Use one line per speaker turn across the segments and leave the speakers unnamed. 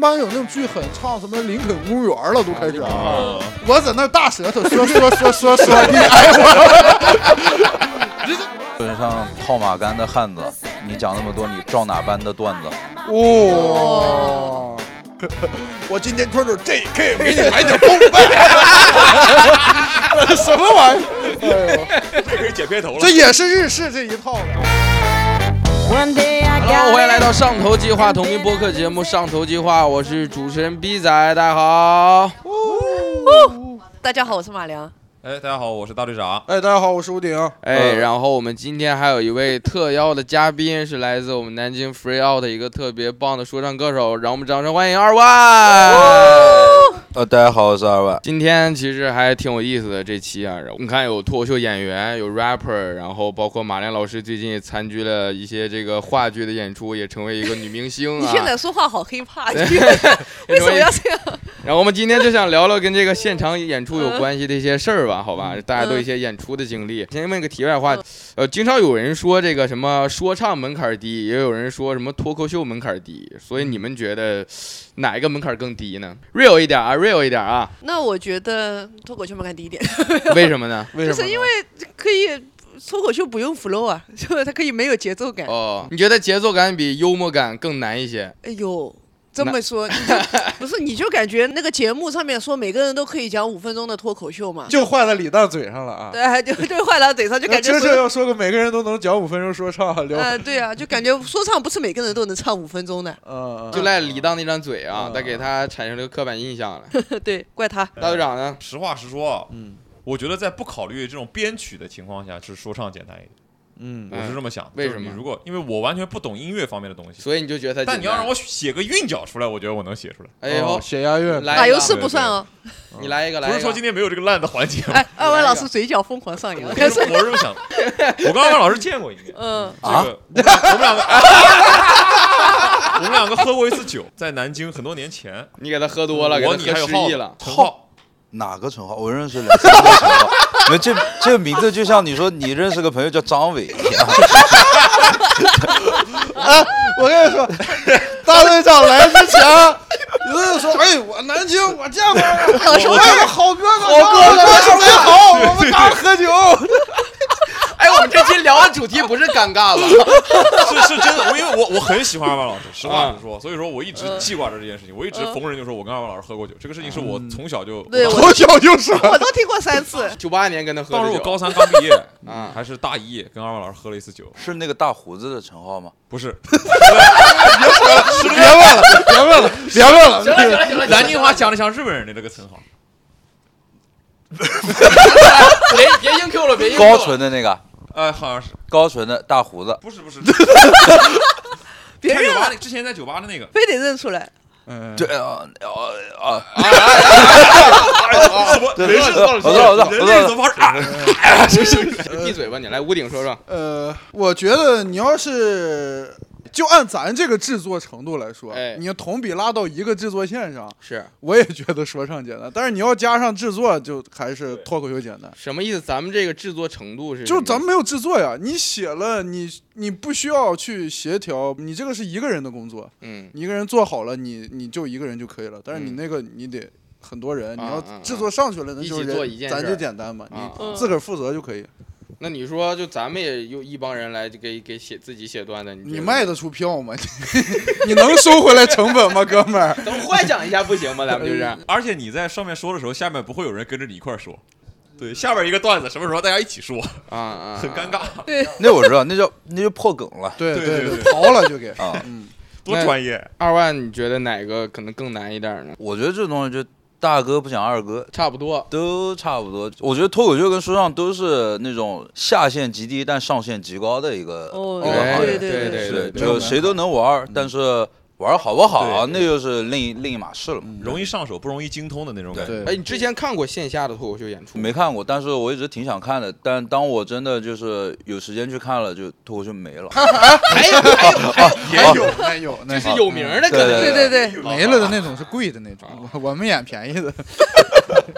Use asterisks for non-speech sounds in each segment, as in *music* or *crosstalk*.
刚有那种剧狠，唱什么《林肯公园》了，都开始。我在那大舌头说说说说说，你爱我。
身上套马杆的汉子，你讲那么多，你照哪般的段子？
哦，
我今天穿着 JK 给你买点绷带，
什么玩意儿？
哎呦，这可以剪片头了。
这也是日式这一套的。
Hello，欢迎来到上头计划同名播客节目《上头计划》，我是主持人逼仔，大家好。
哦、大家好，我是马良。
哎，大家好，我是大队长。
哎，大家好，我是吴鼎。
哎，
呃
然后我们今天还有一位特邀的嘉宾，是来自我们南京 Free Out 的一个特别棒的说唱歌手，让我们掌声欢迎二万。
呃、哦，大家好，我是二万。
今天其实还挺有意思的这期啊，你看有脱口秀演员，有 rapper，然后包括马亮老师最近也参与了一些这个话剧的演出，也成为一个女明星、啊。
*laughs* 你现在说话好黑 *laughs* 怕，为什么要这样？
然后我们今天就想聊聊跟这个现场演出有关系的一些事儿吧，好吧，
嗯
大家都一些演出的经历。先问个题外话，呃，经常有人说这个什么说唱门槛低，也有人说什么脱口秀门槛低，所以你们觉得哪一个门槛更低呢？real
嗯
一点啊，real 一
*laughs*
点啊。
那我觉得脱口秀门槛低一点。
为什
*laughs*
么呢？
就是因为 *laughs* 可以。脱口秀不用 flow 啊， *laughs* 就是它可以没有节奏感。
哦，你觉得节奏感比幽默感更难一些？
哎呦。这么 *laughs* 说，你就不是你就感觉那个节目上面说每个人都可以讲五分钟的脱口秀嘛？
就坏在李诞嘴上了啊！
对， *laughs* 就就坏到嘴上，就哦感觉。
这这要说个每个人都能讲五分钟说唱，
啊，对啊，就感觉说唱不是每个人都能唱五分钟的。
嗯，
就赖李诞那张嘴啊，
嗯
他给他产生了刻板印象了。
*laughs*
*laughs*
对，怪他。
大队长呢？
实话实说，嗯，我觉得在不考虑这种编曲的情况下，是说唱简单一点。
嗯，
我是这么想。
哎为什么？
如果因为我完全不懂音乐方面的东西，
所以你就觉得他。
但你要让我写个韵脚出来，我觉得我能写出来。
哎呦，
写押韵，
打油诗不算哦。
你来一个，来。
不是说今天没有这个烂的环
*laughs*
节吗？
*laughs* 哎，二位老师嘴角疯狂上扬。 *laughs*
我是这么想，
*laughs*
我跟二位老师见过一面。
嗯，
这
啊
个我们两个。我们两个喝过一次酒，在南京很多年前。
你给他喝多了，
我你还有浩
了。
浩
哪个陈浩？我认识两三个陈浩。那这这名字就像你说你认识个朋友叫张伟一样。
啊，我跟你说，大队长来之前，你就说，哎，我南京我见过，我
说
哎，好哥哥，
好哥哥，
兄弟好，我们刚喝酒。
哎，我们这期聊的主题不是尴尬吧？
是是真的，我因为我我很喜欢二万老师，实话实说，所以说我一
嗯
直记挂着这件事情，我一直逢人就说我跟二万老师喝过酒，这个事情是我从小就
从小就是，
我都听过三 *laughs* 次。
九八年跟他喝，
当时我高三刚毕业啊，还是大一，跟二万老师喝了一次酒。
是那个大胡子的陈浩吗？
不
*laughs*
是，
别说了，别问了，别问了，别问了。
行了行了，
南京话讲的像日本人的这个陈
*laughs*
浩。
别别硬 Q 了，别硬 Q
了。高淳的那个。
呃，好像是
高淳的大胡子，
不是不是，
*laughs* 别认了。
之前在酒吧的那个，
非得认出来。
嗯，对啊啊
啊！什么？没事，
我操我操
我
操！ *laughs* 闭嘴吧你！来，屋顶说说。
呃，我觉得你要是就按咱这个制作程度来说，你同比拉到一个制作线上，
是
我也觉得说唱简单，但是你要加上制作，就还是脱口秀简单。
什么意思？咱们这个制作程度是？
就咱们没有制作呀！你写了，你你不需要去协调，你这个是一个人的工作，
嗯，
你一个人做好了，你你就一个人就可以了。但是你那个你得。很多人，你要制作上去了，那就是咱就简单嘛，你自个儿负责就可以。
那你说，就咱们也有一帮人来给给写自己写段子，
你卖得出票吗？ *laughs* 你能收回来成本吗，哥们儿？
等幻想一下不行吗？咱们就是。
哎
而且你在上面说的时候，下面不会有人跟着你一块儿说。对，下边一个段子，什么时候大家一起说
啊啊，
很尴尬。
对，
那我知道，那叫那就破梗了。
*laughs* 对
对
对，刨了就给
啊，
嗯，
多专业。
二万，你觉得哪个可能更难一点呢？
我觉得这东西就。大哥不讲二哥，
差不多
都差不多。我觉得脱口秀跟说唱都是那种下限极低但上限极高的一个
哦，
一个行
对
业，
对
对
是
对
嗯
就谁都能玩，但是玩好不好
对
那又是另一另一码事了嘛。
容易上手，不容易精通的那种感觉。
嗯对。
哎，你之前看过线下的脱口秀演出？
没看过，但是我一直挺想看的。但当我真的就是有时间去看了，就脱口秀没了。
还有还有
哎
还
还有还有，嗯那
就是有名的，可
对
能
对对对，
啊 *laughs* 没了的那种是贵的那种，我我们演便宜的。
啊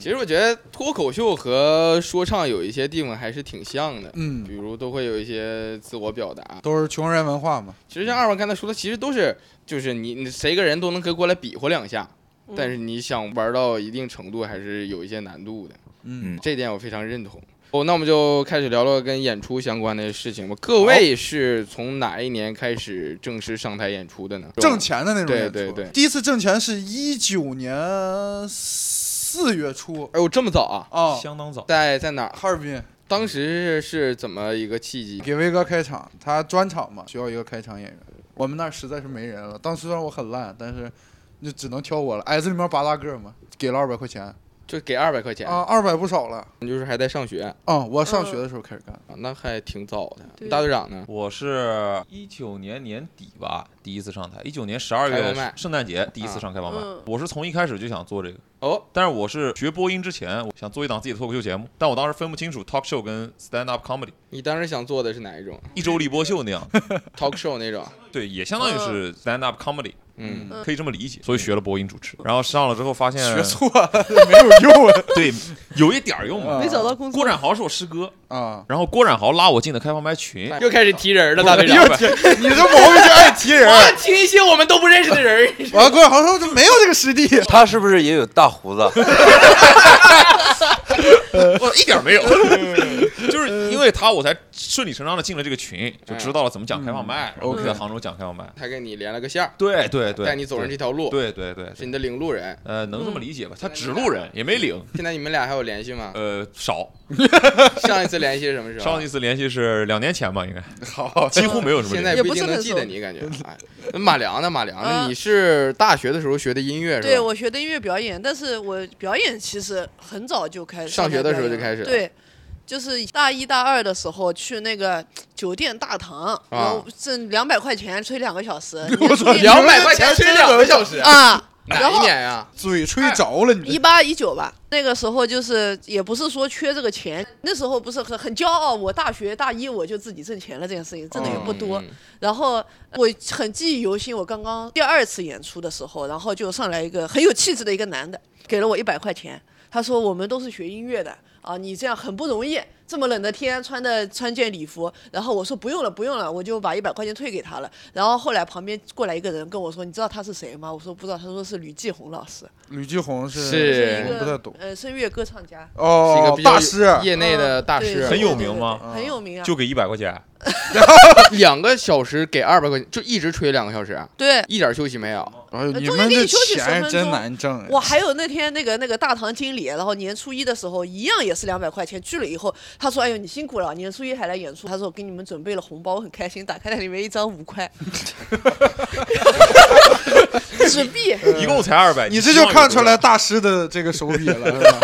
其实我觉得脱口秀和说唱有一些地方还是挺像的，
嗯
比，如都会有一些自我表达。
都是穷人文化嘛，
其实像二娃刚才说的，其实都是就是你你谁个人都能跟过来比划两下，
嗯
但是你想玩到一定程度还是有一些难度的，
嗯
嗯
这点我非常认同。哦，那我们就开始聊聊跟演出相关的事情吧。各位是从哪一年开始正式上台演出的呢？
挣钱的那种
对
演出
对对
第一次挣钱是一九年四月初
哎呦，这么早啊？
啊，
相当早。
在在哪儿？
哈尔滨
当时是怎么一个契机？
给威哥开场，他专场嘛，需要一个开场演员。我们那儿实在是没人了，当时虽然我很烂，但是就只能挑我了，矮子里面拔大个儿嘛，给了二百块钱
就给二百块钱，
啊，二百不少了。
就是还在上学啊，
啊、我上学的时候开始干，
那还挺早的。
对
大队长呢？
我是一九年年底吧，第一次上台。一九年十二
开
月
放麦
圣诞节第一次上开放麦
嗯，
我是从一开始就想做这个。
哦，
但是我是学播音之前，我想做一档自己的脱口秀节目，但我当时分不清楚 talk show 跟 stand up comedy，
你当时想做的是哪一种
一周立波秀那样，
talk *laughs* show 那种？
对，也相当于是 stand up comedy，
嗯，
可以这么理解。所以学了播音主持，然后上了之后发现
学错了没有用啊
*laughs* 对，有一点儿用嘛。
没找到工作
郭，展豪是我师哥，
啊！
然后郭展豪拉我进的开放麦群，
嗯又开始哎提人了，大队长。
你这毛病就爱提人。
*laughs* 我提一些我们都不认识的人儿。
完了，郭小豪说这没有这个师弟，
他是不是也有大胡子？啊
*laughs* 我一点儿
*laughs*
没有，
嗯
*laughs* 就是因为他我才顺理成章的进了这个群，就
哎
知道了怎么讲开
嗯
放麦，然后可以在杭州讲开放麦。
*laughs* 他给你连了个线儿，
对对对，
嗯带你走上这条路，
对对对，
是嗯
对
你的领路人。
呃，能这么理解吧？他指路人也没领，
现在你们俩还有联系 *laughs* 吗？
呃，少。
上一次联系是什么时候？
上一次联系是两年前吧，应该
好，
几乎没有什么
现
联
在
系。
不一定能记得你，感觉。哎那马良呢？马良呢？
嗯
你是大学的时候学的音乐是吧？
对我学的音乐表演，但是我表演其实很早就开始，
上学的时候就开始了
对。就是大一大二的时候去那个酒店大堂，
啊
然后挣两百块钱吹两个
*laughs*
小时，你就出去
两百块钱吹两个小时，
*laughs* 啊，
哪
然
一
后
年呀？
嘴吹着了你
一
这。
八一九吧，那个时候就是也不是说缺这个钱，那时候不是很很骄傲，我大学大一我就自己挣钱了，这件事情挣的也不多。
嗯
然后我很记忆犹新，我刚刚第二次演出的时候，然后就上来一个很有气质的一个男的，给了我一百块钱，他说我们都是学音乐的啊，你这样很不容易。这么冷的天，穿的穿件礼服，然后我说不用了，不用了，我就把一百块钱退给他了。然后后来旁边过来一个人跟我说：“你知道他是谁吗？”我说：“不知道。”他说是吕继红老师，
吕继红是
是
我不太懂
呃，声乐歌唱家，
是一个
哦
比，较
大师
业内的大
嗯对
师，
很有
对对
名吗
对很有名啊，
就给一百块钱，
两个小时给二百块钱，就一直吹两个小时，啊
对。
一点休息没有。
哎呦，
中
你
间
们
给
这
你休息10
钱
分
真
钟
难挣哎。
我还有那天那个那个大堂经理，然后年初一的时候一样也是两百块钱去了以后，他说：“哎呦，你辛苦了，年初一还来演出。”他说：“我给你们准备了红包，我很开心。”打开那里面一张五块，纸币。
嗯
一共才二百。
你这就看出来大师的这个手笔了，是吧？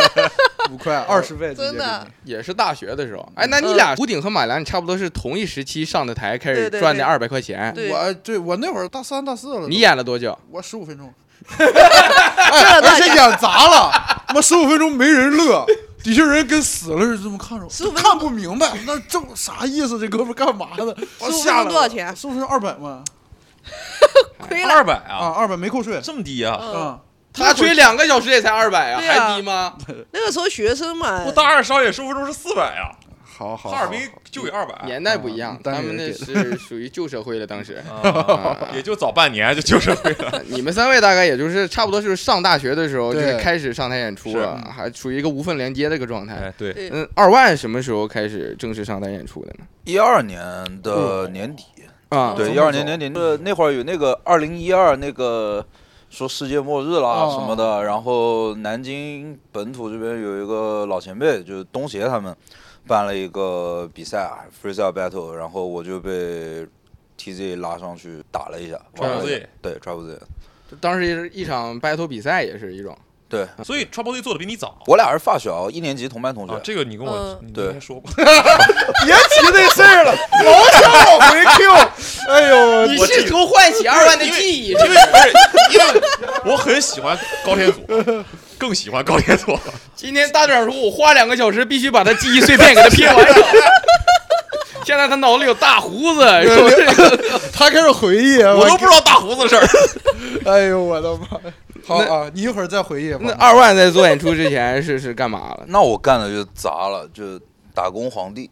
五块二十倍，
真的。
也是大学的时候，哎，那你俩吴鼎和马良，你差不多是同一时期上的台，开始
对对
赚的
对
二百块钱。
对，
我哎对我那会儿大三大四了，
你演了多久？
我十五分
*laughs*
钟，哎
这
而
大
且
家
演砸了，他妈十五分钟没人乐，底下人跟死了似的这么看着我，
15分钟
看不明白，那这啥意思？这哥们儿干嘛呢？我
15
吓
分钟
了
多少钱啊
十五分钟二百吗？
亏了。
二百
啊，
啊，
二百没扣税。
这么低啊！
嗯，
啊，
他吹两个小时也才二百啊，
对啊
还低吗？
那个时候学生嘛
嗯
我，大二商演收费中是四百啊，
好好，
哈尔滨
好
就给二百，
年代不一样
嗯，单
他
人
们那
给
是属于旧社会了，当时。
啊也就早半年就就社会了。
*laughs* 你们三位大概也就是差不多是上大学的时候，就
对
是开始上台演出了，还处于一个无缝连接的一个状态。
哎， *laughs* 对，
对
嗯，二万什么时候开始正式上台演出的呢？一
一二年的年底，
啊，
对，一二年年底，呃，那会儿有那个二零一二那个说世界末日啦
哦
什么的，然后南京本土这边有一个老前辈，就是东协他们办了一个比赛啊，freestyle battle，然后我就被 TZ 拉上去打了一下，
Trouble
玩了一下
Z
对 Trouble Z，
当时也是一场 battle 比赛，也是一种。
对
所以 Trouble Z 做的比你早。
我俩是发小，一年级同班同学
啊，，这个你跟我
嗯
你
对
之前说过，
别提那事儿了，老想往回 Q。哎呦，
你试图唤起二万的记 *laughs* 忆
因为不是因为我很喜欢高天佐，更喜欢高天佐。
今天大队长说，我花两个小时必须把他记忆碎片给他拼完
*laughs*
整。现在他脑子里有大胡子，是不是？
他开始回忆，啊
我都不知道大胡子的事儿。
哎呦我的妈！好啊，你一会儿再回忆吧。
那二万在做演出之前是是干嘛
*laughs*
了？
那我干的就杂了，就打工皇帝。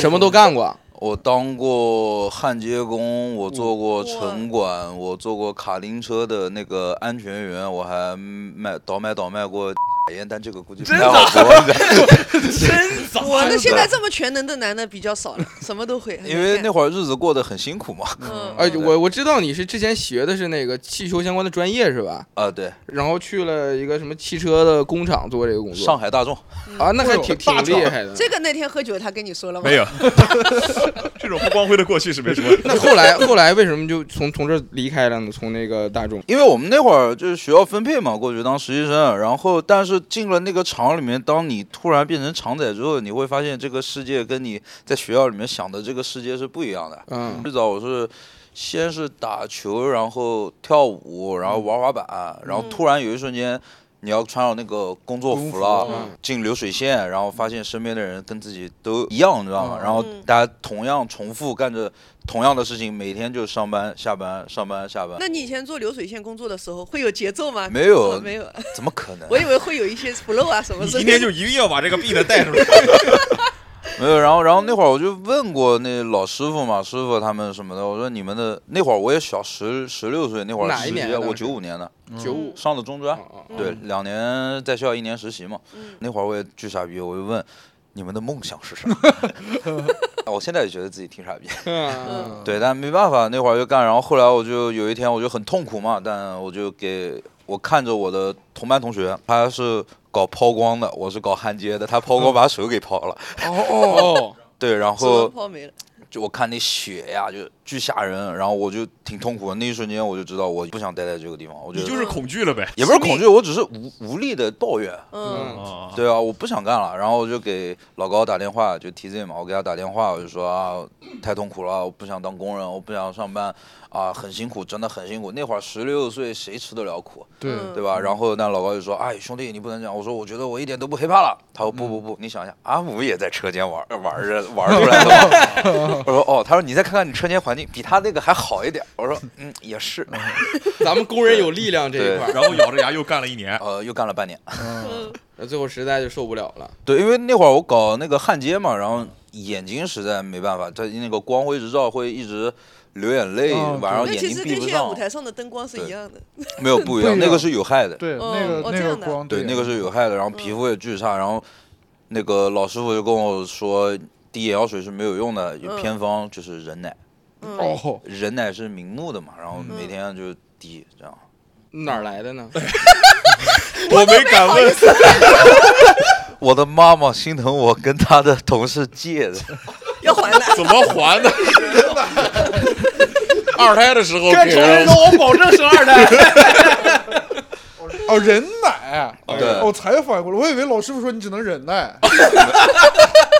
什么都干过。
我当过焊接工，我做过城管，我做过卡丁车的那个安全员，我还卖倒卖倒卖过烟，但这个估计不太好说。
真早，
我呢，现在这么全能的男的比较少了，什么都会。很
因为
厉
那
害
会儿日子过得很辛苦嘛。
嗯，
哎，我我知道你是之前学的是那个汽修相关的专业是吧？
*laughs* 啊，对，
然后去了一个什么汽车的工厂做这个工作。
上海大众，
啊，那还挺挺
大厂
厉害的。
这个那天喝酒他跟你说了吗？
没有， *laughs* 这种不光辉的过去是没什么。
*laughs* 那后来后来为什么就从从这儿离开了呢？从那个大众
因为我们那会儿就是学校分配嘛，过去当实习生，然后但是进了那个厂里面，当你突然变成厂仔之后，你会发现这个世界跟你在学校里面想的这个世界是不一样的。
嗯
最早我是先是打球，然后跳舞，然
嗯
后玩滑板，然
嗯
后突然有一瞬间。你要穿上那个工作服了，
工
服嗯
进流水线，然后发现身边的人跟自己都一样，你知道吗？
嗯
然后
嗯
大家同样重复干着同样的事情，每天就上班、下班、上班、下班。
那你以前做流水线工作的时候会有节奏吗？
没有
哦没有。
怎么可能？
我以为会有一些 flow 啊什么
你
之类的。
今天就一定要把这个 B 的带出来。
没有，然后然后那会儿我就问过那老师傅嘛，师傅他们什么的，我说你们的那会儿我也小十十六岁，那会儿
哪一
实
年
习
啊
我
当时
九五年的，
嗯
九五？
上的中专，
哦哦
对，两年在校一年实习嘛，
嗯
那会儿我也巨傻逼，我就问你们的梦想是啥？ *laughs* 我现在也觉得自己挺傻逼，
嗯
对，但没办法，那会儿就干。然后后来我就有一天我就很痛苦嘛，但我就给我看着我的同班同学，他是搞抛光的，我是搞焊接的，他抛光把手给抛了，
哦哦，
哦，
*laughs* 对，然
什么
后
泡没了。
就我看那血呀，就巨吓人，然后我就挺痛苦的。那一瞬间我就知道我不想待在这个地方，我觉
你
得
就是恐惧了呗。
也不是恐惧，我只是无无力的抱怨。
嗯，
啊，
对啊，我不想干了，然后我就给老高打电话，就 TZ 嘛，我给他打电话，我就说啊，太痛苦了，我不想当工人，我不想上班，啊，很辛苦，真的很辛苦。那会儿十六岁，谁吃得了苦，
对，
嗯
对吧？然后那老高就说，哎，兄弟，你不能这样。我说，我觉得我一点都不害怕了。他说，不不不，你想一下，阿五也在车间玩玩着玩出来的嘛。我说，哦，他说你再看看你车间环境，比他那个还好一点。我说，嗯，也是。
咱们工人有力量这一块儿，
然后咬着牙又干了一年。
呃，又干了半年。
嗯
那最后实在就受不了了。
对，因为那会儿我搞那个焊接嘛，然后眼睛实在没办法，它那个光辉之照会一直流眼泪，
哦
晚上
那
眼
其
睛
实
闭
跟
不
现在舞
上。
台上的灯光是一样的。
没有不一
不
样，
一
那个
样
是有害的。
对，
哦
那个
哦
那
这
个
样的
光，
对，那个是有害的，然后
嗯
皮肤也巨差，然后那个老师傅就跟我说，滴眼药水是没有用的，有
嗯
偏方就是人奶，
嗯，
哦，
人奶是明目的嘛，然后每天就滴这样。
哪儿来的呢？
我没敢问，
我的妈妈心疼我跟她的同事借的， *laughs*
要还的。
怎么还的？二胎的时候
干
给人
说，我保证生二胎。
哦，忍耐，哎
对
我才反应过来，我以为老师傅说你只能忍耐，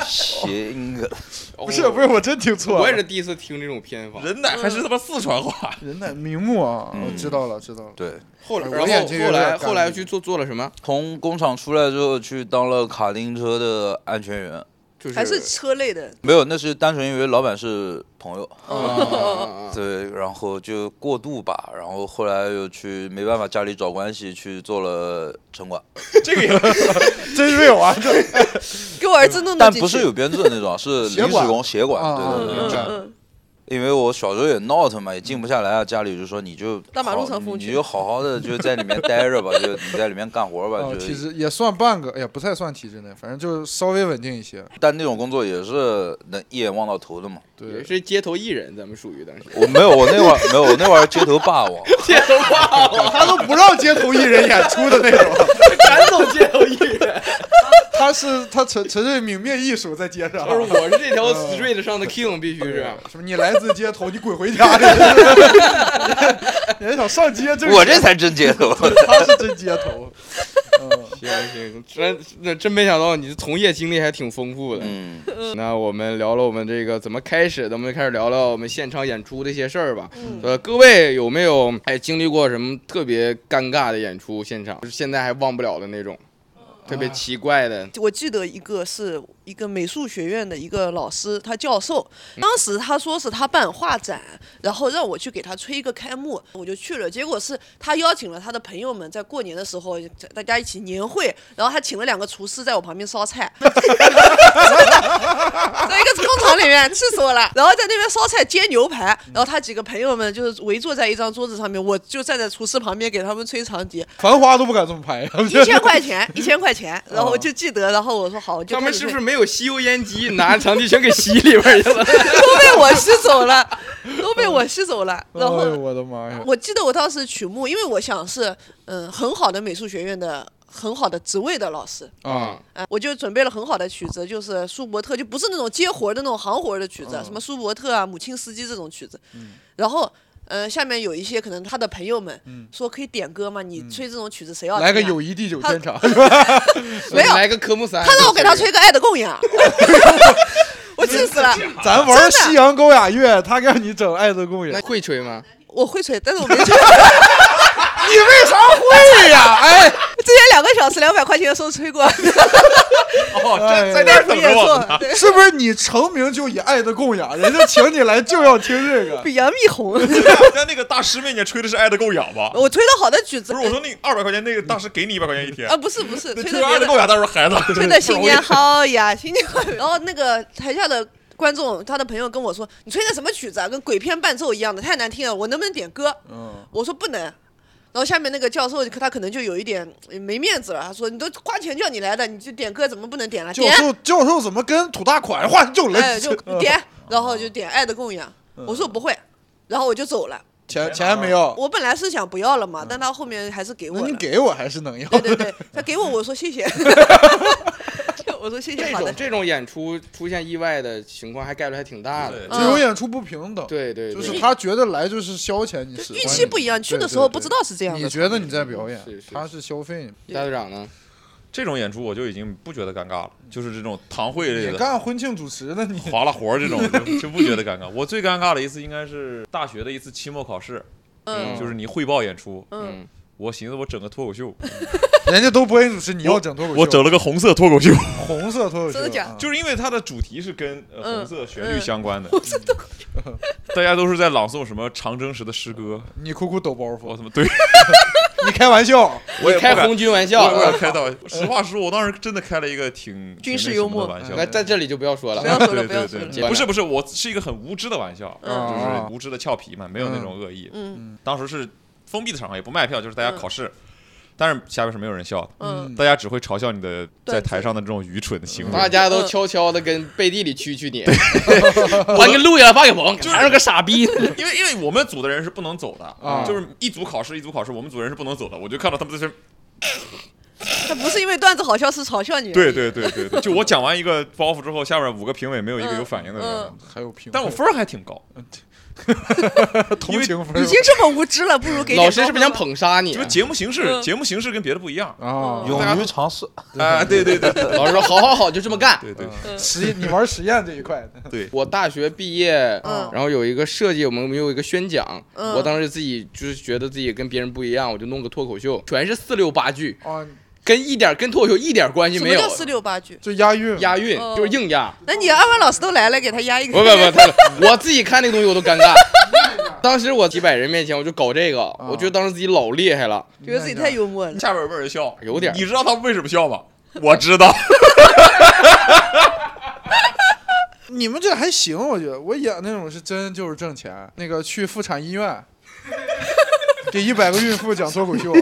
谐音梗。
不是不是，哦我真听错了，
哦我也是第一次听这种偏
*laughs*
方。
人奶还是他妈四川话，
忍耐明目啊，
嗯
我知道了知道了，
对，
后来，
哎我
然后
眼睛有
后
点
来
干
后来去做做了什么？
从工厂出来之后去当了卡丁车的安全员，
就是
还是车类的，
没有，那是单纯因为老板是朋友，
啊啊啊
*laughs*
啊
对，然后就过渡吧，然后后来又去没办法家里找关系去做了城管。
这个也
*laughs* 真是有啊，这
给我儿子弄的
但
进去。
不是有编制的那种，啊是临时工协管，
啊
对对
嗯
对。
嗯嗯，
因为我小时候也闹腾嘛，也静不下来啊，家里就说你就
大马路
好
上疯
你
去
就好好的就在里面待着吧，就你在里面干活吧，
*laughs* 哦
就
体制也算半个，哎呀，不太算体制内，反正就稍微稳定一些，
但那种工作也是能一眼望到头的嘛。
对
也，是街头艺人，咱们属于当时。
我没有，我那会儿没有，我那会儿 *laughs* 街头霸王，
街头霸王，
他都不让街头艺人演出的那 *laughs* 种，
咱走街头艺人，
他是他纯纯粹泯灭艺术在街上，
就是我是这条 street 上的 king，必须是。
什么你来自街头，你滚回 *laughs* 家去！人家想上街，这是
我这才真街头。
他是真街头。嗯，
行行，真那真没想到你的从业经历还挺丰富的。
嗯，
那我们聊了我们这个怎么开始的，我们就开始聊聊我们现场演出的一些事儿吧。
嗯
呃，各位有没有
嗯
哎经历过什么特别尴尬的演出现场，就是现在还忘不了的那种？特别奇怪的，
我记得一个是一个美术学院的一个老师，他教授，当时他说是他办画展，然后让我去给他吹一个开幕，我就去了。结果是他邀请了他的朋友们，在过年的时候大家一起年会，然后还请了两个厨师在我旁边烧菜， *laughs* 真的在一个工厂里面，气死我了。然后在那边烧菜煎牛排，然后他几个朋友们就是围坐在一张桌子上面，我就站在厨师旁边给他们吹长笛，
繁花都不敢这么拍 *laughs* 哎呀。
一千
*laughs*
块钱，一千块
哦
钱，然后我就记得，然后我说好，我就
他们
开始
是不
吹
是没有吸油烟机，拿长笛全给吸里边去了？
都被我吸走了，
*laughs*
都被我吸走了。
哎
然
呦
后
我的妈呀！
我记得我当时曲目，因为我想是嗯很好的美术学院的很好的职位的老师，
啊，
啊，我就准备了很好的曲子，就是舒伯特，就不是那种接活儿的那种行活儿的曲
哦
子，什么舒伯特啊、母亲司机这种曲子。
嗯
然后，呃，下面有一些可能他的朋友们说可以点歌嘛，你吹这种曲子谁要
嗯来个
听啊
友谊地久天 *laughs* 长，
*laughs* 没有
啊来个科目
哎
三，
他让我给他吹个《爱的供
*laughs*
养》，我气死了。
咱玩西洋高雅乐，他让你整爱的供
那
养，
会吹吗？
我会吹，但是我没吹。
你为啥会 *laughs* 呀？哎，
之前两个小时两百块钱的时
*laughs*
候吹过，
哦，
哎
这在那儿
*laughs* 不
等
也
着
错
我
了
呢。
对
是不是你成名就以爱的供养， *laughs* 人家请你来就要听这
*laughs*
个？
比杨
*laughs*
幂红。
在那个大师面前吹的是《爱的够痒》吧？
我吹的好的曲子，
不是，我说那二百块钱，那个大师给你一百块钱一天
啊，，不是不是，
那
吹
吹《
的
爱
别
的
的
*laughs* 够痒》，他说孩子，
*laughs* 吹的新年好
*laughs*
呀，新年好。然后那个台下的观众，他的朋友跟我说：“你吹的什么曲子啊？跟鬼片伴奏一样的，太难听了，我能不能点歌？”
嗯，
我说不能。然后下面那个教授他可能就有一点呃没面子了，他说：“你都花钱叫你来的，你就点歌怎么不能点了？
教
点，
授教授怎么跟土大款话
*laughs*
就
哎，
来 *laughs*
就
啊
点。”然后就点《爱的供养》，
嗯
我说我不会，然后我就走了。
钱钱没有，
我本来是想不要了嘛，
嗯
但他后面还是给我
那
了
你。给我还是能要。
对对对，他给我，我说谢谢。
*laughs*
我说谢谢，
这
好的
种。这种演出出现意外的情况还概率还挺大的。
嗯
这种演出不平等，
对对，
就
对
是他觉得来就是消遣你使唤你，
预期不一样，去的时候不知道是这样
你
的。
觉得你在表演
是，是
他是消费你。
大队长呢？
这种演出我就已经不觉得尴尬了，就是这种堂会类
你
的。
干婚庆主持呢，你
划拉活儿这
*laughs*
种就就不觉得尴尬。我最尴尬的一次应该是大学的一次期末考试，
嗯
就是你汇报演出，
嗯，
嗯，
我寻思我整个脱口秀，
人家都不会主持，你要整脱口秀，
我整了个红色脱口秀，
嗯
红色脱口秀，
真的假的
啊
就是因为它的主题是跟、呃
嗯
红色旋律相关的。 *laughs* 大家都是在朗诵什么长征时的诗歌，
你苦苦抖包
我
袱，
他妈对，
你开玩笑，
我也不
嗯开
敢
红。军
我
玩
也不
笑，
敢开到，实话实说，我当时真的开了一个挺
军事
挺那
幽
什么
默
的玩笑
那，在这里就不要说
不要
了。
说了，
对
不要
对
说了。
对，不是不是，我是一个很无知的玩笑，
嗯
就是
啊
无知的俏皮嘛，没有那种恶意。
嗯
当时是封闭的场合，也不卖票，就是大家考试，但是下面是没有人笑的，
*laughs* 嗯，
大家只会嘲笑你的在
段子
台上的这种愚蠢的行
大
为。
家
嗯
都悄悄的跟背地里蛐蛐你，把你录下来发给鹏，还是个傻逼。
*laughs* 因为因为我们组的人是不能走
啊
的，就是一组考试一组考试，我们组人是不能走的。我就看到他们在这，
他不是因为段子好笑，是嘲笑你。
对对对对对，就我讲完一个包袱之后，下面五个评委没有一个有反应的
嗯
人，
还有评委，
但我分儿还挺高，
同情分
已经这么无知了，不如给点
老师是不是想
高分吧？
捧杀你
因？为节目形式
嗯
节目形式跟别的不一样
啊，
有
勇于尝试，
啊， *laughs* 对对对对
老师说好好好，就这么干。
对对，
嗯
实验，你玩实验这一块啊的，
我大学毕业，
嗯
然后有一个设计，我们有一个宣讲，
嗯
我当时自己就是觉得自己跟别人不一样，我就弄个脱口秀，全是四六八句，
啊，
跟一点跟脱口秀一点关系
什
没
么
有
叫，四六八句？
就押韵，
押韵
哦
就是硬押。
那你二万老师都来了，给他压一个。
不不不，他我自己看那个东西我都尴尬。 *laughs* 当时我几百人面前我就搞这个，我觉得当时自己老厉害了。
觉得自己太幽默了。
嗯下边有没有人笑？
有点儿
你知道他们为什么笑吗？我知道，
你们这还行，我觉得我演那种是真就是挣钱，那个去妇产医
*laughs*
院，给一百个孕妇讲脱口秀。啊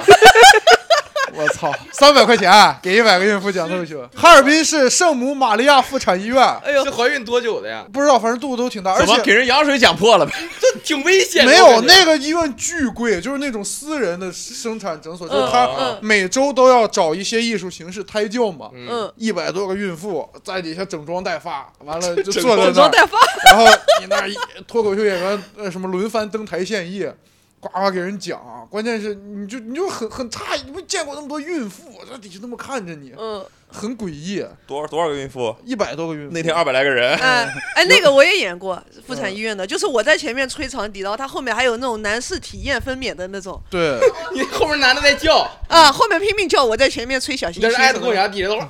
我操，三百块钱给一百个孕妇讲脱口秀。哈尔滨市圣母玛利亚妇产医院，
哎呦
这，怀孕多久的呀？
不知道，反正肚子都挺大，而
怎么给
且
人羊水讲破了呗？
这挺危险的。
没
我
有
感觉
那个医院巨贵，就是那种私人的生产诊所，就是他
嗯
每周都要找一些艺术形式胎教嘛。
嗯，
一百多个孕妇在底下整装待发，完了就
整
坐在
整
那儿
装，待发。
然后你那儿一脱口秀演员呃什么轮番登台献艺，呱呱给人讲，关键是你就你就很很诧异，你没见过那么多孕妇在底下那么看着你，
嗯，
很诡异，
多少多少个孕妇？
一百多个孕妇
那天二百来个
*laughs*
人，
哎哎，那个我也演过妇产医院的，就是我在前面吹长笛，然后他后面还有那种男士体验分娩的那种
对，
你后面男的在叫，
啊，后面拼命叫我在前面吹小
你
星
在这
星
挨
什
着
么
过
的。
啥底下都啊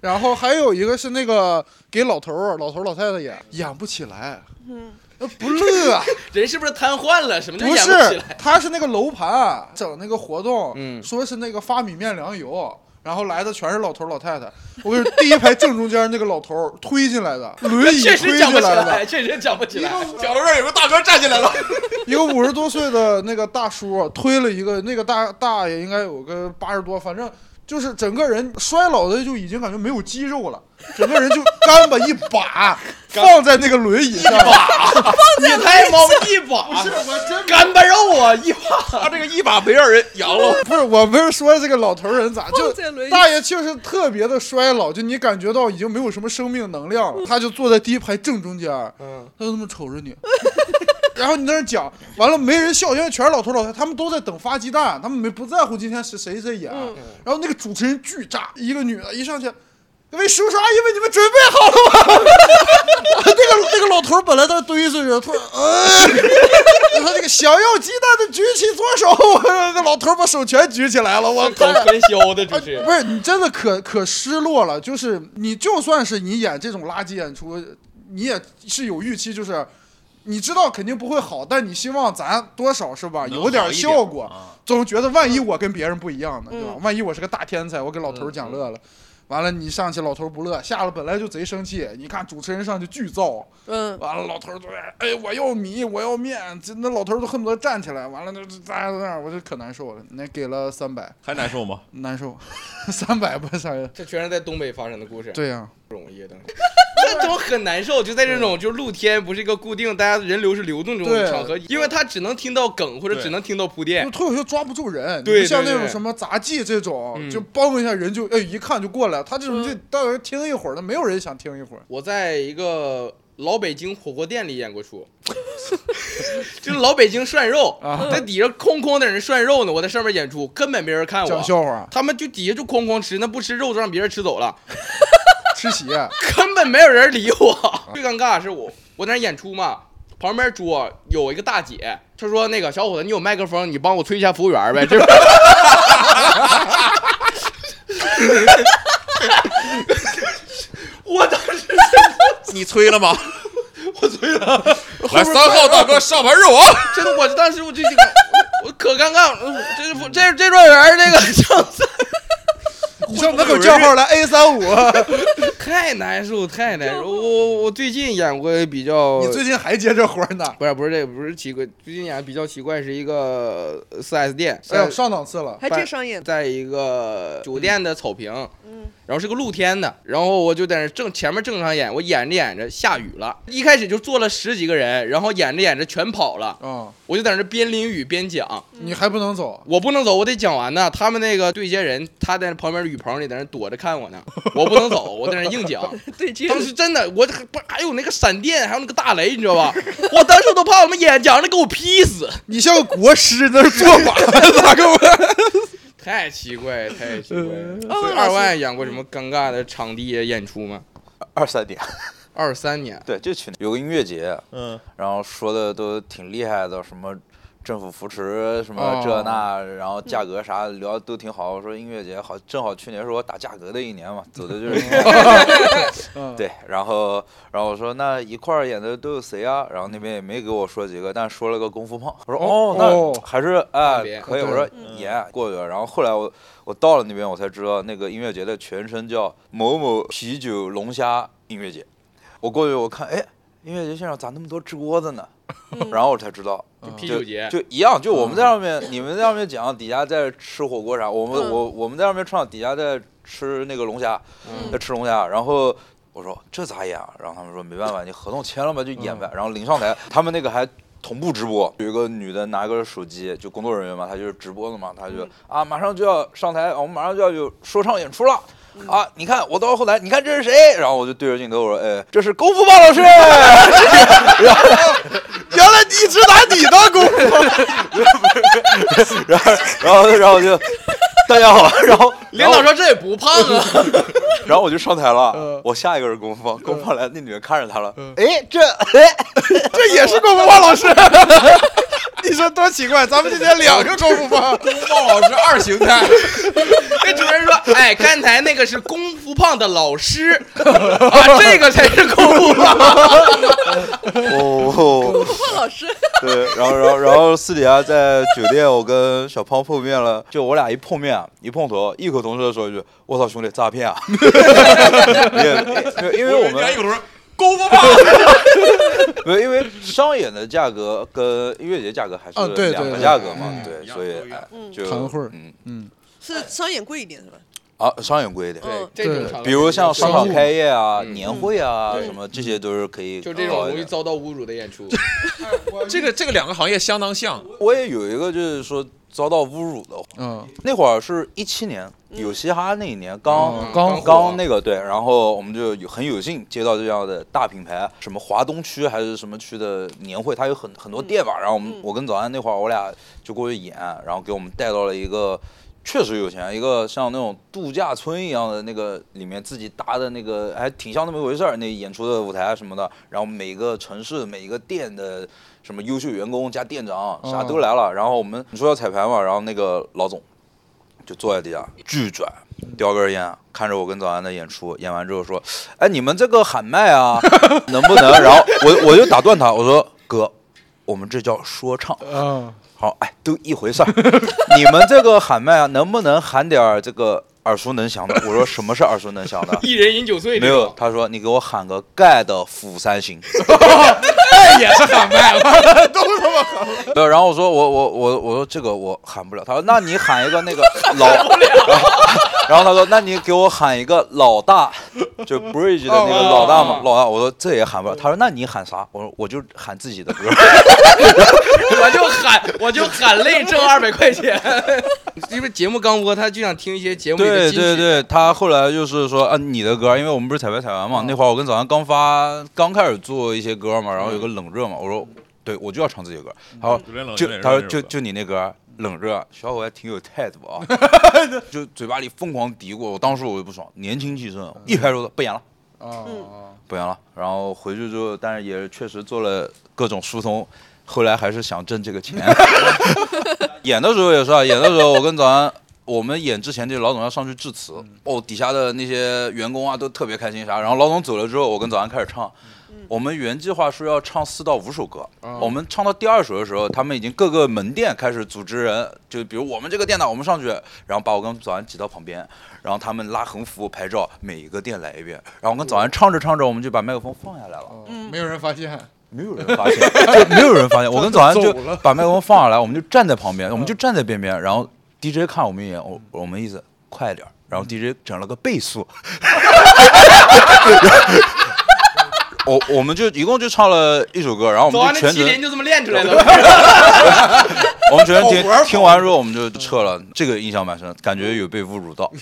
然后还有一个是那个给老头儿、老头儿、老太太演，演不起来，嗯，不乐，
人 *laughs* 是不是瘫痪了？什么叫
不
演起
是
来？，
他是那个楼盘整那个活动，
嗯
说是那个发米面粮油。然后来的全是老头儿老太太，我跟你说，第一排正中间那个老头儿推进来的，轮椅
*laughs*
推
确实
进
讲不起
来的
来，，确实讲不起来。
角落上有个大哥站起来了，
一个五十多岁的那个大叔推了一个那个大大爷，应该有个八十多，反正就是整个人衰老的就已经感觉没有肌肉了，整个人就干巴一把放在那个轮椅上，
你太猫一把，
不是我真
干巴肉啊，一把。
他这个一把没让人扬了。
*laughs* 不是我不是说这个老头儿人咋就
放在轮椅
大爷就是特别的衰老，就你感觉到已经没有什么生命能量了，他就坐在第一排正中间，
嗯，
他就这么瞅着你， *laughs* 然后你在那儿讲，完了没人笑，因为全是老头老太太，他们都在等发鸡蛋，他们没不在乎今天是谁在演。然后那个主持人巨炸，一个女的一上去，各位叔叔阿姨们，你们准备好了吗？ *laughs* 那个那个老头本来在那堆着呢，突然，呃， *laughs* 他这个想要鸡蛋的举起左手， *laughs* 那老头把手全举起来了，我
搞传销的主持人
不是你真的可可失落了，就是你就算是你演这种垃圾演出，你也是有预期，就是你知道肯定不会好，但你希望咱多少是吧，
能
有点
好一点
效果，
啊
总觉得万一我跟别人不一样呢，对吧
嗯？
万一我是个大天才，我给老头儿讲乐了。完了，你上去老头儿不乐，下了本来就贼生气，你看主持人上去巨燥，
嗯，
完了老头儿都在，哎，我要米，我要面，这那老头儿都恨不得站起来，完了那大家都那儿，我就可难受了。那给了三百，
还难受吗？
难受， *laughs* 三百不是啥呀？
这全是在东北发生的故事，
对啊呀、
不容易的。 *laughs* 这种很难受，就在这种就是露天不是一个固定大家人流是流动这种
对
场合，因为他只能听到梗或者
对
只能听到铺
就
垫。
脱口秀抓不住人，
对
你不像
对
那种
对
什么杂技这种，
嗯
就嘣一下人就哎一看就过来了，他这种就
嗯
到人听一会儿，那没有人想听一会儿。
我在一个老北京火锅店里演过出，就是老北京涮肉
啊，
在底下空空的人涮肉呢，我在上面演出，根本没人看
讲
我。
笑
*laughs*
话，
他们就底下就哐哐吃，那不吃肉就让别人吃走了，
吃席，啊
根本没有人理我。最尴尬的是我我在那演出嘛，旁边桌有一个大姐，她说那个小伙子，你有麦克风，你帮我催一下服务员呗，这边我当时
你催 *laughs* 了吗？
我催
*laughs*
了，
来，三号大哥上盘肉啊！
真的，我当时我就这个，我我可尴尬了，我这服这这庄园那个上次
你上门口叫号来 A 三五。 *laughs*
太难受，太难受。我我我最近演过比较，
你最近还接这活儿呢？哎
不是不是这个不是奇怪，最近演比较奇怪是一个呃四 S 店，
哎呦，上档次
*laughs*
了，
还介上演的，
在一个酒店的草坪，
嗯，
然后是个露天的，然后我就在那正前面正常演，我演着演着下雨了，一开始就坐了十几个人，然后演着演着全跑了，
啊、
我就在那边淋雨边讲，
你还不能走，
我不能走，我得讲完呢。他们那个对接人，他在旁边的雨棚里在那躲着看我呢，我不能走，我在那硬讲。
对接
当时真的，我这不还有那个闪电，还有那个大雷，你知道吧？我当时都怕我们演讲的给我劈死，
你像个国师在那儿做
*laughs*
法，咋个玩？
太奇怪，太奇怪了。
嗯
哦
所以
老师
二万演过什么尴尬的场地演出吗？
二三点，
二三年，
对，就去有个音乐节，
*laughs* 嗯，
然后说的都挺厉害的，什么政府扶持，什么
哦
这那，然后价格啥聊得都挺好。我说音乐节好，正好去年是我打价格的一年嘛，走的
*laughs*
就是
嗯，
对，然后然后我说那一块儿演的都有谁啊？然后那边也没给我说几个，但说了个功夫胖。我说
哦
哦，
哦
那还是啊、
别嗯
可以。
对
我说演过去了，然后后来我我到了那边，我才知道那个音乐节的全称叫某某啤酒龙虾音乐节。我过去我看，哎，音乐节现场咋那么多支锅子呢？然后我才知道。
就
嗯
嗯啤酒节，嗯
就一样，就我们在上面，你们在上面讲，底下在吃火锅啥，我们、
嗯
我我们在上面唱，底下在吃那个龙虾，
嗯
在吃龙虾，然后。我说这咋演啊？然后他们说没办法，你合同签了吧，就演
嗯
呗。然后临上台，他们那个还同步直播，有一个女的拿个手机，就工作人员嘛，她就是直播的嘛，她
嗯
就、啊马上就要上台，我们马上就要有说唱演出了。
嗯
啊！你看我到后台，你看这是
*laughs*
*laughs* 谁？然后我就对着镜头我说：“哎，这是功夫吧老师。”然后原来
一直拿你当功夫，
*laughs* 然后然后然后就 *laughs* 大家好，然后
领导说这也不胖啊，
然后我就上台了
嗯，
我下一个是龚放，龚放来那女的看着他了，
嗯
哎这哎
这也是功夫胖老师。 *laughs* 你说多奇怪，咱们今天两个功夫
*laughs* 啊
胖，
孟老师二形态。跟主任说，哎，刚才那个是功夫胖的老师，啊，这个才是功
*laughs*
夫胖。
嗯
哦。
胖老师，
对，然后然后然后私底下在酒店，我跟小胖碰面了，就我俩一碰面啊，一碰头，异口同声的说一句：“我操，兄弟，诈骗啊！” *laughs* 因为因为我
人家
们
有人说功夫吧，
没有因为商演的价格跟音乐节价格还
啊
是
对
两
对
个
对
价格嘛，
嗯
对，
一样
所以
都一样
哎
嗯
就
含混儿
嗯
嗯，
是商演贵一点是吧？
啊，商演贵一点，
嗯，
这种场合
比如像商场开业啊、
嗯
年会啊
嗯
什么，这些都是可以
就这
搞一
种容易
点
遭到侮辱的
*laughs*
演出，
*laughs* 这个这个两个行业相当像，
我也有一个就是说遭到侮辱的，
嗯，
那会儿是一七年有嘻哈那一年刚
哦
刚
刚那个对，然后我们就有很有幸接到这样的大品牌，什么华东区还是什么区的年会，它有很很多店吧。然后我们、
嗯
我跟早安那会儿，我俩就过去演，然后给我们带到了一个确实有钱，一个像那种度假村一样的那个里面自己搭的那个，还挺像那么一回事儿。那演出的舞台啊什么的，然后每个城市每一个店的。什么优秀员工加店长啥都来了，然后我们你说要彩排嘛，然后那个老总就坐在地下巨拽，叼根烟，看着我跟早安的演出，演完之后说：“哎，你们这个喊麦啊， *laughs* 能不能？”然后我我就打断他，我说：“哥，我们这叫说唱。
嗯，
好，哎，都一回事儿。 *laughs* 你们这个喊麦啊，能不能喊点儿这个耳熟能详的？”我说：“什么是耳熟能
*laughs*
详的
一人饮酒？”醉
没
这
有，
种，
他说：“你给我喊个盖的釜山行。”
哎
也是
*laughs*
喊麦了。
没有，然后我说我我我我说这个我喊不了，他说那你喊一个
*laughs*
那个老，然后 *laughs* 然后他说那你给我喊一个老大，就 Bridge 的那个老大嘛
哦，
老大，我说这也喊不了，他说那你喊啥？我说我就喊自己的歌，
我就喊，我就喊累挣二百块钱。
*laughs* 因为节目刚播，他就想听一些节目里的
对
金
对
曲。
对，他后来就是说啊你的歌，因为我们不是彩排彩完嘛，那会儿我跟早上刚发刚开始做一些歌嘛，然后有个冷热嘛，我说对我就要唱自己的歌，他说
有点冷
就
有点热
他说
有点
就
热
就你那歌儿冷热，小伙还挺有态度啊，就嘴巴里疯狂嘀咕，我当时我就不爽，年轻气盛，一拍桌子不演了，
哦，
不演了。然后回去之后，但是也确实做了各种疏通，后来还是想挣这个钱。 *laughs* 演的时候也是啊，演的时候我跟早安。我们演之前，这老总要上去致辞，哦，底下的那些员工啊都特别开心啥。然后老总走了之后，我跟早安开始唱。我们原计划是要唱四到五首歌，我们唱到第二首的时候，他们已经各个门店开始组织人，就比如我们这个店呢，我们上去，然后把我跟早安挤到旁边，然后他们拉横幅拍照，每一个店来一遍，然后我跟早安唱着唱着，我们就把麦克风放下来了。
嗯，没有人发现，
没有人发现， *laughs* 就没有人发现。我跟早安就
走了
把麦克风放下来，我们就站在旁边，我们就站在边边，然后 DJ 看我们一眼，我我们意思快点儿，然后 DJ 整了个倍速。我我们就一共就唱了一首歌，然后我
走
们
完
就
那
全
麒麟
程，
就这么练出来
*laughs*
的。
我们全程
跑活儿
听听完之后我们就撤了，这个印象蛮深，感觉有被侮辱到。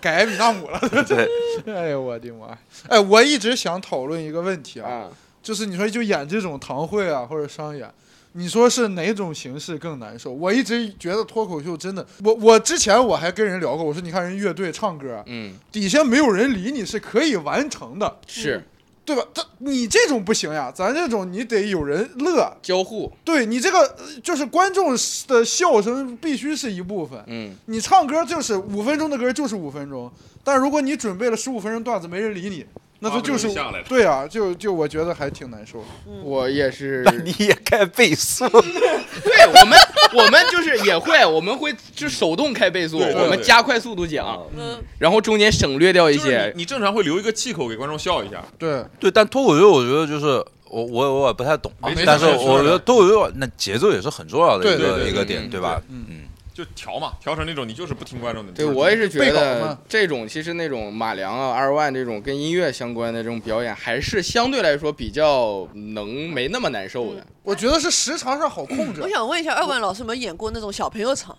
改米纳姆了。 *laughs*
对，
哎呦我的妈！哎，我一直想讨论一个问题啊，
啊，
就是你说就演这种堂会啊或者商演，你说是哪种形式更难受？我一直觉得脱口秀真的，我我之前我还跟人聊过，我说你看人乐队唱歌，
嗯，
底下没有人理你是可以完成的，
是
对吧？这你这种不行呀，咱这种你得有人乐，
交互，
对你这个呃就是观众的笑声必须是一部分。
嗯，
你唱歌就是五分钟的歌就是五分钟，但如果你准备了十五分钟段子没人理你，那他就是
八分钟下来了
对啊，就就我觉得还挺难受的。
我也是。
*laughs* 你也开倍速，
*laughs* 对我们，我们就是也会，我们会就手动开倍速，
对对
我们
对
加快速度讲，
嗯，
然后中间省略掉一
就是
些
你。你正常会留一个气口给观众笑一下，
对，
对，但脱口秀我觉得就是我我我也不太懂啊
没事，
但是
没事
我觉得脱口秀那节奏也是很重要的
对
一
对
个
对
一个
嗯
点，
嗯
对吧？
嗯
嗯，
就调嘛，调成那种你就是不听观众的。
对，我也是觉
背稿
得
嘛
这种其实那种马良啊、二万这种跟音乐相关的这种表演，还是相对来说比较能没那么难受的。
我觉得是时长上好控制啊
我。想问一下，二万老师有没有演过那种小朋友场？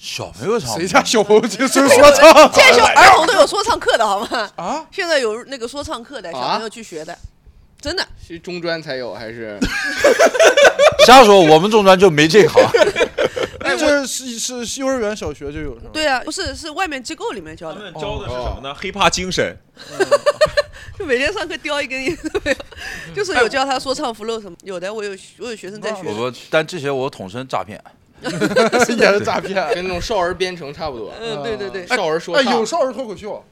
小朋友唱
谁家小朋
哎
友接受说 *laughs* 唱
现在小儿童都有说唱课的好吗？ *laughs*
啊？
现在有那个说唱课的，小朋友去学的，真的。
是中专才有还是？
瞎说，我们中专就没这行。啊
*laughs* 那哎就是是是是幼儿园、小学就有是吗？
对啊，不是是外面机构里面教
他
的，
们教哦的是什么呢？黑怕精神，
就每天上课叼一根烟 *laughs* 都没有，就是有教他说唱 flow 什么，有的我有我有学生在学
我，不，但这些我统称诈骗。
*laughs* 也是诈骗。
跟那种少儿编程差不多，
嗯，对对对，
少儿说
哎，
唱
有少儿脱口秀，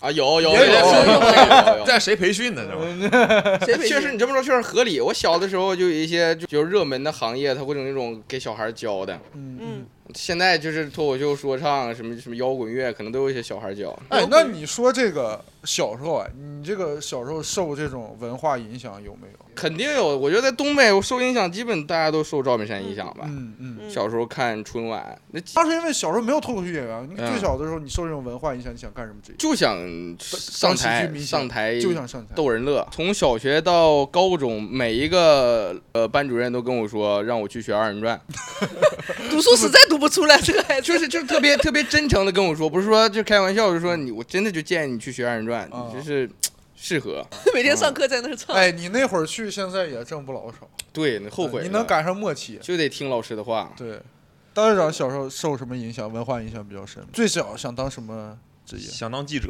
啊，有有
也
有
有
有有。
在谁培训的？这玩意儿
谁培训
确实，你这么说确实合理。我小的时候就有一些就就是热门的行业，他会整那种给小孩教的。
嗯，
现在就是脱口秀、说唱、啊什么什么摇滚乐，可能都有一些小孩教。
哎，那你说这个小时候啊，你这个小时候受这种文化影响有没有？
肯定有，我觉得在东北受影响，基本大家都受赵本山影响吧。
嗯嗯，
嗯
小时候看春晚，那
当时因为小时候没有脱口秀演员，你
嗯
最小的时候你受这种文化影响，你想干什么职业？
就想上
喜
台
剧明星
上台
就想上台。
逗人乐。从小学到高中，每一个呃班主任都跟我说让我去学二人转，
读书实在读不出来，这个孩
*laughs*
子
就是就是特别特别真诚的跟我说，不是说就开玩笑，就说你我真的就建议你去学二人转，
啊
你就是适合。
每天上课在那 *laughs* 儿唱，
哎，你那会儿去，现在也挣不老少，
对，你后悔了
嗯你能赶上末期。
就得听老师的话。
对，大队长小时候受什么影响？文化影响比较深。最小想当什么职业？
想当记者，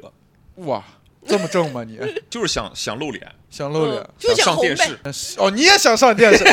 哇，这么正吗你？ *laughs*
就是想想露脸，
想露脸？
嗯就
上
红
电
呗。
视。
哦，你也想上电视？ *laughs*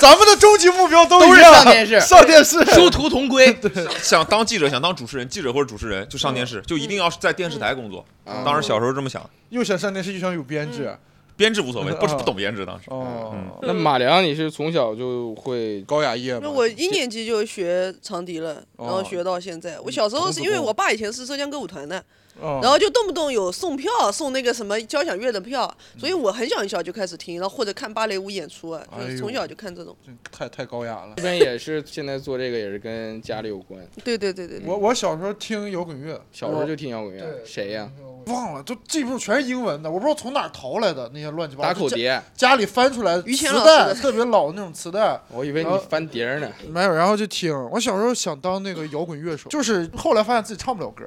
咱们的终极目标都
都
一
是
样，
上电视
上电视。 *laughs*
殊途同归。
*laughs* 想当记者，想当主持人，记者或者主持人就上电视，就一定要是在电视台工作。
嗯
当时小时候这么想，
又想上电视，又想有编制。
编制无所谓，不是
嗯
不懂编制，当时
哦，
*laughs* 那马良，你是从小就会
*laughs* 高雅夜吗？
那我一年级就学长笛了，然后学到现在。我小时候是因为我爸以前是浙江歌舞团的，
哦，
然后就动不动有送票，送那个什么交响乐的票，所以我很小很小就开始听，然后或者看芭蕾舞演出啊，就
哎呦
是从小就看这种。
这太太高雅了
这。边也是现在做这个也是跟家里有关，
对对对对对，
我我小时候听摇滚乐，
小时候就听摇滚乐，
对
谁呀？
忘了，就这部全是英文的，我不知道从哪儿淘来的那些乱七八糟
打口
就家，
碟，
家里翻出来
于谦
磁
老
带，
师的
特别老的那种磁带，
我以为你翻碟儿呢。
没有，然后就听。我小时候想当那个摇滚乐手，就是后来发现自己唱不了歌。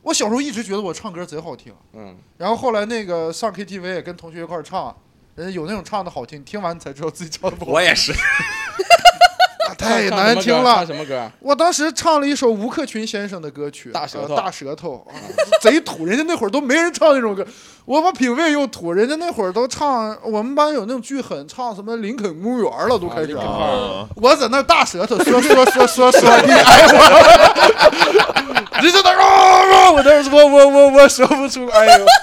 我小时候一直觉得我唱歌贼好听，
嗯，
然后后来那个上 KTV 也跟同学一块儿唱，人家有那种唱的好听，听完才知道自己唱的不好，
我也是，
啊 *laughs* 太
唱
难
唱什
听
么歌唱
了。
什么歌？
我当时唱了一首吴克群先生的歌曲，
大舌
呃
头
大舌头，啊 *laughs* 贼土。人家那会儿都没人唱那种歌，我把品味又土，人家那会儿都唱，我们班有那种巨狠，唱什么林肯公园了都开始。
啊林肯公园
嗯
我在那大舌头 *laughs* 说说说说说 *laughs* 你啊爱我，你在那啊啊！我在那我我我我说不出，哎呦！ *laughs*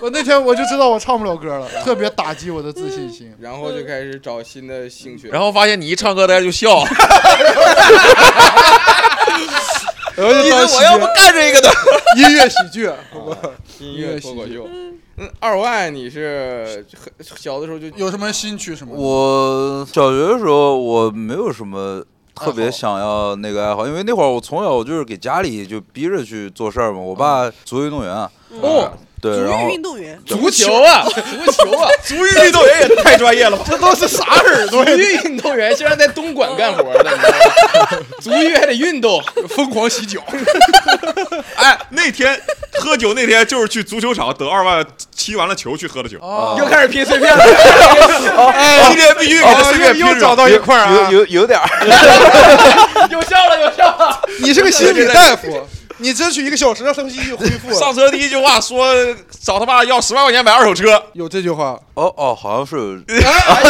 我那天我就知道我唱不了 *laughs* 歌了，特别打击我的自信心。
然后就开始找新的兴趣。
*laughs* 然后发现你一唱歌，大家就笑。
*laughs* 我就当
我要不干这个 *laughs* 的，
音乐喜 *laughs* 剧，
音乐脱口秀。嗯，二万你是很小的时候就
有什么新曲什么的？
我小学的时候，我没有什么特
爱好
别想要那个爱好，因为那会儿我从小我就是给家里就逼着去做事儿嘛。我爸
嗯
足球运动员，啊
哦，
足
呃对，然后
浴运动员，
足球
啊，足球 *laughs* 啊，
足浴运动员也太专业了吧？ *laughs*
这都是啥耳朵
足？浴运动员 *laughs* 竟然在东莞干活的，你知道 *laughs* 吗？足浴还得运动，
疯狂洗脚，
哎，那天喝酒那天就是去足球场得二万，踢完了球去喝的酒，
哦
又开始拼碎片了。
哦
哎
今天必须给他随便
哦又找到一块儿啊！
有有有点儿，
*laughs* 有效了，有效了。
你是个心理大夫， *laughs* 你争取一个小时让他们继续恢复。
上车第一句话说找他爸要十万块钱买二手车，
有这句话，
哦哦，好像是有
*laughs*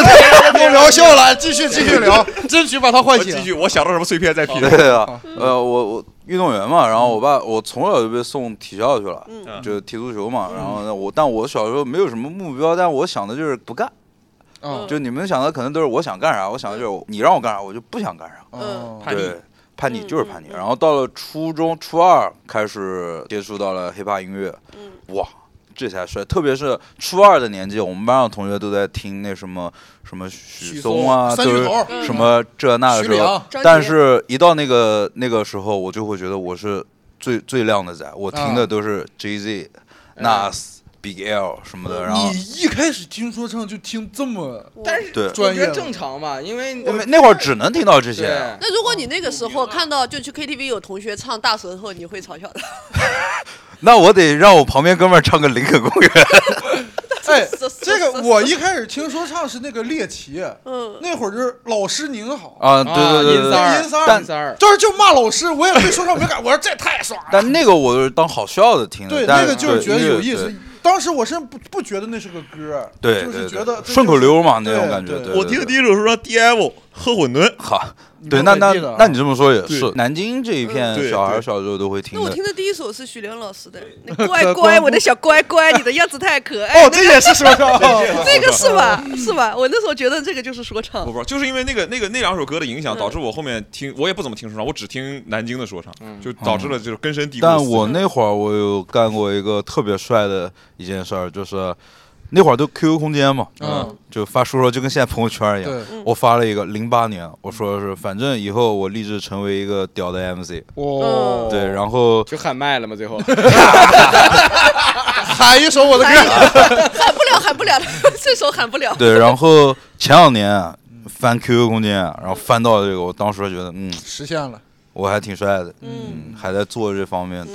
别聊笑了，继续继续聊，争取把他唤
我
醒
继。续我想到什么碎片再拼。
对啊，呃，我我运动员嘛，然后我爸我从小就被送体校去了，就踢足球嘛。然后呢，我但我小时候没有什么目标，但我想的就是不干。
嗯
就你们想的可能都是我想干啥，我想的就是你让我干啥，我就不想干啥。
哦
叛逆
对，叛逆
嗯
就是叛逆。然后到了初中初二开始接触到了 hiphop 音乐，
嗯
哇，这才帅！特别是初二的年纪，我们班上同学都在听那什么什么许嵩啊，
三
都
巨
是
头，
什么这那的
徐
时候
良，
嗯张
但
杰
是一到那个那个时候，我就会觉得我是最最靓的仔，我听
啊
的都是 Jay Z、Nas、Big L 什么的，然后
哎你一开始听说唱就听这么
但是
对
我
专
觉
业
得
了
正常吧，因为
因为那会儿只能听到这些。
对，
那如果你那个时候看到就去 KTV 有同学唱大舌头，你 *laughs* 会嘲笑他？
那我得让我旁边哥们儿唱个林肯公园。
哎
这这，
*laughs* 这
这
个 *laughs* 我一开始听说唱是那个猎奇，
嗯，
那会儿就是老师您好，
啊，对对对
三
对对，
儿音三儿
但
三儿，
就是就骂老师，我也对说唱没感，我说这太爽了。
但那个我是当好笑的听的，
对，
但
那个就是觉得
对
有意
对
思。当时我甚至不不觉得那是个歌，
对，
就是
对
觉得
对顺口。溜嘛那种
对
感觉。
对
对
我听的第一首是说 DF 喝混沌，
好，
你别
对，那
回
那
忆了
那你这么说也
对
是，南京这一
嗯
片
对
小孩
对
小时候都会听
那我
的
听。的第一首是许良老师的 *laughs* 《那乖乖，我的小乖乖，你的样子太可爱》
哦，这也是 *laughs* 说唱， *laughs*
这个是吧？是吧？我那时候觉得这个就是说唱
我不，知道，就是因为那个那个那两首歌的影响，导致我后面听我也不怎么听说唱，我只听南京的说唱，就导致了就是根深蒂固的
嗯但
思想。
我那会儿我有干过一个特别帅的一件事儿，就是那会儿都 QQ 空间嘛，
嗯，
就发说说就跟现在朋友圈一样。
对，
我发了一个零八年，我说是反正以后我立志成为一个屌的 MC，
哦，
对，然后
嗯就喊麦了嘛，
*laughs*
最后哎
喊一首我的歌，
喊不了， *laughs* 喊不了，这首喊不 *laughs* 了。
对，然后前两年啊翻 QQ 空间啊，然后翻到这个，我当时觉得嗯，
实现了。
我还挺帅的，嗯，还在做这方
嗯
面，对，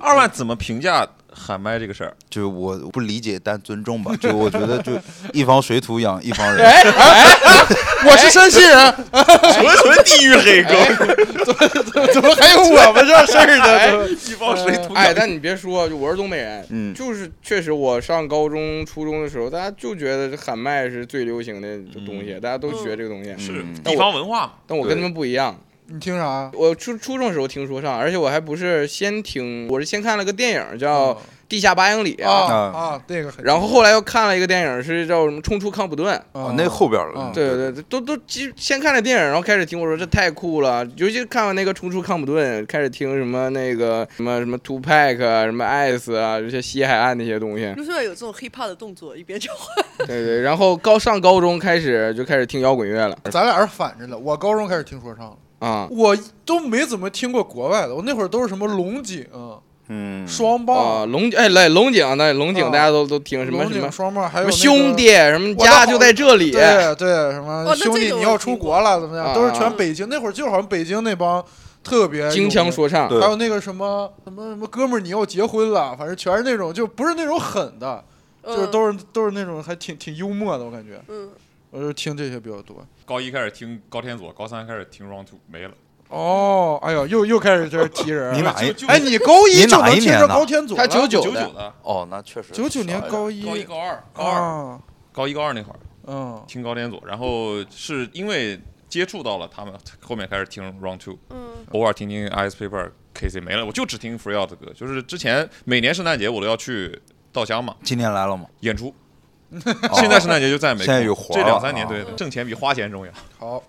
二万怎么评价喊麦这个事儿？
就是我不理解但尊重吧，就我觉得
*laughs*
就一方水土养一方人，
哎哎，
我是山西人，
纯纯地域黑哥。
怎么还有我们这事儿
*laughs*
呢？
一帮水土
哎，但你别说，就我是东北人，
嗯
就是确实我上高中、初中的时候，大家就觉得这喊麦是最流行的东西，大家都学这个东西。
是
嗯
地方文化嘛？
但我跟他们不一样，
你听啊
*laughs*
啥？
我初初中的时候听说唱，而且我还不是先听，我是先看了个电影
嗯
叫《地下八英里》
啊
啊
啊，那个很，
然后后来又看了一个电影是叫什么《冲出康普顿》。
哦
啊，
那后边了
嗯，
对对对，都都其先看了电影，然后开始听，我说这太酷了。尤其看完那个《冲出康普顿》，开始听什么那个什么什么 Two Pack 啊，什么 Ice 啊，这些西海岸那些
*laughs*
东西。
为什么要有这种 hiphop 的动作？一边叫唤，
对对，然后高上高中开始就开始听摇滚乐了
咱俩是反着的。我高中开始听说唱了，
啊。
我都没怎么听过国外的，我那会儿都是什么龙井、
嗯，
双
啊，
棒、
龙井哎，来龙井，那龙井
啊
大家都都听什么
龙
什么
井双棒，还有
什么
那个
兄弟，什么
我的
家
好
就在这里，
对对，什么
哦那这
兄弟
个我
你要
有
出
听过
国了怎么
啊
样？都是
啊
全北京那会儿，就好像北京那帮特别
京腔
有名
说唱。
对
还有那个什么什么什么哥们儿你要结婚了，反正全是那种就不是那种狠的，就是
嗯
都是都是那种还挺挺幽默的，我感觉
嗯，
我就听这些比较多。
高一开始听高天佐，高三开始听 Round Two，没了。
哦，哎呦，又又开始在这儿提人。
你哪一
就
哎，你高一
你
就
哪
能
一
听
年
着
的
高天佐了，
他九
九
九的，
的，
哦，那确实
九九年高一
高一、高二、高二、
啊，
高一、高二那会儿
嗯，
听高天佐，然后是因为接触到了他们，后面开始听 Round Two，
嗯，
偶尔听听 Ice Paper、KC 没了，我就只听 Free Out 的歌。就是之前每年圣诞节我都要去稻香嘛
今年
*laughs*
来了吗？
演出，
哦
现在圣诞节就再也没空。
现在有活
这
了
两三年
啊
对挣钱比花钱重要。
好，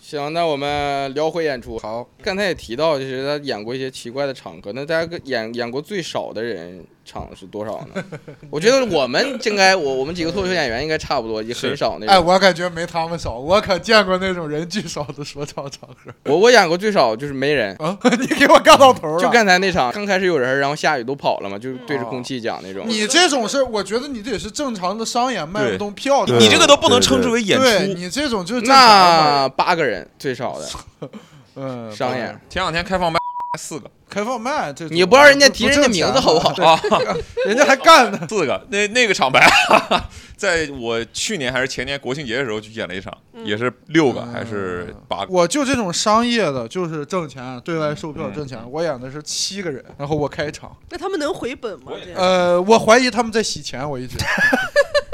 行，那我们聊回演出。
好，
刚才也提到，就是他演过一些奇怪的场合。那大家跟演演过最少的人场是多少
*laughs*
呢？我觉得我们应该，我我们几个脱口秀演员应该差不多，也很少那
哎，
种。
我感觉没他们少，我可见过那种人巨少的说唱场合
我我演过最少就是没人，
啊！ *laughs* 你给我干到头了，
就刚才那场，刚开始有人，然后下雨都跑了嘛，就是对着空气讲那种。
哦你这种是，我觉得你得是正常的商演卖不动票的，
对
你这个都不能
对对
称之为演
对
出，
你这种就是正常的
那八个人最少的
嗯
商演，
前两天开放麦 *laughs* 四个，
开放麦这种，
你不让人家提人家名字好不好
不？挣钱啊的？对人家还干呢，
四个，那那个厂牌， *laughs* 在我去年还是前年国庆节的时候去演了一场，也是六个
嗯
还是八个，
我就这种商业的，就是挣钱，对外售票挣钱。
嗯
我演的是七个人，然后我开场，
那他们能回本吗？这样
呃，我怀疑他们在洗钱，我一
*laughs*
直。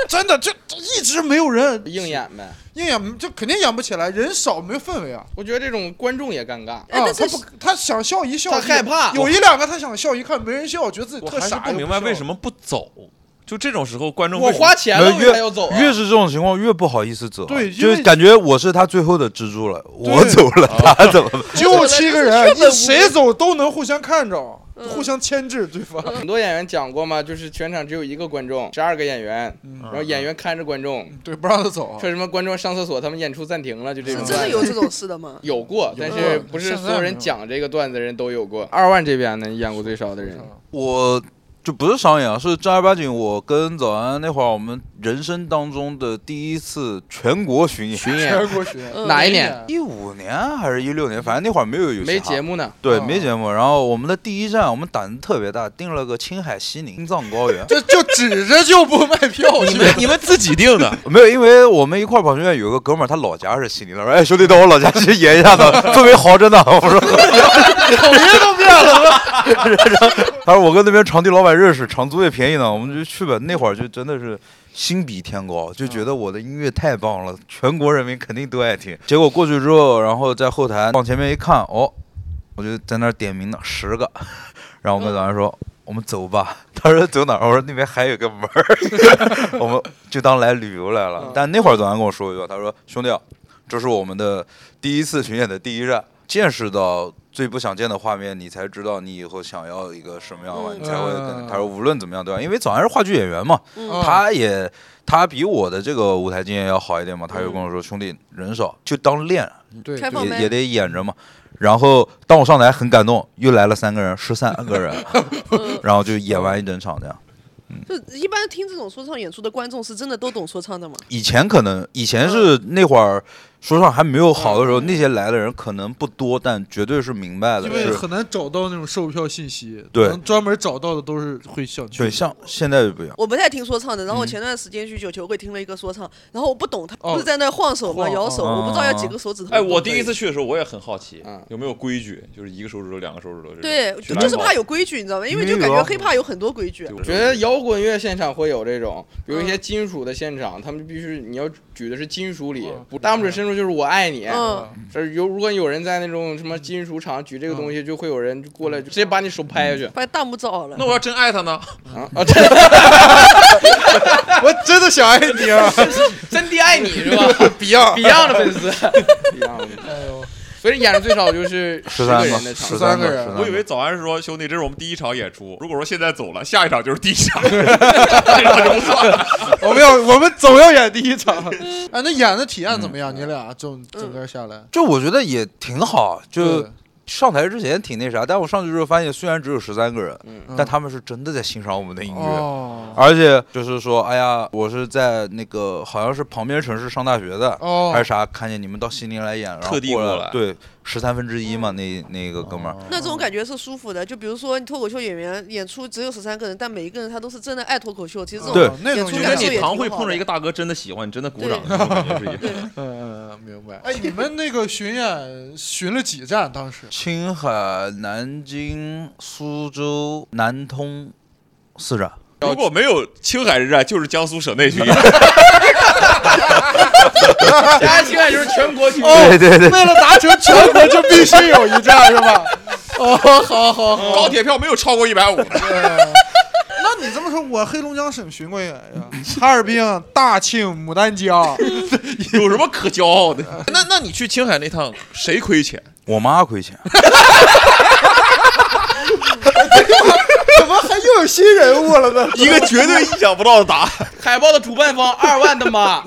真的，就一直没有人
*laughs* 硬，演呗。
硬演就肯定演不起来，人少没氛围啊！
我觉得这种观众也尴尬。
哎
啊，
但
他
是
不，他想笑一笑，
他害怕
有一两个他想笑，一看没人笑，觉得自己
我
特
还是
傻。
不明白为什么不走。就这种时候，观众
我
为什么
花钱了，
没
我
有
才要走啊。
越是这种情况，越不好意思走啊，
对因
就
为
是感觉我是他最后的支柱了，
对哦
我走了，他怎么办？
*laughs*
就七个
这
人，
本无
你谁走都能互相看着，
嗯
互相牵制对方。
很多演员讲过嘛，就是全场只有一个观众，十二个演员，然后演员看着观众，
对，不让他走啊
说。什么观众上厕所，他们演出暂停了，就这种
是
段
嗯真
子。？
的有这种事的吗
有过，但是不是所有人讲这个段子的人都有过。二万这边呢，演过最少的人，
我就不是商演啊，是正儿八经。我跟早安那会儿，我们人生当中的第一次全国巡演，
巡演
全国巡演
嗯
哪一年？
一五年还是一六年，反正那会儿没有游戏
没
哈
节目呢，
对，
嗯。
没节目。然后我们的第一站，我们胆子特别大，定了个青海西宁、青藏高原
*laughs*
就就指着就不卖票
*laughs*
去，
你们自己定的，
没有，因为我们一块儿跑学院有个哥们儿，他老家是 *laughs* 西宁的，说：“哎，兄弟，到我老家去演一下子，氛围好着呢。”我
*laughs*
说：“口音都变了。”他说：“我跟那边场地老板认识，场租也便宜呢，我们就去吧。”那会儿就真的是心比天高，就觉得我的音乐太棒了，全国人民肯定都爱听。 *laughs* 结果过去之后，然后在后台往前面一看，哦，我就在那儿点名呢，十个。 *laughs* 然后我跟老板 *laughs* 说：“我们走吧。”他说：“走哪儿？”我说：“那边还有个门儿。” *laughs* 我们就当来旅游来了。但那会儿早上跟我说一句，他说：“兄弟啊，这是我们的第一次巡演的第一站，见识到最不想见的画面，你才知道你以后想要一个什么样吧，
嗯
你才会跟
嗯
他说无论怎么样对吧？因为早上是话剧演员嘛，
嗯
他也他比我的这个舞台经验要好一点嘛，他就跟我说：兄弟，人少就当练，
对
开放
也
呗
也得演着嘛。”然后当我上台很感动，又来了三个人，十三个人，然后就演完一整场这样。
嗯就一般听这种说唱演出的观众是真的都懂说唱的吗？
以前可能以前是那会儿说唱还没有好的时候，那些来的人可能不多，但绝对是明白的。
因为
是
很难找到那种售票信息，
对
能专门找到的都是会想去
对，像现在就不一样。
我不太听说唱的，然后我前段时间去九球会听了一个说唱，然后我不懂他
哦
不是在那晃手吗？
晃
摇手，
哦
我不知道要几个手指头。
*laughs* 哎，我第一次去的时候，我也很好奇
嗯，
有没有规矩，就是一个手指头、两个手指头这种。
对，
去
就
来
就是
往
怕有规矩，你知道吗？因为就
没
感
有
觉黑怕有很多规矩。
觉得摇滚乐现场会有这种，比如
嗯
一些金属的现场，他们必须你要举的是金属礼
嗯，
不大拇指伸出就是我爱你。
嗯，
啊
这有如果有人在那种什么金属场举这个东西，就会有人过来直接把你手拍下去
把大拇指熬了
那。我要真爱
*laughs*
他呢？
啊 *laughs* 啊！真的
我真的想爱你啊！
*laughs* 真的爱你
*laughs*
是吧 *laughs*
Beyond
？Beyond 的粉丝，Beyond 的粉丝。
哎
所以演的最少就是
十
十个
三
人的
个，
13
场子，
三
个
个
人，
13
我以为
个
早安是说兄弟，这是我们第一场演出。如果说现在走了，下一场就是第一场，这场就不算了。
我们要我们总要演第一
*laughs*
场。哎，那演的体验怎么
嗯
样？你俩整整个下来，
就我觉得也挺好，就
对
上台之前挺那啥，但我上去之后发现，虽然只有十三个人，
嗯
但他们是真的在欣赏我们的音乐。
哦
而且就是说，哎呀，我是在那个好像是旁边城市上大学的，
哦
还是啥，看见你们到西宁来演，然后
特地
过
过
了
来
对，十三分之一
嗯
嘛，那那个哥们儿，
那这种感觉是舒服的，就比如说你脱口秀演员演出只有十三个人，但每一个人他都是真的爱脱口秀。其实这
对
种，
那
演
种
出
应
就
该
感
是
跟
受也
你
挺
堂
好
会碰着一
的。
个大哥真的喜欢，你真的鼓掌，这
对
种感觉是一样的。
嗯嗯嗯，明白。哎，你们那个巡演巡了几站？当时
青海、南京、苏州、南通四站，
如果没有青海之战，就是江苏省内
*laughs*
巡演。
大家听来就是全国巡
哦
演。
对对对，
为了达成全国，就必须有一站，是吧？哦，好好好。
高铁票没有超过一百五，
对 *laughs* 那你这么说，我黑龙江省巡过演呀， *laughs* 哈尔滨、大庆、牡丹江，
有什么可骄傲的？ *laughs* 那那你去青海那趟谁亏钱？
我妈亏
*laughs*
钱，
*laughs* 怎么还又有新人物了呢？ *laughs*
一个绝对意想不到的答案。
海报的主办方二万的 *laughs* 妈，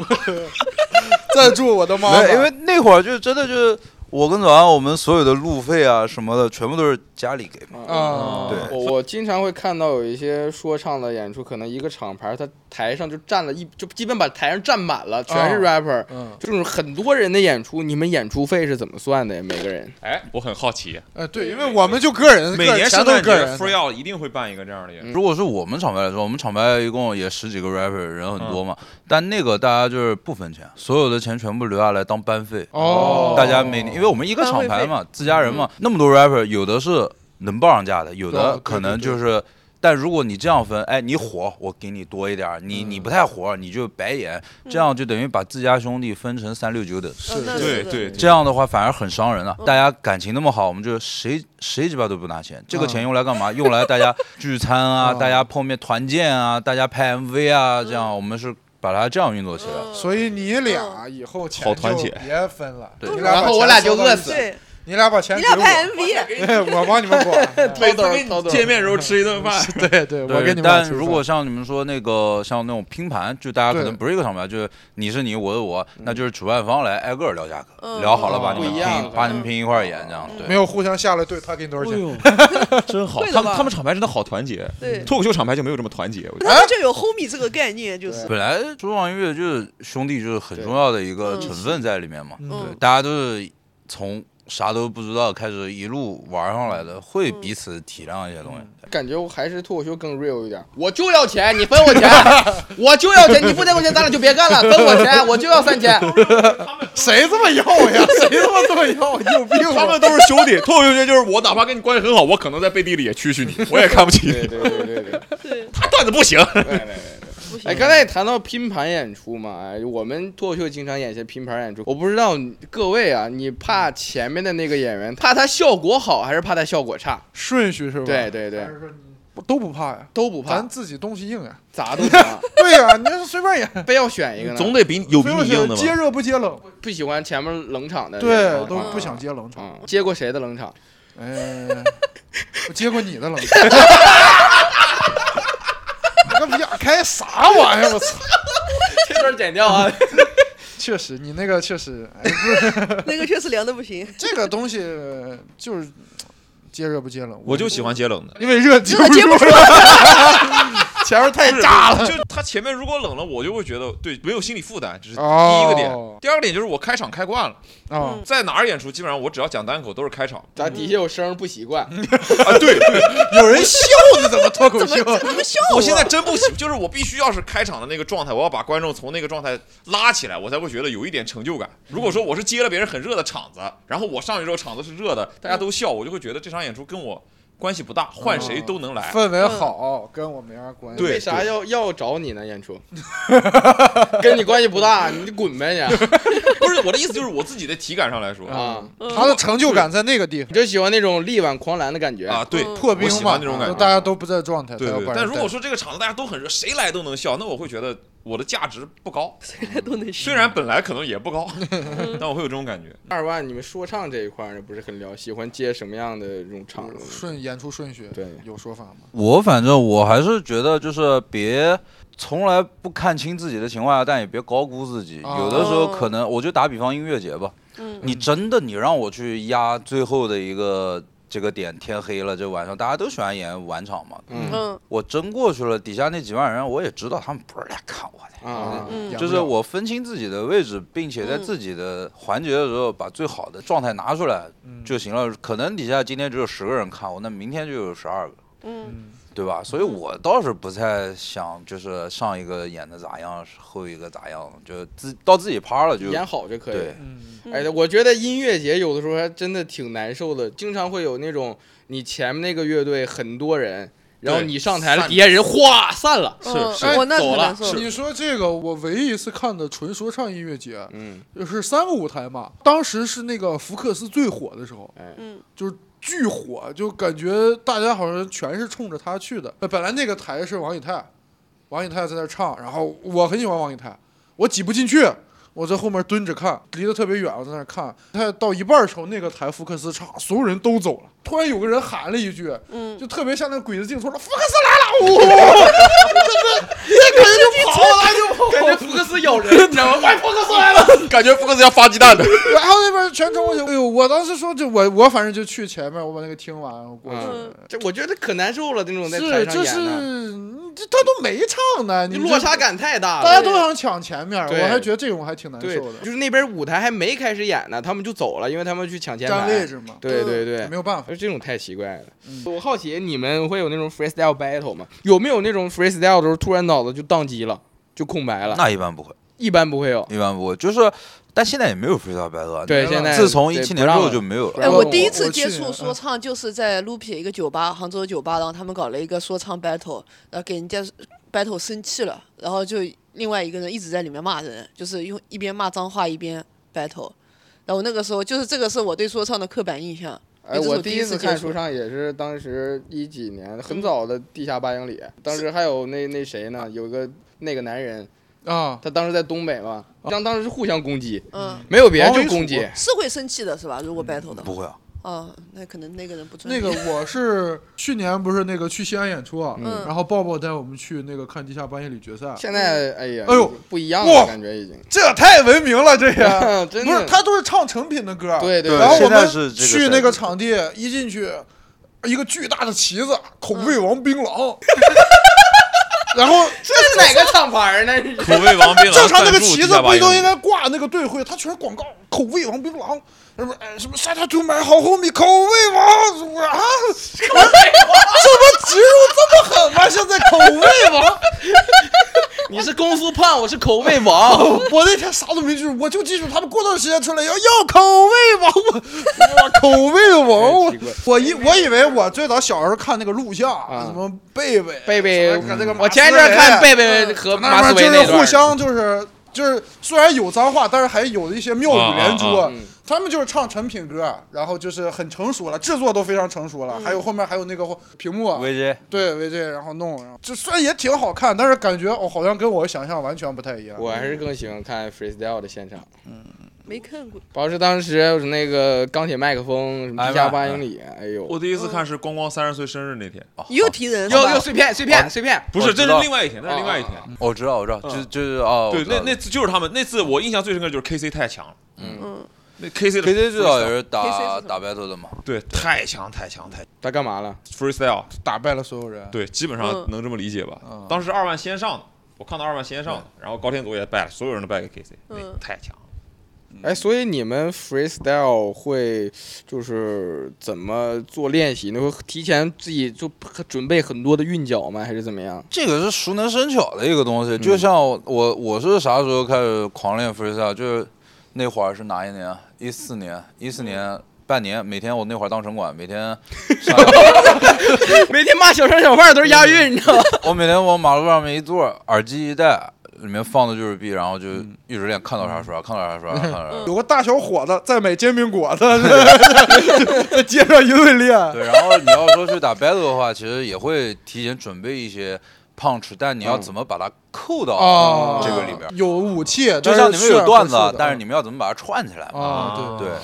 赞助我的妈妈！
没有因为那会儿就真的就是我跟早安，我们所有的路费啊什么的，全部都是家里给嘛。
啊，
对
我我经常会看到有一些说唱的演出，可能一个厂牌，他台上就站了一，就基本把台上占满了，全是 rapper，、
嗯，
就是很多人的演出，你们演出费是怎么算的呀？每个人
哎，我很好奇，
呃，对，因为我们就个人，
每
个人
年
全
圣
都是
诞节
个人
Free Out 一定会办一个这样的演出。
如果是我们厂牌来说，我们厂牌一共也十几个 rapper，人很多嘛，但那个大家就是不分钱，所有的钱全部留下来当班费。
哦，
大家每年，因为我们一个厂牌嘛，自家人嘛，那么多 rapper，有的是能报上价的，有
嗯对啊
的
对
可能
对
就是。但如果你这样分，哎，你火，我给你多一点儿；你
嗯
你不太火，你就白演，这样就等于把自家兄弟分成三六九等。
嗯那
对
是的
对，
这样的话反而很伤人啊！大家感情那么好，我们就谁谁鸡巴都不拿钱，这个钱用来干嘛？用来大家聚餐啊，
嗯
大家碰面团建啊，大家拍 MV 啊，这样我们是把它这样运作起来。
嗯
所以你俩以后钱
好团结
就别分了，
对
你俩把
然后我俩就饿
钱
死
收到一起
对，
你俩把钱
你
给
俩拍
我，
MV，
*laughs* 我帮你们管。
每次跟你见面时候吃一顿饭，
对对，我给你们俩
但
吃饭。
如果像你们说那个像那种拼盘，就大家可
对
能不是一个厂牌，就是你是你，我是我，那就是主办方来挨个儿聊价格，
嗯
聊好了把
哦
你们
不一
拼
样了，
把你们拼一块儿演这样。
没
对，
有互相下来对，他给你多少
哎
钱？
呦，真好
会，的
他
吧
们他们厂牌真的好团结，
对
脱口秀厂牌就没有这么团结，我
*laughs*
觉得。
他们就有 homie 这个概念，就是
本来说网易乐就是兄弟，就是很重要的一个
嗯
成分在里面嘛。对
嗯，
大家都是从啥都不知道开始一路玩上来
嗯
的，会彼此体谅一些东西。
感觉我还是脱口秀更 real 一点。我就要钱，你分我 *laughs* 钱，我就要钱，你不给我钱，咱俩就别 *laughs* 干了，分我钱，我就要三千。
谁这么要
*laughs*
呀？谁他妈这么要？哎 *laughs* 有病
他
吧！
们都是兄弟。脱口秀界就是我，哪怕跟你关系很好，我可能在背地里也蛐蛐你，我也看不起
对
你。
对对对对。
他段子不行，
不行
哎，刚才也谈到拼盘演出嘛，哎，我们脱口秀经常演一些拼盘演出。我不知道各位啊，你怕前面的那个演员，怕他效果好还是怕他效果差？
顺序是吧？
对对对
还，是说你我都不怕呀，
都不怕
咱，自己东西硬呀。 *laughs*
咋都行啊。
对呀，你就随便
*laughs*
演，
*laughs* 非要选一个呢？
总得比有比
不用
你硬
选
的
接
吧？
热不接冷，
不喜欢前面冷场
哎
的演员
对
啊，，
都不想接
*laughs*
冷场。
啊。接过谁的冷场？
哎，我接过你的冷 *laughs* 场。你个逼样开啥玩意儿？我操！
*laughs* 这段剪掉啊。
确实，你那个确实，哎，
那个确实凉的不行，
这个东西呃就是接热不接冷。
我就喜欢接冷的，
因为热接
热接不
住，前面太炸了。
就他前面如果冷了，我就会觉得对没有心理负担，这是第一
哦
个点。第二个点就是我开场开惯了，
啊，
在哪儿演出基本上我只要讲单口都是开场
*laughs* 咱底下有声儿不习惯，
啊。对，
有人笑呢，怎么脱口
怎么
秀？
怎么笑啊
我现在真不行，就是我必须要是开场的那个状态，我要把观众从那个状态拉起来，我才会觉得有一点成就感。如果说我是接了别人很热的场子，然后我上去之后场子是热的，大家都笑，我就会觉得这场演出跟我关系不大，换谁都能来。
氛围好，跟我没啥关系。
对
为啥要要找你呢？演出 *laughs* 跟你关系不大，你滚呗 *laughs* 你
不是我的意思，就是我自己的体感上来说
啊！
嗯 *laughs*
他的成就感在那个地方，
你就喜欢那种力挽狂澜的感觉
啊，对，
嗯
破冰
我喜
嘛，
欢那种感
就
觉。
大家都不在状态，
对
他要
对
把
对，
人
但如
带
果说这个场子大家都很热，谁来都能笑，那我会觉得我的价值不高。
谁来都能笑
虽。然本来可能也不高，但我会有这种感觉。
二万，你们说唱这一块儿不是很聊，喜欢接什么样的这种
嗯
场子？
顺演出顺序，
啊对
有说法吗？
我反正我还是觉得，就是别从来不看清自己的情况下，但也别高估自己。
哦
有的时候可能，我就打比方音乐节吧，
嗯
你真的你让我去压最后的一个这个点，天黑了，这晚上大家都喜欢演晚场嘛。
嗯
嗯
我真过去了，底下那几万人，我也知道他们不是来看我的。
啊，
嗯
演不了
就是我分清自己的位置，并且
嗯
在自己的环节的时候把最好的状态拿出来
嗯
就行了。可能底下今天只有十个人看我，那明天就有十二个，
嗯，
对吧？所以我倒是不太想，就是上一个演的咋样，后一个咋样，就自到自己趴了就
演好就可以。
对。
嗯，
嗯
哎，我觉得音乐节有的时候还真的挺难受的，经常会有那种你前面那个乐队很多人，然后
对
你上台了，底下人哗散了。
嗯
是
我那
走
可
了
难受了，
你说这个，我唯一一次看的纯说唱音乐节，
嗯，
就是三个舞台嘛，当时是那个福克斯最火的时候，
哎
嗯，
就是巨火，就感觉大家好像全是冲着他去的。本来那个台是王以太，王以太在那儿唱，然后我很喜欢王以太，我挤不进去，我在后面蹲着看，离得特别远，我在那儿看。他到一半儿的时候，那个台福克斯唱，所有人都走了，突然有个人喊了一句，
嗯
就特别像那鬼子镜头了，福克斯来了，哇、哦，一个人就跑了，就跑
感觉福克斯咬人，你知道 *laughs* 吗？快，福克斯来了！
感觉福克斯要发鸡蛋的。
然后那边全冲过去，哎呦！我当时说这我我反正就去前面，我把那个听完，我过去。
嗯这我觉得可难受了，那嗯种在台
是，
上
这
演
是
的，
你这他都没唱呢，
你
你
*laughs* 落
这
差感太大
大家
了。
都想抢前面，
对
我还觉得这种还挺难
对
受的，，
就是那边舞台还没开始演呢，他们就走了，因为他们去抢前
占
排。
位置嘛，
对
嗯
对对
没，有办法。
就这种太奇怪了。
嗯
我好奇你们会有那种 freestyle battle 吗？有没有那种 freestyle 的时候突然脑子就宕机了，就空白了？
那一般不会，
一般不会有。
一般不会，就是，但现在也没有 freestyle battle 啊。
对，
没
现
了
在
自从
对
一七
不
年之
让
后
了
就没有了。
哎，
然
我
后
第一
我
次
我
接
去
触
年
说
嗯
唱就是在 Loopy 一个酒吧，杭州酒吧，然后他们搞了一个说唱 battle，然后给人家 battle 生气了，然后就另外一个人一直在里面骂人，就是用一边骂脏话一边 battle，然后我那个时候就是这个是我对说唱的刻板印象。
哎，
这是
我
我
第
第一
一
次
次
接
看
触
说唱也是当时一几年，很早的地下八英里，当时还有那那谁呢？有个那个男人
啊，
他当时在东北嘛，当当时是互相攻击，
嗯，
没有别的
王
就
为
攻
楚
击。
是会生气的是吧？如果 battle 的话，
*laughs* 不会
*laughs*
啊，
哦，那可能那个人不尊
那
重
个我是去年不是那个去西安演出啊，
嗯
然后抱抱带我们去那个看地下半夜里决赛，
现在哎呀，
哎呦
不一样
哇
了，感觉已经。
这太文明了，这也
*laughs* 真的
不是他都是唱成品的歌，
对对
然后我
现在
们
是这个
去
赛
那个
制
场地一进去，一个巨大的旗子，口味王槟榔，然后
这是哪个厂牌呢？
*laughs*
这是
口味王槟榔
正常那个
赞助
旗
地
子
下
不
吧
都应
有
该挂那个队徽？它全是广告，口味王槟榔，什么哎什么 Shut up to my 好 homie，口味王什么啊， *laughs* 这不植入这么狠吗？现在口味王，
你是功夫胖，我是口味王。
*laughs* 我那天啥都没记住，我就记住他们过段时间出来要要口味王，我我口味王，我
奇怪
我以我以为我最早小时候看那个录像，
啊
什么贝贝
贝贝
什么这个，马
*laughs* 我前一
思
阵
唯
看贝贝和马
那
思
边
唯
就是
段
互相就是就是虽然有脏话，但是还有一些妙语连珠。
啊啊
嗯
他们就是唱成品歌，然后就是很成熟了，制作都非常成熟了。还有后面还有那个屏幕啊，
，VJ
对 VJ，然后弄，然后就虽然也挺好看，但是感觉哦，好像跟我想象完全不太一样。
我还是更喜欢看 freestyle 的现场。
没看过，
包是当时有那个钢铁麦克风，什么地下八英里，哎呦，
我第一次看是光光三十岁生日那天，
你
*laughs* 哦
又提人了
又
吧
又碎片碎片碎片，
不
我
是，这
知
是
道
另外一天，那是另外一天。
我知道我知道，
嗯
就就是哦，
对，那那次就是他们那次，我印象最深刻就是 KC 太强了，
嗯，
那 KC 的
K C 最早也
freestyle，
是
KC
打
是什么
打 battle 的嘛，
对太强太强太强
他干嘛了？
freestyle，
打败了所有人，
对，基本
嗯
上能这么理解吧。
嗯
当时二万先上的，我看到二万先上的，然后高天佐也败了，所有人都败给 KC，那个
嗯
太强了。
哎，所以你们 freestyle 会就是怎么做练习呢？会提前自己就准备很多的韵脚吗？还是怎么样？
这个是熟能生巧的一个东
嗯
西。就像我，我是啥时候开始狂练 freestyle？就是那会儿是哪一年啊？一四年，一四年半年，每天我那会儿当城管，
*laughs*
每天上，
*laughs* 每天骂小商小贩都是押韵，你知道吗？
我每天往马路上面一坐，耳机一戴，里面放的就是 B，然后就
嗯
一直练，看到啥说啥，看到啥说啥，看到啥说啊啥。
有个大小伙子在买煎饼
*laughs*
果子，在街上一顿练。
对，然后你要说去打 battle 的话，其实也会提前准备一些 punch，但你
嗯
要怎么把它扣
啊
到，这个里边？
有武器，
就
但
像
是嗯
你们有段子，啊但是
你
你们要怎么把它串起来嘛？
啊，对
对，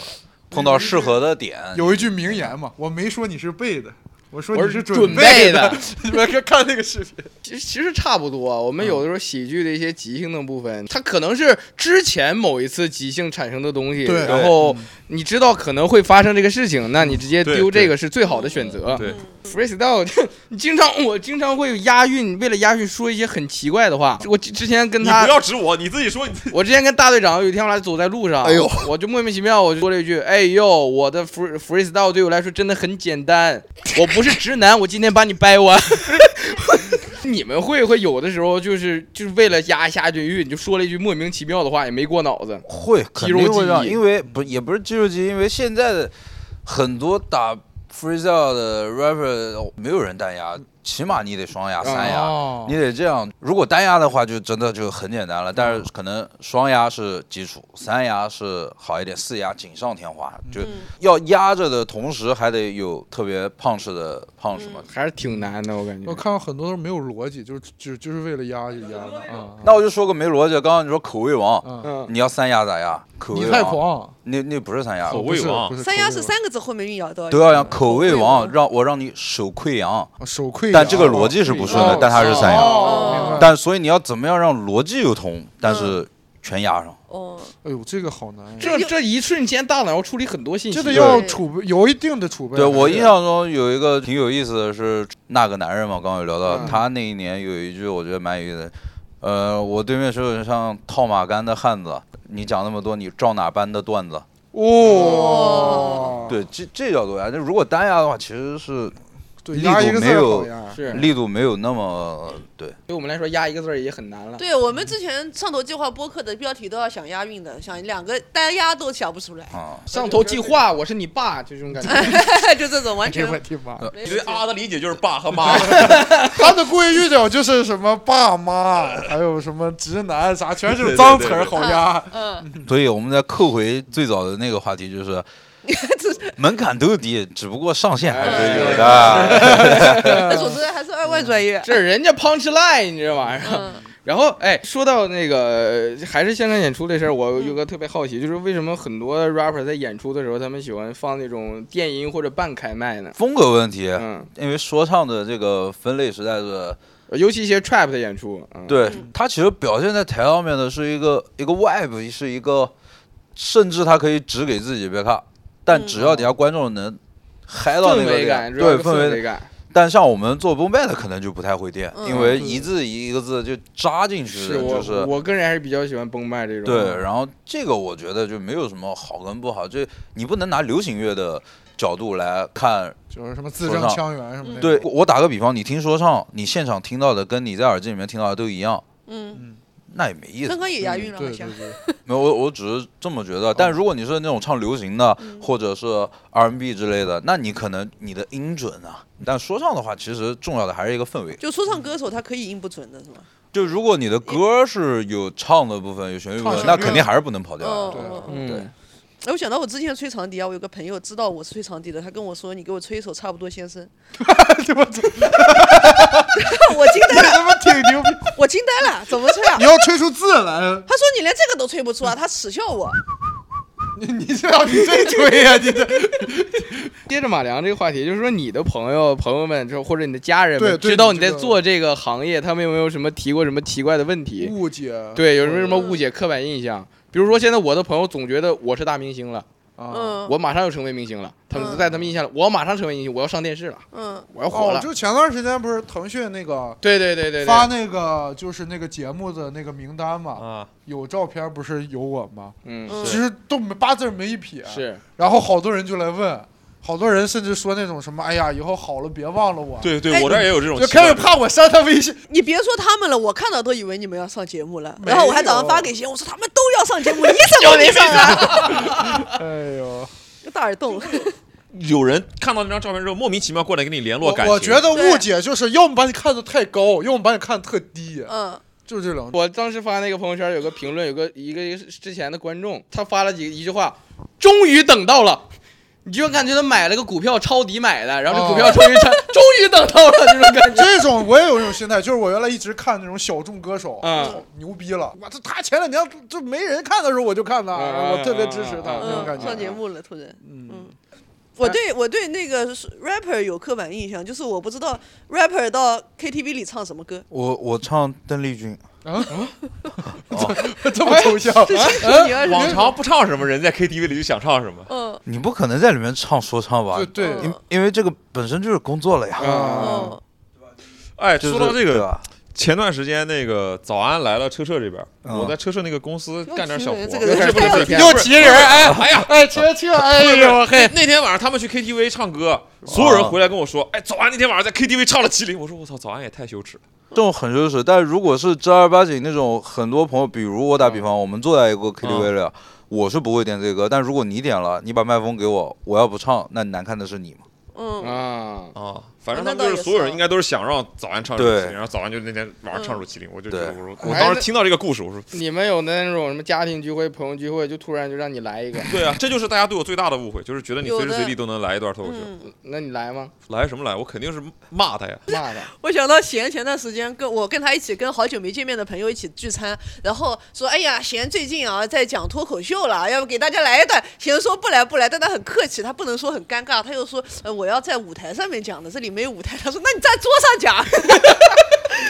碰到适合的点，
有一句名言嘛，我没说你是背的，我说
我
你
是
准
备
的
的。
你们看看那个视频，
*laughs*
嗯
其实其实差不多。啊我们有的时候喜剧的一些即兴的部分，它可能是之前某一次即兴产生的东西，
对嗯
然后你知道可能会发生这个事情，那你直接
对
丢
对
这个是最好的选择。
对，
*laughs* freestyle，你经常我经常会有押韵，为了押韵说一些很奇怪的话。我之之前跟
你
他
不，要指我，你自己说你自己。
*laughs* 我之前跟大队长有一天我俩走在路上，
哎呦，
我就莫名其妙我就说了一句，哎呦，我的 free freestyle 对我来说真的很简单，我不是直男，我今天把你掰弯。 *laughs* 你们会会有的时候就是就是为了押一下这韵，你就说了一句莫名其妙的话，也没过脑子。
会肯
肌肉
定会
记
让，
忆
因为不也不是肌肉记忆，因为现在的很多打 freestyle 的 rapper 没有人单压，起码你得双
啊
压、三压，
哦
你得这样。如果单压的话，就真的就很简单了，但是可能双压是基础，三压是好一点，四压锦上添花，就要压着的同时还得有特别 punch 的 punch 嘛。
还是挺难的，我感觉。
*laughs* 我看到很多都是没有逻辑，就是就就是为了压就压的啊。
那我就说个没逻辑，刚刚你说口味王，
嗯，
嗯，
你要三压咋压？口味
你
王，
太狂，
那那不是三压，
口味
不是
王
不是
三幺
口味
是三个字后面韵咬到，
德耀阳啊口味
口味
王，
王
让我让你手溃疡，
王啊手溃
但
疡
这个逻辑是不顺的
哦
但它是三阳
哦
哦
明白
但所以你要怎么样让逻辑又通，但是全压上。
哦，
哎呦，这个好难呀，
这这一瞬间大脑要处理很多信息，
这个
对
要储备，有一定的储备。
对我印象中有一个挺有意思的是那个男人嘛，刚刚有聊到
嗯
他那一年有一句我觉得蛮有意思的，呃，我对面是有像套马杆的汉子，你讲那么多，你照哪搬的段子？
哦，
对，这这叫做压。那如果单压的话，其实是
对，
力
压
度
一个字
没
儿
有
好压，
是
力度没有那么对。
对我们来说压一个字儿也很
啊
难了。
对我们之前上头计划播客的标题都要想押韵的，想两个单押都想不出来，
啊，
上头计划，我是你爸，就这种感觉。
*laughs* 就这种完
这
全
我的妈！
没
你
有
对啊的理解就是爸和妈，
呃
*laughs*
他的贵语调就是什么爸妈，还有什么直男啥，全是
对对
脏词
对
儿
对
好压。
嗯，
所以我们再扣回最早的那个话题，就是门槛都低，只不过上限还是有的。
呃
那总之还是二外专业，
这是人家 punch line，你这玩意儿，
嗯，
然后，哎，说到那个呃还是现场演出这事儿，我有个特别好奇，就是为什么很多 rapper 在演出的时候，他们喜欢放那种电音或者半开麦呢？
风格问题，
嗯，
因为说唱的这个分类实在是，
尤其一些 trap 的演出，嗯、，
对
嗯
它其实表现在台上面的是一个一个 vibe，是一个，甚至它可以只给自己别看，但
嗯
只要底下观众能嗨到那
氛
个
围
点
感，主要
对
是
氛
氛
围
围感，
但像我们做 boom bap 的可能就不太会垫，
嗯
因为
对
一字一个字就扎进去
是
的，
我、
就是
我个人还是比较喜欢崩麦这种，
对。然后这个我觉得就没有什么好跟不好，这你不能拿流行乐的角度来看。
就是什么字
说
正
唱
腔圆什么的。
对我我打个比方，你听说唱，你现场听到的跟你在耳机里面听到的都一样，
嗯，
那也没意思
刚。刚也押韵了，
嗯对
好
对
像。
*laughs* 对，
没有，我我只是这么觉得。但如果你是那种唱流行的，
嗯
或者是 R&B 之类的，那你可能你的音准啊。但说唱的话，其实重要的还是一个氛围。
*laughs* 就说唱歌手他可以音不准的是吗？
就如果你的歌是有唱的部分，有旋律部
唱
分，
旋
那
律
肯定还是不能跑掉的。
哦
对啊
哦哦。
嗯，
哎，我想到我之前吹长笛啊，我有个朋友知道我是吹长笛的，他跟我说：“你给我吹一首《差不多先生》。” *laughs* 我惊呆了，
他妈挺牛逼！
我惊呆了，怎么吹啊
你？要吹出字来，
他说你连这个都吹不出啊，他耻笑我。
你你这要你这吹呀、你这
接着马良这个话题，就是说你的朋友、朋友们，就或者你的家人们，
对对
知道你
你这
在
个
做这个行业，他们有没有什么提过什么奇怪的问题？
误解
对，有没有什么误解、刻板印象？比如说，现在我的朋友总觉得我是大明星了，
啊？
嗯，
我马上要成为明星了。他们
嗯
在他们印象里，我马上成为明星，我要上电视了，
嗯
我要火
哦
了，。
就前段时间不是腾讯那个
对对对对
发
对，
那个就是那个节目的那个名单嘛，
啊，
有照片不是有我吗？
嗯，
嗯，
其实都没八字儿没一撇，啊
是
然后好多人就来问，好多人甚至说那种什么，哎呀，以后好了别忘了我，
对
哎
对，我这儿也有这种
就
奇
开
怪
始
的，
怕我删他微
*laughs*
信，
你别说他们了，我看到都以为你们要上节目了。
没有
然后我还早上发给贤，我说他们都要上节目，
*laughs*
你怎么 *laughs* 没上啊？
哎呦，
大耳洞，
有人看到那张照片之后，莫名其妙过来跟你联络
我
感情。
我觉得误解就是要么把你看得太高，要么把你看得特低，
嗯，
就是这两种。
我当时发那个朋友圈，有个评论，有个一个一个之前的观众，他发了几一句话，终于等到了。你就感觉他买了个股票，抄底买的，然后这股票终于 *laughs* 成，终于等到了 *laughs* 这种感觉。
这种我也有这种心态，就是我原来一直看那种小众歌手，
嗯
操牛逼了，哇，这他前两年就没人看的时候我就看他，
嗯嗯
我特别支持他
嗯
那种感
嗯，上节
觉。啊
目了，突然。
嗯，
我对我对那个是 rapper 有刻板印象，就是我不知道 rapper 到 KTV 里唱什么歌，
我我唱邓丽君，
*laughs* 这么抽
哎
象，啊
这清
呃
楚你要是
往常不唱什么，人在 KTV 里就想唱什么。
嗯
你不可能在里面唱说唱吧
对？对，
嗯
因因为这个本身就是工作了呀。
啊，
嗯
哎，
就是
说到这
对
个，
吧
前段时间那个早安来了车社这边，
嗯
我在车社那个公司干点小活。
又提人这
又
个
开始
人
被骗了
又提人，哎
哎呀，
哎，切切，哎
不是
呦嘿，
那天晚上他们去 KTV 唱歌，所有人回来跟我说，哎，早安那天晚上在 KTV 唱了麒麟。我说我操，早安也太羞耻了。
这种很羞耻，但如果是正儿八经那种，很多朋友，比如我打比方，我们坐在一个 KTV 里，啊我是不会点这个歌，但如果你点了，你把麦克风给我，我要不唱，那难看的是你嘛。
*laughs*
嗯，
啊，
啊，反
啊
正
那
他们
倒
就
也
是
是
所有人
啊
应该都是想让早安唱入
对
麒麟，然后早安就那天晚上唱入麒麟，我就觉得
对
我说，我当时听到这个故事，我说，
你们有那种什么家庭聚会、朋友聚会，就突然就让你来 *laughs* 一个，
对啊，这就是大家对我最大的误会，就是觉得你随
有
时
的
随地都能来一段脱口秀，
嗯，
那你来吗？
来什么来？我肯定是骂他呀。
骂他，
我想到贤前段时间跟我跟他一起跟好久没见面的朋友一起聚餐，然后说哎呀贤最近啊在讲脱口秀了，要不给大家来一段？贤说不来不来，但他很客气，他不能说很尴尬，他又说呃我要在舞台上面讲的，这里没有舞台，他说那你在桌上讲，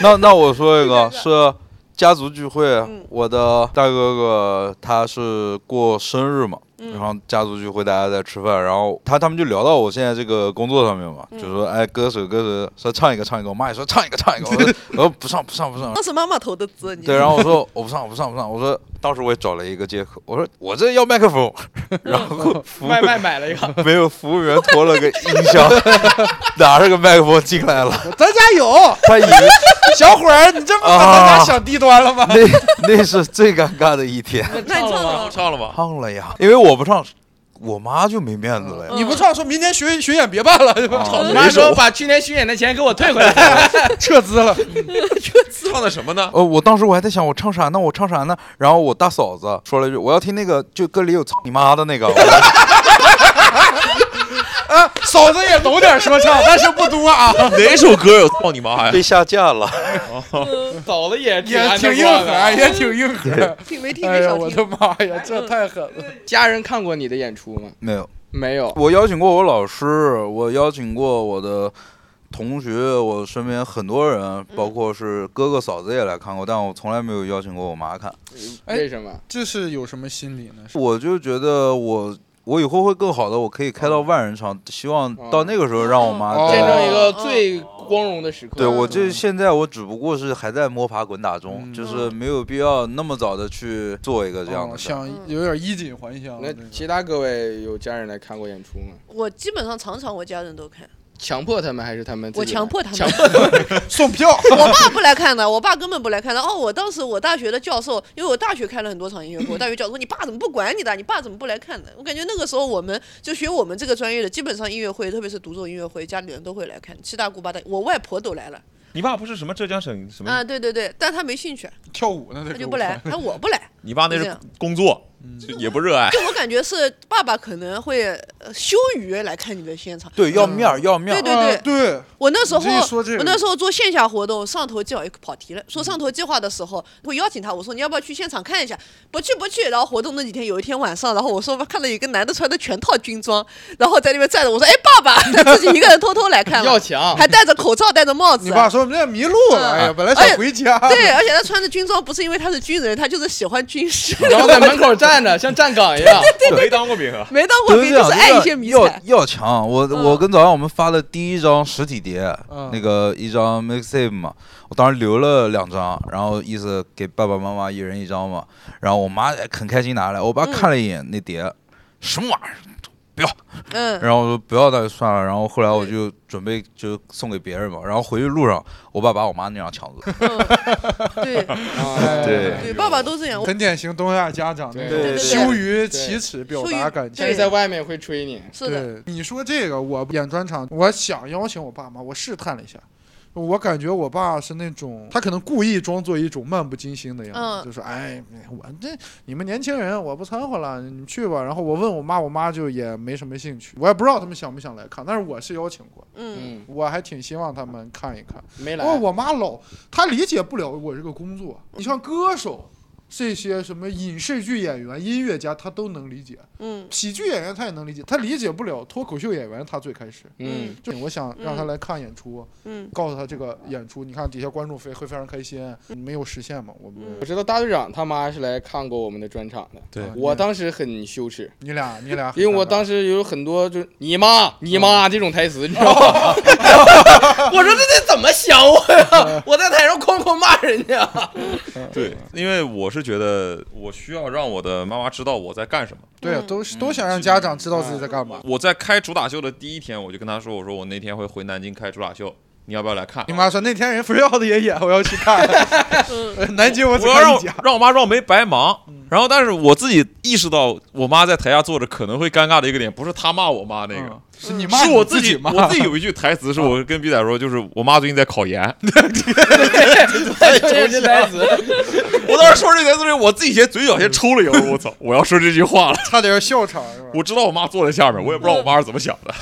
那那我说一个，是家族聚会，我的大哥哥他是过生日嘛，然后家族聚会大家在吃饭，然后他他们就聊到我现在这个工作上面嘛，就说哎歌手歌手说唱一个唱一个，我妈也说唱一个唱一个，我说我说不唱不唱不唱，
当时妈妈投的资，你
对，然后我说我不上，我不上，我不上。我说当时我也找了一个借口，我说我这要麦克风， *laughs* 然后服务
外卖买了一个，
没有服务员拖了个音箱， *laughs* 拿着个麦克风进来了，
咱家有
他以为
小伙儿，你这不把咱家想低端了吗？
那那是最尴尬的一天，
那你唱了
*laughs*
吗？
唱了 *laughs* 吧，
胖了呀，因为我不唱，我妈就没面子了呀。
你
嗯
不唱，说明年巡巡演别办了，对吧？
啊
我妈说把去年巡演的钱给我退回来。
撤资了，
*laughs* 唱的什么呢？
呃，我当时我还在想我唱啥呢，我唱啥呢？然后我大嫂子说了一句，我要听那个就歌里有操你妈的那个。
啊，嫂
*laughs*
子也懂点说唱，但是不多
*laughs*
啊，
哪首歌有操你妈
啊
呀？
*laughs* 被下架了。
嫂子也
也挺硬
啊
核，也挺硬核。
挺没听
哎
没 *laughs*
呀，
少
我
听。
的妈呀，这太狠了！
*laughs* 家人看过你的演出吗？
*laughs* 没有，
没有。
我邀请过我老师，我邀请过我的同学，我身边很多人，包括是哥哥嫂子也来看过，但我从来没有邀请过我妈看。
哎
为什么？
这是有什么心理呢？
我就觉得我我以后会更好的，我可以开到万人场，希望到那个时候让我妈
哦
见
带
证一
来。
个最光荣的时刻。
对我这现在我只不过是还在摸爬滚打中，
嗯
就是没有必要那么早的去做一个这样
哦
的事儿。
想
嗯
有点衣锦还乡。
嗯那
这个
其他各位有家人来看过演出吗？
我基本上场场我家人都看，
强迫他们还是他们自己
我
来？
强迫他们。
强迫他们。
送 *laughs* 票，
我爸不来看的，我爸根本不来看的。哦，我当时我大学的教授，因为我大学开了很多场音乐会，我大学教授说你爸怎么不管你的？你爸怎么不来看的？我感觉那个时候我们就学我们这个专业的，基本上音乐会，特别是独奏音乐会，家里人都会来看，七大姑八大姨，我外婆都来了
你爸不是什么浙江省什么？
啊，对对对，但她没兴趣，
跳舞呢，
她就不来，那我不来。
你爸那
就这
是
样
工作，就也不热爱。
就我感觉是爸爸可能会呃羞于来看你的现场。
对，要面儿，要面儿。
对对
啊对，
我那时候，
你这一说这个嗯
我那时候做线下活动，上头计划跑题了。说上头计划的时候，我邀请他，我说你要不要去现场看一下？不去不去。然后活动那几天，有一天晚上，然后我说看到有一个男的穿的全套军装，然后在那边站着，我说哎爸爸， *laughs* 他自己一个人偷偷来看
要
了，
强。
还戴着口罩，戴着帽
*laughs*
子。
你爸说这迷路了，哎呀，本来
哎
想回家。
对，而且他穿的军装不是因为他是军人，他就是喜欢军事，
然后在门口站着，像站岗一样。
没当过兵啊？
没当过
对
兵，
对
就是爱一些迷
要
彩。
要强。我、
嗯
我跟早上我们发的第一张实体碟，
嗯
那个一张 mixtape 嘛，我当时留了两张，然后意思给爸爸妈妈一人一张嘛，然后我妈很开心拿来，我爸看了一眼那碟，什么玩意儿。
嗯，
然后我说不要那就算了，然后后来我就准备就送给别人嘛，然后回去路上，我爸把我妈那张抢走了。
对
啊
对
对，爸爸都这样。我
很典型东亚家长那
对
种
对
羞于启齿表达感情
但。是在外面会吹你。
是的，
对，你说这个，我演专场，我想邀请我爸妈，我试探了一下，我感觉我爸是那种，他可能故意装作一种漫不经心的样子，
嗯
就说：“哎，我这你们年轻人，我不掺和了，你们去吧。”然后我问我妈，我妈就也没什么兴趣，我也不知道他们想不想来看，但是我是邀请过，
嗯，
嗯，
我还挺希望他们看一看。
没来。
哦，我妈老，她理解不了我这个工作，你像歌手。这些什么影视剧演员、音乐家，她都能理解；
嗯
喜剧演员她也能理解，她理解不了脱口秀演员。她最开始，
嗯，
就我想让他
嗯
来看演出，
嗯
告诉他这个演出，你看底下观众非会非常开心。没有实现嘛？我们、
嗯
我知道大队长他妈是来看过我们的专场的。
对
啊
我当时很羞耻，
你俩你俩很尴尬，
因为我当时有很多就是你妈你妈这种台词，你知道吗？ *laughs* 我说这得怎么想我呀？ *laughs* 我在台上哐哐骂人
*laughs*
家。
对，因为我是觉得我需要让我的妈妈知道我在干什么。
对啊都是都想让家长知道自己在干嘛。
我在开主打秀的第一天，我就跟她说：“我说我那天会回南京开主打秀，你要不要来看
你？”妈说那天人 Freehold 也演，我要去 *laughs* 看。
嗯
南京我只
我要让
看一
我
家。
让我妈让我没白忙。然后，但是我自己意识到，我妈在台下坐着可能会尴尬的一个点，不是她骂我妈那个
嗯， *laughs* 是你妈
是我
自
己，嗯
骂
我自己有一句台词是我跟逼仔说，就是我妈最近在考研，
啊
这是台词，
*laughs* 我当时说这台词的时候，我自己先嘴角先抽了一下，我说我操，我要说这句话了。
差点笑场是吧？
我知道我妈坐在下面，我也不知道我妈是怎么想的。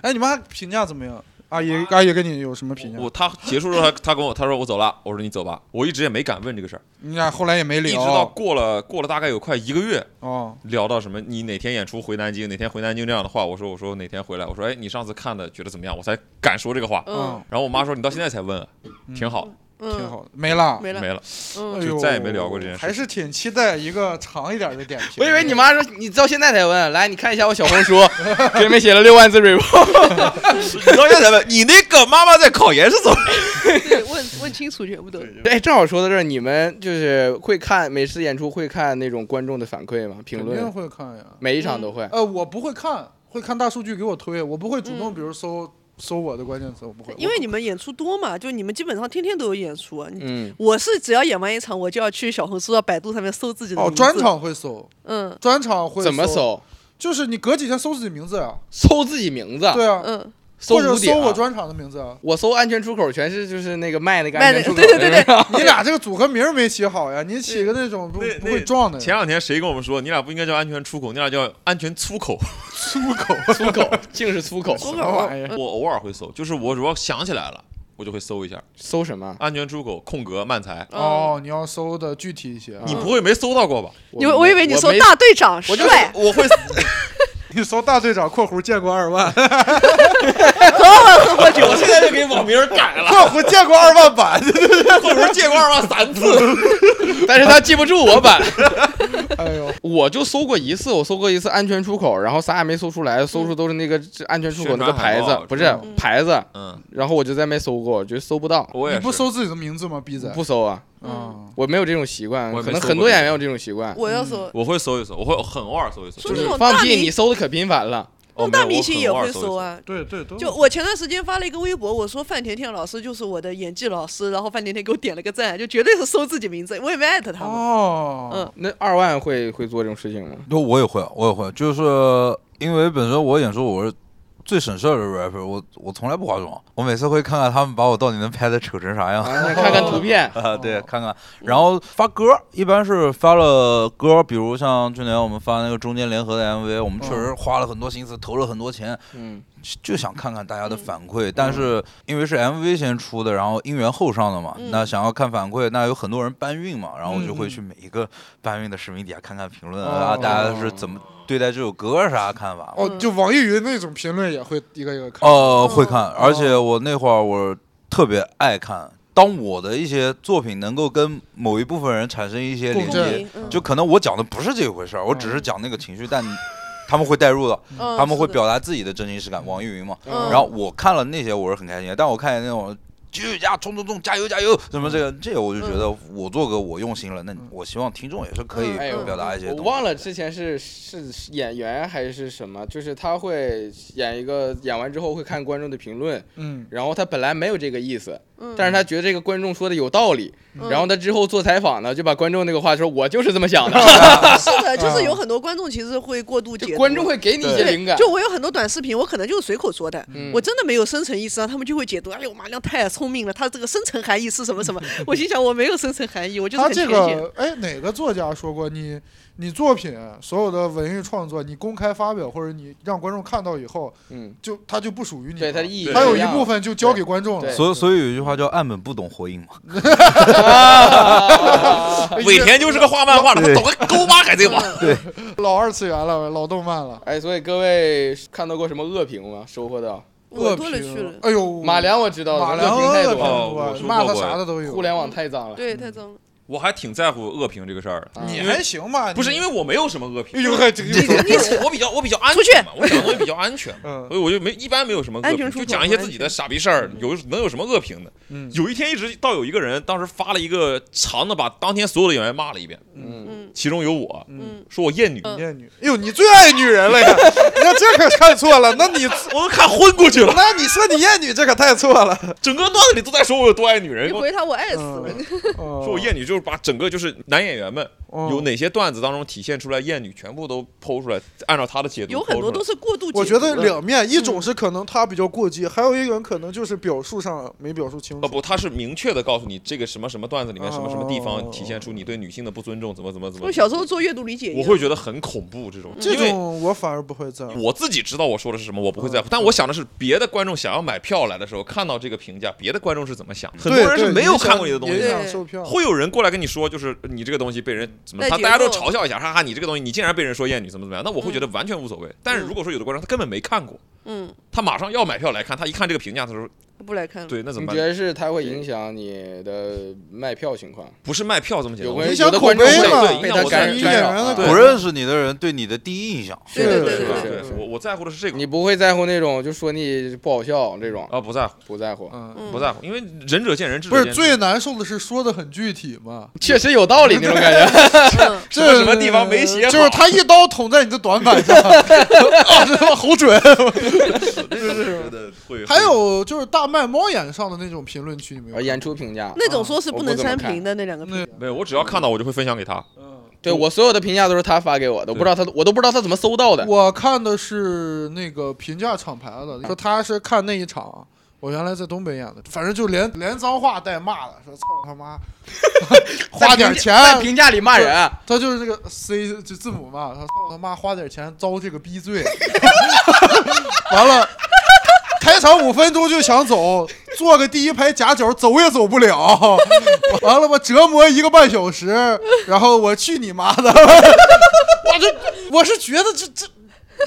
哎，你妈评价怎么样？阿姨阿姨跟你有什么评价？
我她结束之后，她她跟我她说我走了，我说你走吧。我一直也没敢问这个事儿，
你俩后来也没
一
聊。
直到过了过了大概有快一个月，
哦，
聊到什么你哪天演出回南京，哪天回南京这样的话，我说我说哪天回来，我说哎你上次看的觉得怎么样，我才敢说这个话。
嗯
然后我妈说你到现在才问啊，挺好，
嗯，
哦挺好的，啊没了。
没了。
没了。
嗯
哎呦
就再也没聊过这件事
还是挺期待一个长一点的点评。
我以为你妈说你到现在才问，来你看一下我小红 *laughs* 书，给你们写了六万字 report。
你到现在才问你那个妈妈在考研是怎么？
对，问问清楚全部都。
*laughs* 哎，正好说到这儿，你们就是会看每次演出会看那种观众的反馈吗？评
肯定
论
会看呀。
每一场都会。
呃，我不会看，会看大数据给我推，我不会主动，比如搜、搜我的关键词，我不会。
嗯因
我
为你们演出多嘛，就你们基本上天天都有演出啊。你
嗯，
我是只要演完一场，我就要去小红书到啊百度上面搜自己的
哦，
名字
专，场会搜，
嗯
专场会
怎么
搜？
搜？
就是你隔几天搜自己名字啊。
搜自己名字，
对啊，
嗯，
搜
或者
五
搜
点、
我
啊。
专场的名字
*laughs*
啊。
我搜安全出口，全是就是那个卖那个
卖
安
那
全出口啊
对对对对
那 *laughs* 个
你俩这个组合名儿没起好呀，你起个那种不
那
不会撞
嗯
的。
前两天谁跟我们说，你俩不应该叫安全出口，你俩叫安全粗口。
粗口，竟是粗口。
出
什么
口
玩意儿？
我偶尔会搜，就是我主要想起来了，我就会搜一下
搜什么？
安全出口空格慢才。
嗯
哦，你要搜的具体一些 *laughs* 啊。
你不会没搜到过吧？
你我以为你
我
说
没
大队长
我就
哎
帅
我会
你搜大队长（括弧见过二万
哎我现在就给网名改），了，
括弧见过二万
*laughs*
版。
*laughs* 或者借过二万三次。
但是他记不住我版，
哎呦，
我就搜过一次，我搜过一次安全出口，然后啥也没搜出来，搜出都是那个这安全出口那个
嗯
牌
宣传海
子
报，
不是牌子，
嗯，
然后我就再没搜过，我就搜不到，
我也
你
是
不搜自己的名字吗？逼仔。
不搜啊，
嗯，
我没有这种习惯，
我也没
可能
搜过
很多演员有这种习惯，
嗯我要说
我会搜一搜，我会很偶尔搜一搜。
说
就
那
是
种
放
大
屁，你
明
搜的可频繁了，
那
哦
大
没有
明星也
我很偶
会
尔搜一
搜
搜。
啊。
对对，都
就我前段时间发了一个微博，我说范甜甜老师就是我的演技老师，然后范甜甜给我点了个赞，就绝对是搜自己名字，我也没艾特他们。
嗯
哦，
那二万会会做这种事情
哦
吗？
那我也会，我也会，就是因为本身我演出我是最省事儿的 rapper，我我从来不化妆，我每次会看看他们把我到底能拍的丑成啥样。
啊，想看看图片，
*laughs*
哦
啊，对，看看，然后发歌，一般是发了歌，比如像去年我们发那个中间联合的 MV，我们确实花了很多心思，投了很多钱，
嗯，
就想看看大
嗯
家的反馈。但是因为是 MV 先出的，然后音源后上的嘛，
嗯
那想要看反馈，那有很多人搬运嘛，然后我
嗯
就
嗯
会去每一个搬运的视频底下看看评论
哦
啊，大家是怎么对待这首歌啥看法。
哦，就网易云那种评论也会一个一个看。
呃，会看，
哦
而且我那会儿我特别爱看。当我的一些作品能够跟某一部分人产生一些
共
连
共
振
接
鸣，嗯
就可能我讲的不是这一回事儿，我只是讲那个情绪，但他们会带入的，
嗯
他们会
是的
表达自己的真情实感。网易云嘛，
嗯
然后我看了那些，我是很开心的，但我看见那种继续加冲冲冲，加油加油，什么这个这个，我就觉得我做歌我用心了，那我希望听众也是可以
嗯
哎呦
表达一些
我
东西。
忘了之前是是是演员还是什么，就是他会演一个，演完之后会看观众的评论，
嗯，
然后他本来没有这个意思，
嗯
但是他觉得这个观众说的有道理，
嗯
然后他之后做采访呢，就把观众那个话说，我就是这么想的，
嗯
是的，就是有很多观众其实会过度
*laughs*
解
就
读，
观众会给你一些
对
灵感。
就我有很多短视频，我可能就是随口说的，
嗯
我真的没有深层意识啊，他们就会解读，哎呦，马亮太聪明了，他这个深层含义是什么什么？我心想我没有深层含义，我就是
他
很
这
浅显。
个哎，哪个作家说过你你作品所有的文艺创作，你公开发表或者你让观众看到以后，
嗯，
就它就不属于你了，
对它的意义
它有
不一
一
样
部分就交给观众了
对。
所以所以有一句话叫“岸本不懂火影”嘛。
哎
尾田就是个画漫画的，他懂个勾巴海贼王。
老二次元了，老动漫了，
*laughs* 哎，所以各位看到过什么恶评吗？收获到
我
恶
多了去
评
了，，
哎呦，
马良我知道
马
了，
良
恶评太
恶评
多了，
哦我
多，
说
骂他
过
啥的都有。
互联网太脏了。
*laughs* 对，太脏了。
我还挺在乎恶评这个事儿的，
啊
你
因
还
为
行吧？
嗯不是
你
因为我没有什么恶评
哎，
*laughs*
呦，还这个，
不是我我比较我比较安
出去
全嘛，我讲东西比较安全
嗯
所以我就没一般没有什么恶
安全
评，
出
就
口
讲一些自己的傻逼事儿，有能有什么恶评的？
嗯
有一天一直到有一个人当时发了一个长的，把当天所有的演员骂了一遍，
嗯，
嗯
其中有我，
嗯，
嗯，
说我厌女，
嗯
厌女，哎呦，你最爱女人了呀？那这可看错了，那你
我都看昏过去了， *laughs*
那
*laughs*
你说你厌女，这可太错了。
整个段子里都在说我有多爱女人
你，回他我爱死
嗯
了。
说
说我厌女就是把整个就是男演员们有
哪？
哪些段子当中体现出来厌女，全部都剖出来，按照他的解读
有很多都
是
是过度解读的。嗯
我觉得两面，一种是可能他比较过激，还有一种可能就是表述上没表述清
啊
楚。
不，他是明确的告诉你这个什么什么段子里面什么什么地
哦
方体现出你对女性的不尊重，怎么怎么怎么
我。小时候嗯做阅读理解一样，
我会觉得很恐怖这种，
这
因为
种我反而不会在乎。
我自己知道我说的是什么，我不会
嗯
在乎。但我想的是，别的观众想要买票来的时候，看到这个评价，别的观众是怎么想的？很多
对
人是
对
没有看过你的东
也
西
对
的。
想售
*laughs*
票。
会有人过来跟你说，就是呃你这个东西被人怎么，
带
他
嗯节
大家都
奏
嘲笑一下，哈哈，你这个东西你竟然被人说厌女，怎么怎么样？那我会觉得完全无所谓。但是如果说有的观众他根本没看过，
嗯，
他马上要买票来看，他一看这个评价，他说
不来看了。
对，那怎
你
么
觉
办？
得是它会影响你的卖票情况？
不是卖票这么简
有
单，
关
影
于
响
有的
口
观众
碑
会
嘛
被
那
他
我
感
是
染
演员的
啊
口
不
碑
认识你的人对你的第一印象，
对对对
是吧？
对
对
对，我我在乎的是这个
你不会在乎那种就说你不好笑这种，
啊，不在乎，
不在乎，
嗯，
嗯
不在乎，因为仁者见仁，智
不
者
是
见智。
最难受的是说的很具体嘛？
确实有道理那种感
*laughs*
觉。
嗯
这
么 *laughs* 什么地方没写好
就是他一刀捅在你的短板
*laughs*
上， *laughs* 啊，这他妈好准！
是的，会
还有就是大麦猫眼上的那种评论区，你没有
啊，
看
演出评价，
那种说是不能
我不怎么
删
看
评的那两个评
那
价，
没有，我只要看到我就会分享给他，
嗯
对我所有的评价都是他发给我的，我不知道他，我都不知道他怎么搜到的。
我看的是那个评价厂牌的，说他是看那一场。我原来在东北演的，反正就连连脏话带骂的，说操他妈， *laughs* 花点钱，
在评价里骂人，
他就是这个 C 就字母嘛，他说操他妈花点钱遭这个逼罪， *laughs* 完了，开场五分钟就想走，坐个第一排夹角走也走不了，完了吧折磨一个半小时，然后我去你妈的， *laughs* 我这我是觉得这这。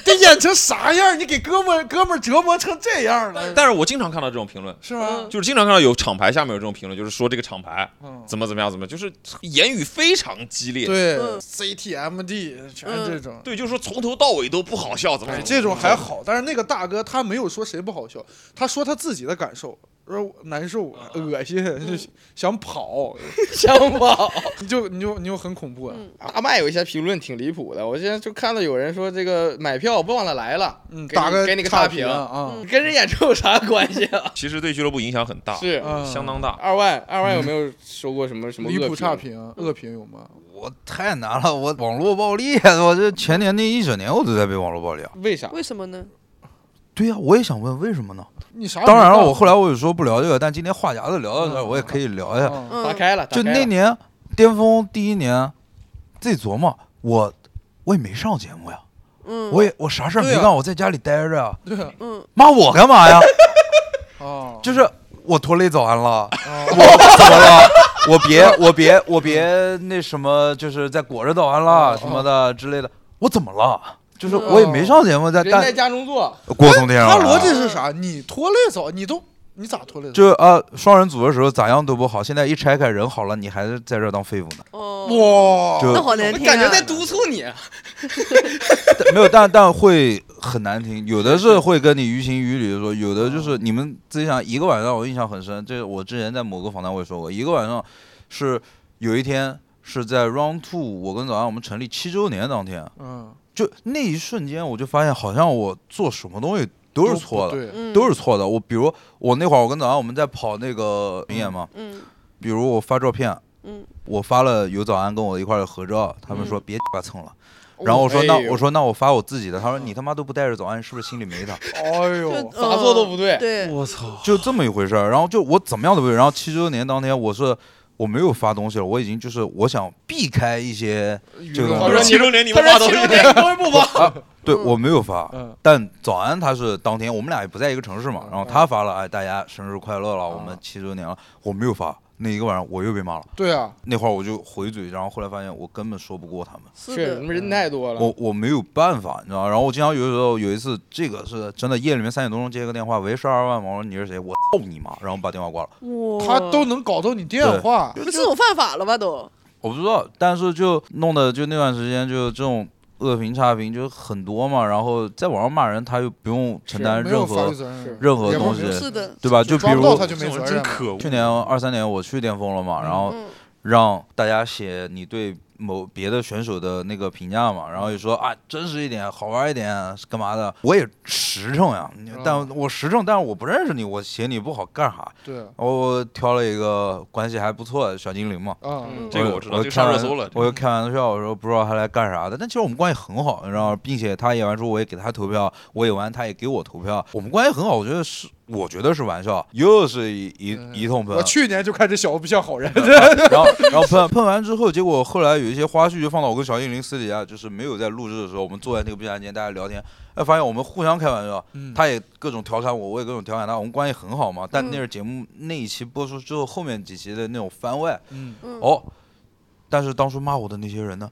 得演成啥样？你给哥们儿哥们儿折磨成这样
嗯
了，
但是我经常看到这种评论，
是吧？
就是经常看到有厂牌下面有这种评论，就是说这个厂牌
嗯
怎么怎么样怎么样，就是言语非常激烈。
对
嗯
，CTMD 全是这种。
对，就是说从头到尾都不好笑，怎么
哎，
怎么
这
嗯
种还好，但是那个大哥他没有说谁不好笑，他说他自己的感受，说我难受、
嗯
恶心，就 *laughs* 想跑，
*laughs* 想跑。
你就你就你就很恐怖啊。
阿麦有一些评论挺离谱的，我现在就看到有人说这个买票不往了来了，
嗯，
给
打
你
个
给你个
差
差
评
评，
啊，
嗯
嗯跟人演出有啥关系啊？
其实对俱乐部影响很大，
*laughs* 是
嗯
相当大。
二万二
嗯
万有没有收过什么什么
离
恶
谱差评、恶评有吗？
我太难了，我网络暴力，啊我这前年那一整年我都在被网络暴力啊。
为啥？
为什么呢？
对呀、我也想问为什么呢？
你啥也没干？
当然了，我后来我有说不聊这个，但今天话匣子聊到这儿，我也可以聊一下。
嗯
嗯
打开了，
就
打开
那
了
年巅峰第一年，自己琢磨，我我也没上节目呀，
嗯，
我也我啥事儿没
对啊
干，我在家里待着啊，
对啊
嗯
骂我干嘛呀？ *laughs*
哦，
就是我拖累早安了，
哦
我怎么了？我别我别我别那什么，就是在裹着早安了什么的之类的，我怎么了？就是我也没上节目，在
人在
但
家中坐，
郭从天上
哎
啊
他
来
逻
了
辑是啥？你拖累早，你都你咋拖累早？
就是啊，双人组的时候咋样都不好，现在一拆开人好了，你还是在这儿当废物呢。 *laughs*
哦，
哇，
就
那好难
我
听啊，
感觉在督促你。啊
但没有，但但会很难听，有的是会跟你于情于理的说，有的就是你们自己想一个晚上，我印象很深，这我之前在某个访谈我也说过，一个晚上是有一天是在 Round Two，我跟早安我们成立七周年当天，
嗯，
就那一瞬间我就发现好像我做什么东西都是
不
错的，
对，
嗯
都是错的。我比如我那会儿我跟早安我们在跑那个巡演嘛，
嗯
比如我发照片，
嗯
我发了有早安跟我一块儿的合照，他们说别鸡巴蹭了。
哦
*laughs* 然后我说
哎
那
呦
我说那我发我自己的，他说你他妈都不带着早安，是不是心里没他？
哎
就
呦，
咋做都不对
嗯对，
我操，就这么一回事儿。然后就我怎么样都不对。然后七周年当天我是我没有发东西了，我已经就是我想避开一些这个
舆论
我
说七周年你们发东西，
东西不发，
啊，对我没有发
嗯。
但早安他是当天我们俩也不在一个城市嘛，然后他发了哎大家生日快乐了，我们七周年了，我没有发。那一个晚上我又被骂了，
对啊，
那会儿我就回嘴，然后后来发现我根本说不过他们。
是
是
的，
你们人太多了。
我我没有办法，你知道吗？然后我经常有的时候有一次，这个是真的，夜里面三点多钟接个电话，喂，是二万毛，我说你是谁？我操你妈！然后把电话挂了。
哇，
他都能搞到你电话，
不是这种犯法了吧都？
我不知道，但是就弄的就那段时间就这种恶评差评就很多嘛，然后在网上骂人他又不用承担
啊没有
任
法
何
律责任
是，
任何
也不
东
是
西，
是的，
对吧？就比
抓不到
如
他就没责任了。
去年二三年我去巅峰了嘛，然
哦
后
嗯
让大家写你对某别的选手的那个评价嘛，然后就说啊，真实一点，好玩一点，啊干嘛的？嗯我也实诚呀，你但我实诚，但是我不认识你，我写你不好干啥？
对，啊
我挑了一个关系还不错的小精灵嘛。
啊，
嗯
这个我知道，
我
这个
开
上
玩
热搜了。
我又开玩笑，我说不知道他来干啥的，但其实我们关系很好，然后并且他演完之后我也给他投票，我演完他也给我投票，我们关系很好，我觉得是，我觉得是玩笑，又是一一
嗯
一通喷。啊
我去年就开始小不像好人，
然后然后喷喷完之后，结果后来有一些花絮就放到我跟小精灵私底下，就是没有在录制的时候，我们坐在那个避难间，大家聊天，哎，发现我们互相开玩笑，
嗯
他也各种调侃我，我也各种调侃他，我们关系很好嘛。但那是节目那一期播出之后，后面几期的那种番外
嗯， *laughs*
嗯
哦，但是当初骂我的那些人呢，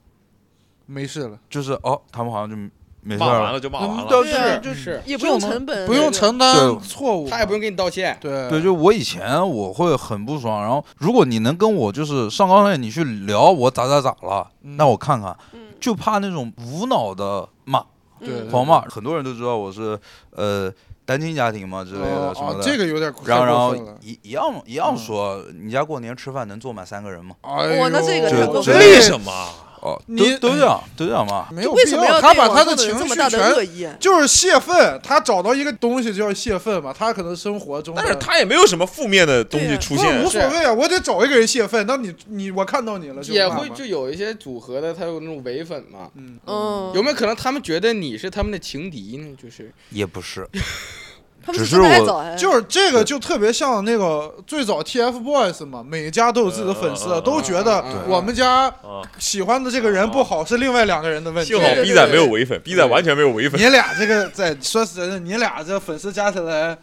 没事了，
就是哦，他们好像就没事
骂完
儿
了
了。嗯
就骂
嗯
完了，
对就
对
是
啊
就是
也不用成本，
不用
这个，
承担
对
错误，
他也不用给你道歉，
对
对，就我以前我会很不爽，然后如果你能跟我就是上纲上线，你去聊我咋咋咋了，
嗯
那我看看，
嗯
就怕那种无脑的骂，
对
狂骂，很多人都知道我是呃单亲家庭嘛之类
哦
的什么
哦
的。，
这个有点太
然后然
过
后
分了，
一一样一样
嗯
说，你家过年吃饭能坐满三个人吗？
哎呦，
哇那这个
太过分了
为
为
什
什么？
小，
你
都都这样，都这样骂。
没有
为
必
什么
他
对
把
网
他
上的人
情
这么
绪
大的恶
全
意啊？
就是泄愤，他找到一个东西就要泄愤嘛，他可能生活中的，
但是他也没有什么负面的东西出
不是
现
无，所谓啊，我得找一个人泄愤。那你你我看到你了，就
也
骂
会
嘛
就有一些组合的，他有那种伪粉嘛。
嗯，
嗯，
有没有可能他们觉得你是他们的情敌呢？就是
*laughs* 也不是，
他们
只
是不
是
太
我
早哎，
就是这个就特别像那个最早 TFBOYS 嘛，每家都有自己的粉丝，啊都觉得
对
我们家
啊
喜欢的这个人不
哦
好是另外两个人的问题
幸。好
对对
B 站
对
没有唯粉，B 站完全没有唯粉，
你俩这个在说实在，你俩这粉丝加起
*laughs*
来，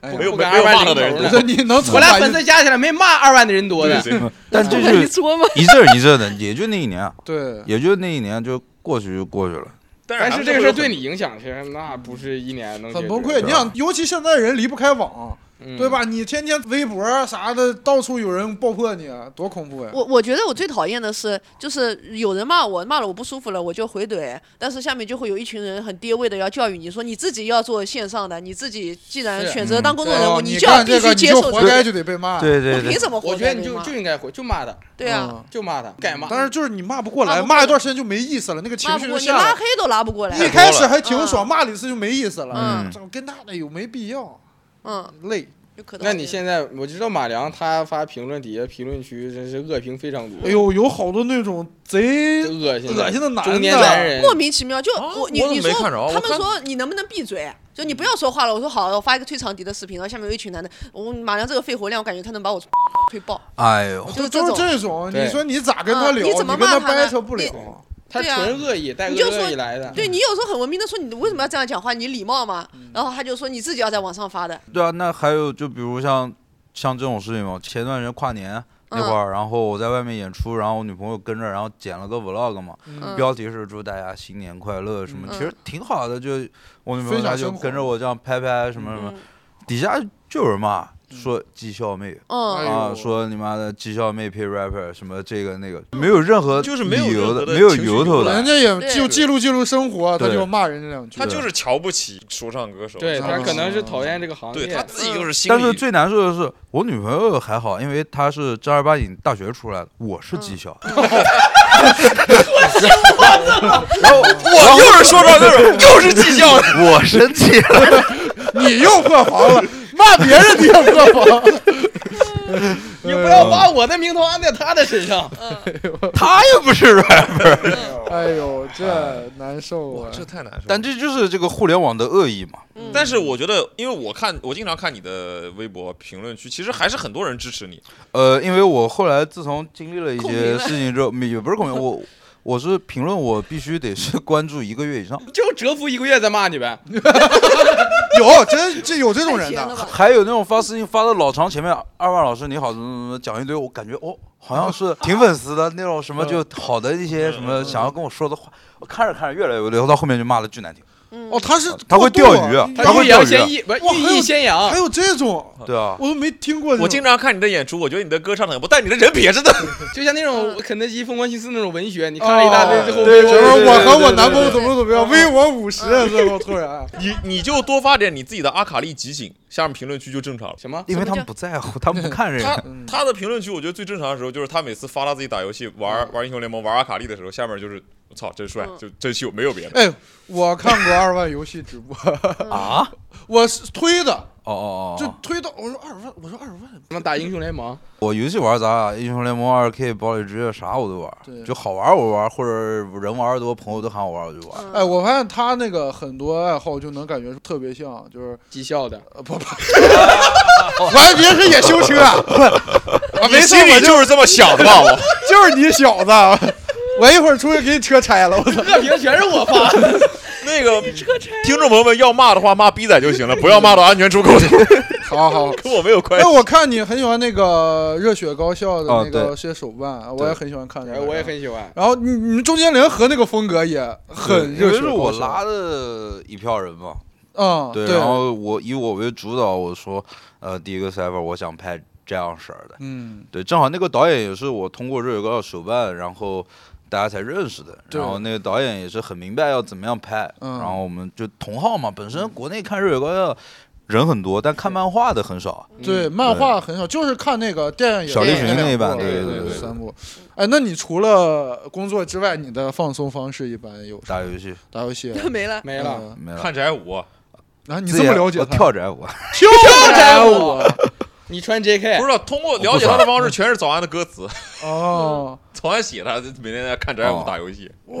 哎呀
没有
不
没
敢
有
二
骂
万
他的人
我
零
多
头
说你能凑
我俩
满
粉丝加起来没骂二万的人多
对
呢。
对对，
但这 *laughs*
你
就是
说嘛，
一阵儿一阵儿的，也就那一年，啊
对，
也就那一年就过去就过去了。
但
但
是
是这个事儿对你影响，其实那不是一年能解
很
决
崩溃。
的
你想，尤其现在人离不开网，
嗯
对吧？你天天微博啥的，到处有人爆破你，多恐怖呀！
我我觉得我最讨厌的是，就是有人骂我，骂了我不舒服了，我就回怼，但是下面就会有一群人很爹味的要教育你说，你自己要做线上的，你自己既然
是
选择当公众人物，
嗯对
就要
干
必
这
须
个你
接
就
受这
活
个
该就得被骂。
对对
我
对
凭，什么活
我觉得
该
你
被
就
骂
就应该回，就骂他，
对啊，
嗯
就骂他，该骂。
但是就是你骂不过
骂
来，
不过
骂一段时间就没意思了，那个情
骂
绪就
不过你
下
拉
来。
黑都拉不过
一
来，
开始还挺爽，
嗯
骂了一次就没意思了。
嗯
这跟他的有没必要，
嗯，
累。
就可能
那你现在我知道马良他发评论底下评论区真是恶评非常多，
哎呦，有好多那种贼
真恶心
恶心的男的
中年男人，
莫名其妙就
啊
我你
我怎么
你
没
说
看着啊
他
我
们
看
说你能不能闭嘴？就你不要说话了。我说好，我发一个退场底的视频，然后下面有一群男的，我马良这个肺活量，我感觉他能把我 *laughs* 推爆，
啊
哎呦，
就是这
都是这
种。
种，
对
你说你咋跟他
嗯
聊？
你怎么
跟他
骂他呢
battle 不了
你。
他
对啊
纯恶意带恶
你就说
意来的。
对你有时候很文明的说你为什么要这样讲话？你礼貌吗？
嗯
然后他就说你自己要在网上发的，
对啊，那还有就比如像像这种事情嘛，前段时间跨年
嗯
那会儿，然后我在外面演出，然后我女朋友跟着，然后剪了个 vlog 嘛，
嗯
标题是祝大家新年快乐什么，
嗯
其实挺好的，就我女朋
分
友
享
她就
生活
跟着我这样拍拍什么什么，
嗯
底下就有人骂说鸡笑妹。
哎
嗯，
呦
啊，说你妈的鸡笑妹配 rapper 什么这个那个，没有任何
就是没有
理
任
由
何
的，
的
没有
情绪
由头
波澜
人。
的
家也
对
就记录记录生活，他
对
就骂人家两句。
他就是瞧不起说唱歌手，
对
啊
他可能是讨厌这个行
对
业
他，自己就是心
但
里
是最难受的是，我女朋友还好，因为她是正儿八经大学出来的，我
嗯
是
*laughs*
技校。然后
我又是说唱歌手，
*laughs*
又是技校的，
我生气了，
*laughs*
你又破防了，
*laughs*
骂别 *laughs* 人你也破防。
你不要把我的名头安在他的身上。 *laughs*
她又不是 rap。
哎
*laughs*
呦，这难受啊！
这太难受了
但。这就是这个互联网的恶意嘛。
嗯
但是我觉得，因为我看我经常看你的微博评论区，其实还是很多人支持你。
呃，因为我后来自从经历了一
孔明
些
了
事情之后，没也不是孔明，我我是评论，我必须得是关注一个月以上。
就蛰伏一个月再骂你呗，
有真这有这种
太
人
闲了
的，
*laughs*
吧？
还有那种发私信发到老常前面，二万老师你好，怎么怎么讲一堆，我感觉哦，好像是挺粉丝的那种什
嗯
么就好的一些什么想要跟我说的话，我看着看着越来越多，到后面就骂的巨难听。
哦，他是
他
过
会
度啊
钓鱼啊
然
他
后
会
欲
钓
扬
鱼啊
先抑，不是
哇还
欲
有
抑先扬
还。有这种，
对啊，
我都没听过这
*laughs*
种。
我经常看你的演出，我觉得你的歌唱的很不，但你的人品也真 *laughs* 的。
就像那
嗯
种肯德基《疯狂西斯》那种文学，你看了一大堆之后，
对
哦就
对
啊是
对
我和
对
我
对
男朋友
对
怎么怎么
*laughs*
样，微我五十，
嗯
最后突然，
你你就多发点你自己的阿卡丽集锦，下面评论区就正常了。
什么？
因为他们不在乎，他们不看人。
他
*laughs*
他的评论区，我觉得最正常的时候就是他每次发他自己打游戏、玩玩英雄联盟、玩阿卡丽的时候，下面就是我操真帅
嗯，
就真秀，没有 *laughs* 别的。
哎，我看过二万游戏直播，
*laughs* 啊？
我是推的，
哦哦哦
就
哦！
推到我说二万，我说二万，
什么打英雄联盟？
我游戏玩啥？英雄联盟、二 K、堡垒之夜啥我都
对
玩，就好玩我玩，或者人玩的多，朋友都喊我玩我就玩。
嗯
哎，我发现他那个很多爱好就能感觉特别像，就是
绩效的， *laughs*
呃不不，
*laughs*
完别是也修车啊，啊没事，
心
我
里
就
就是这么想的吧？我
就是你小子，啊我一会儿出去给你车拆了，我
*laughs*
操，
恶评全是我发的。
*laughs* 那个听众朋友们要骂的话，骂逼仔就 *laughs* 行了，不要骂到安全出 *laughs* 口去，
好好。
跟我没有关系
那。哎我看你很喜欢那个热血高校的那
哦
个
对
些手办，啊我也很喜欢看那
哎，
*laughs* 个。
我也很喜欢。
然后你你们中间零和那个风格也很
因
热
为
血
是我
高校
拉的一票人嘛，
嗯，
对，然后我以我为主导，我说，呃，第一个 cypher 我想拍这样式儿的，
嗯，
对，正好那个导演也是我通过热血高校手办，然后大家才认识的，
对
然后那个导演也是很明白要怎么样拍，
嗯
然后我们就同号嘛，本身国内看热血高校。人很多，但看漫画的很少啊。
嗯
对，漫画很少，就是看那个电影。
小
栗旬
那一版
对
对
对
对对
三部。哎，那你除了工作之外，你的放松方式一般有啥？
打游戏
打游戏？
没了。
没
没
了。。
没了。
看宅舞，啊
然后你
自
这
己
么了解
我
他？
跳宅舞，
跳
宅
舞？
你穿
不
JK，
知道通过了解他的方式全是早安的歌词，
*laughs*
哦，
早安写的，每天在看宅舞
哦
打游戏，
哇，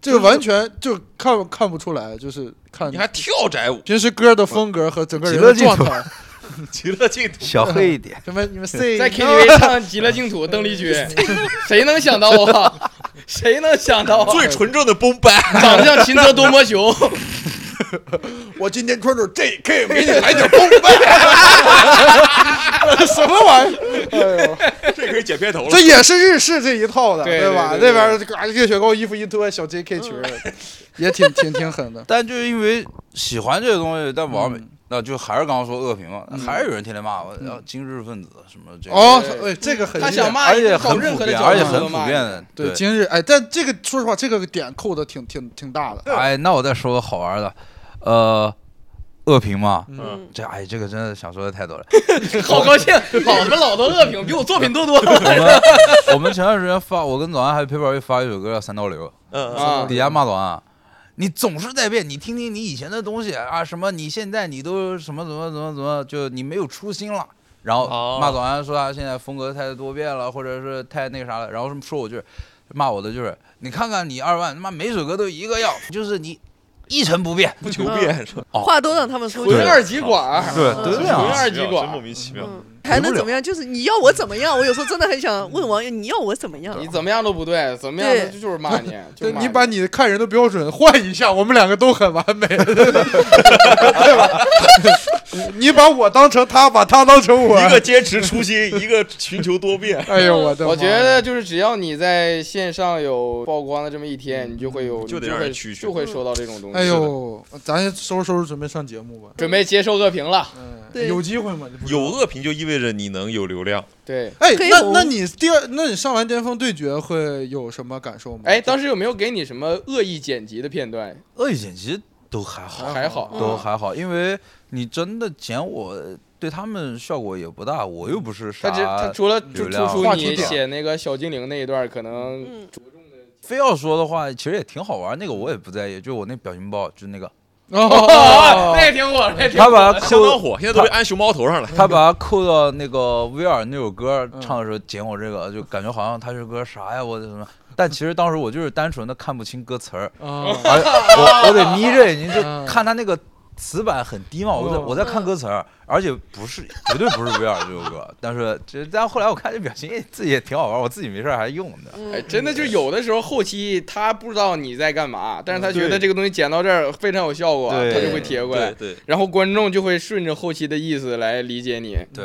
这个完全就看看不出来，就是看
你还跳宅舞，
平时歌的风格和整个人
极乐
的
净
状
土
态。
极乐净土。
*laughs*
小黑一点。
什么？
*laughs*
你们 say
在
no
KTV 唱《极乐净土》，邓丽君， *laughs* 谁能想到啊？谁能想到啊？
*laughs* 最纯正的崩班， *laughs*
长得像秦泽多摩雄，
我今天穿着
*laughs*
JK 给你来点崩败，什么玩意儿？哎呦，
这可以剪片头了嗯
这。也是日式这一套的，
对
吧？
对对对
那边儿嘎月雪糕衣服一脱，小 JK 裙儿，
*laughs*
也挺挺挺狠的。
但就是因为喜欢这个东西，但网美
嗯
那就还是刚刚说恶评嘛，
嗯
还是有人天天骂我，然后今日分子什么这个
哦，哎，这个很
他想骂
啊而且
你，
很
从任
普
何的
遍，
角
而且
度
很
都
普
骂
遍
你。
的。
对今日哎，但这个说实话，这个点扣的挺挺挺大的。
哎，那我再说个好玩的，呃，恶评嘛，
嗯，
这哎，这个真的想说的太
*laughs*
多了。
好高兴，老们老多恶评，比我作品多多了。
我们我们前段时间发，我跟早安还有 paper 又发一首歌叫《三刀流
嗯》，
啊
底下骂早安啊。你总是在变，你听听你以前的东西啊，什么你现在你都什么怎么怎么怎么，就你没有初心了。然后
哦
骂早安说啊他现在风格太多变了，或者是太那啥了。然后什么说我就是骂我的就是，你看看你二万他妈每首歌都一个样，就是你一成不变。
不求变是吧？
哦
话都让他们说去
回
对
了，
二极管，
对
都
这
回
样啊
二极
真莫
管，
名其妙。
嗯，还能怎么样？就是你要我怎么样？我有时候真的很想问网友，你要我怎么样？
你怎么样都不对，怎么样
对
就就是骂
*laughs*
你，就
对
是骂
你把你看人的标准换一下，我们两个都很完美，对吧？ *laughs* 你你把我当成他，把他当成我，
一个坚持初心，一个寻求多变。
哎呦我的妈呀，
我觉得就是只要你在线上有曝光的这么一天，你就会
嗯
有，
就得
你
让人
会
蛐蛐
就会收到这种东西。
哎，呦，咱收拾收拾准备上节目吧。
准备接受恶评了。
嗯，
对
有机会吗？你不知
*laughs*
道
有恶评就意味着你能有流量。
嗯
对，
哎
可，以
那
红
那你第二，那你上完巅峰对决会有什么感受吗？
哎，当时有没有给你什么恶意剪辑的片段？
恶意剪辑都还好，
还好，啊
都还好，因为你真的剪我对他们效果也不大，我又不是啥
他，只他除了
流
就突
量
出
话
你
题点
写那个小精灵那一段，可能
嗯，
非要说的话，其实也挺好玩，那个我也不在意，就我那表情包，就那个
哦，
那也挺火，那也挺
他
火。
把它
*laughs* 相当
扣，
火，现在都被安熊猫头上了。
他把它扣到那个威尔那首歌
嗯
唱的时候剪我这个，就感觉好像他这歌啥呀，我怎么？但其实当时我就是单纯的看不清歌词儿，
啊
而我我得眯着眼睛就
嗯
看他那个词板很低嘛，我在
嗯
哦
我在看歌词儿，而且不是绝对不是威尔这首歌，但是这但后来我看这表情也自己也挺好玩，我自己没事儿还用的。
哎，真的就是有的时候后期他不知道你在干嘛，但是他觉得这个东西剪到这儿非常有效果，
对
他就会贴过来，
对，
然后观众就会顺着后期的意思来理解你。
嗯
对，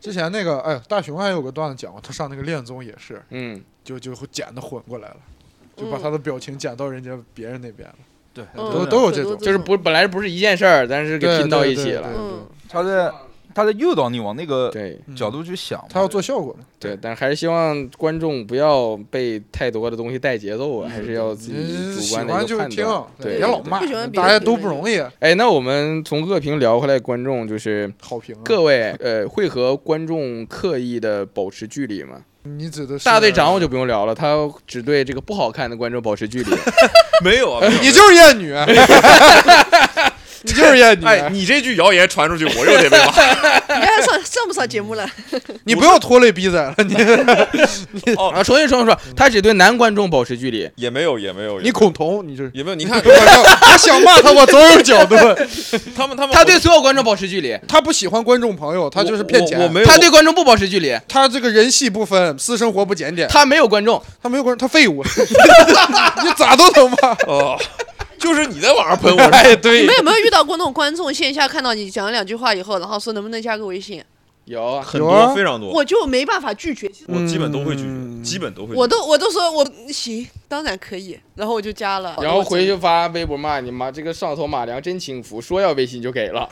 之前那个哎，大熊还有个段子讲过，他上那个恋综也是，
嗯，
就就会剪的混过来了，就把他的表情剪到人家别人那边了，
对，
嗯
都都有这种
很多，
就是不本来不是一件事儿，但是给
对
拼到
对
一起
对
了。
对
嗯
他在他在诱导你往那个
对
对
角度去想嘛。
嗯他要做效果嘛，
对，但还是希望观众不要被太多的东西带节奏啊，还是要自
你
己
嗯
主
喜
观的
欢
一个
就
判
听
断。，对
别老
对
骂
不喜欢，别
大家
听
都
那
不
就
容易，
哎，那我们从恶评聊回来，观众就是
好评啊。
各位，呃，会和观众刻意的保持距离吗？
你指的是
大队长我就不用聊了，他只对这个不好看的观众保持距离。
*laughs* 没有啊。没有
你就是艳女，
*laughs*
你就是艳女，啊
哎，你这句谣言传出去，我又得被骂。
嗯你还上上不上节目了？
你不要拖累逼仔了，你
哎啊，重新说一说，他只对男观众保持距离。
*laughs* 也没有，也没有，
你恐同，你这
也没 *laughs* 有。你看
我想骂他，我总有角度。
*laughs*
他 *laughs* 们，他们，
他对所有观众保持距离，
他不喜欢观众朋友，他就是骗钱。
我我没有
他对观众不保持距离，
他这个人戏不分，私生活不检点，
他没有观众。
他没有观众，他废物， *laughs* 你咋都能骂。
哦， *laughs* 就是你在网上喷我，
哎，
你
对
们，有没有遇到过那种观众线下看到你讲两句话以后，然后说能不能加个微信？
有啊，
很
有啊
多，非常多，
我就没办法拒绝，
我基本都会拒
嗯
绝，基本都会拒绝。
我都我都说我行，当然可以，然后我就加了，
然后回去发微博骂你妈，这个上头马良真轻浮，说要微信就给了。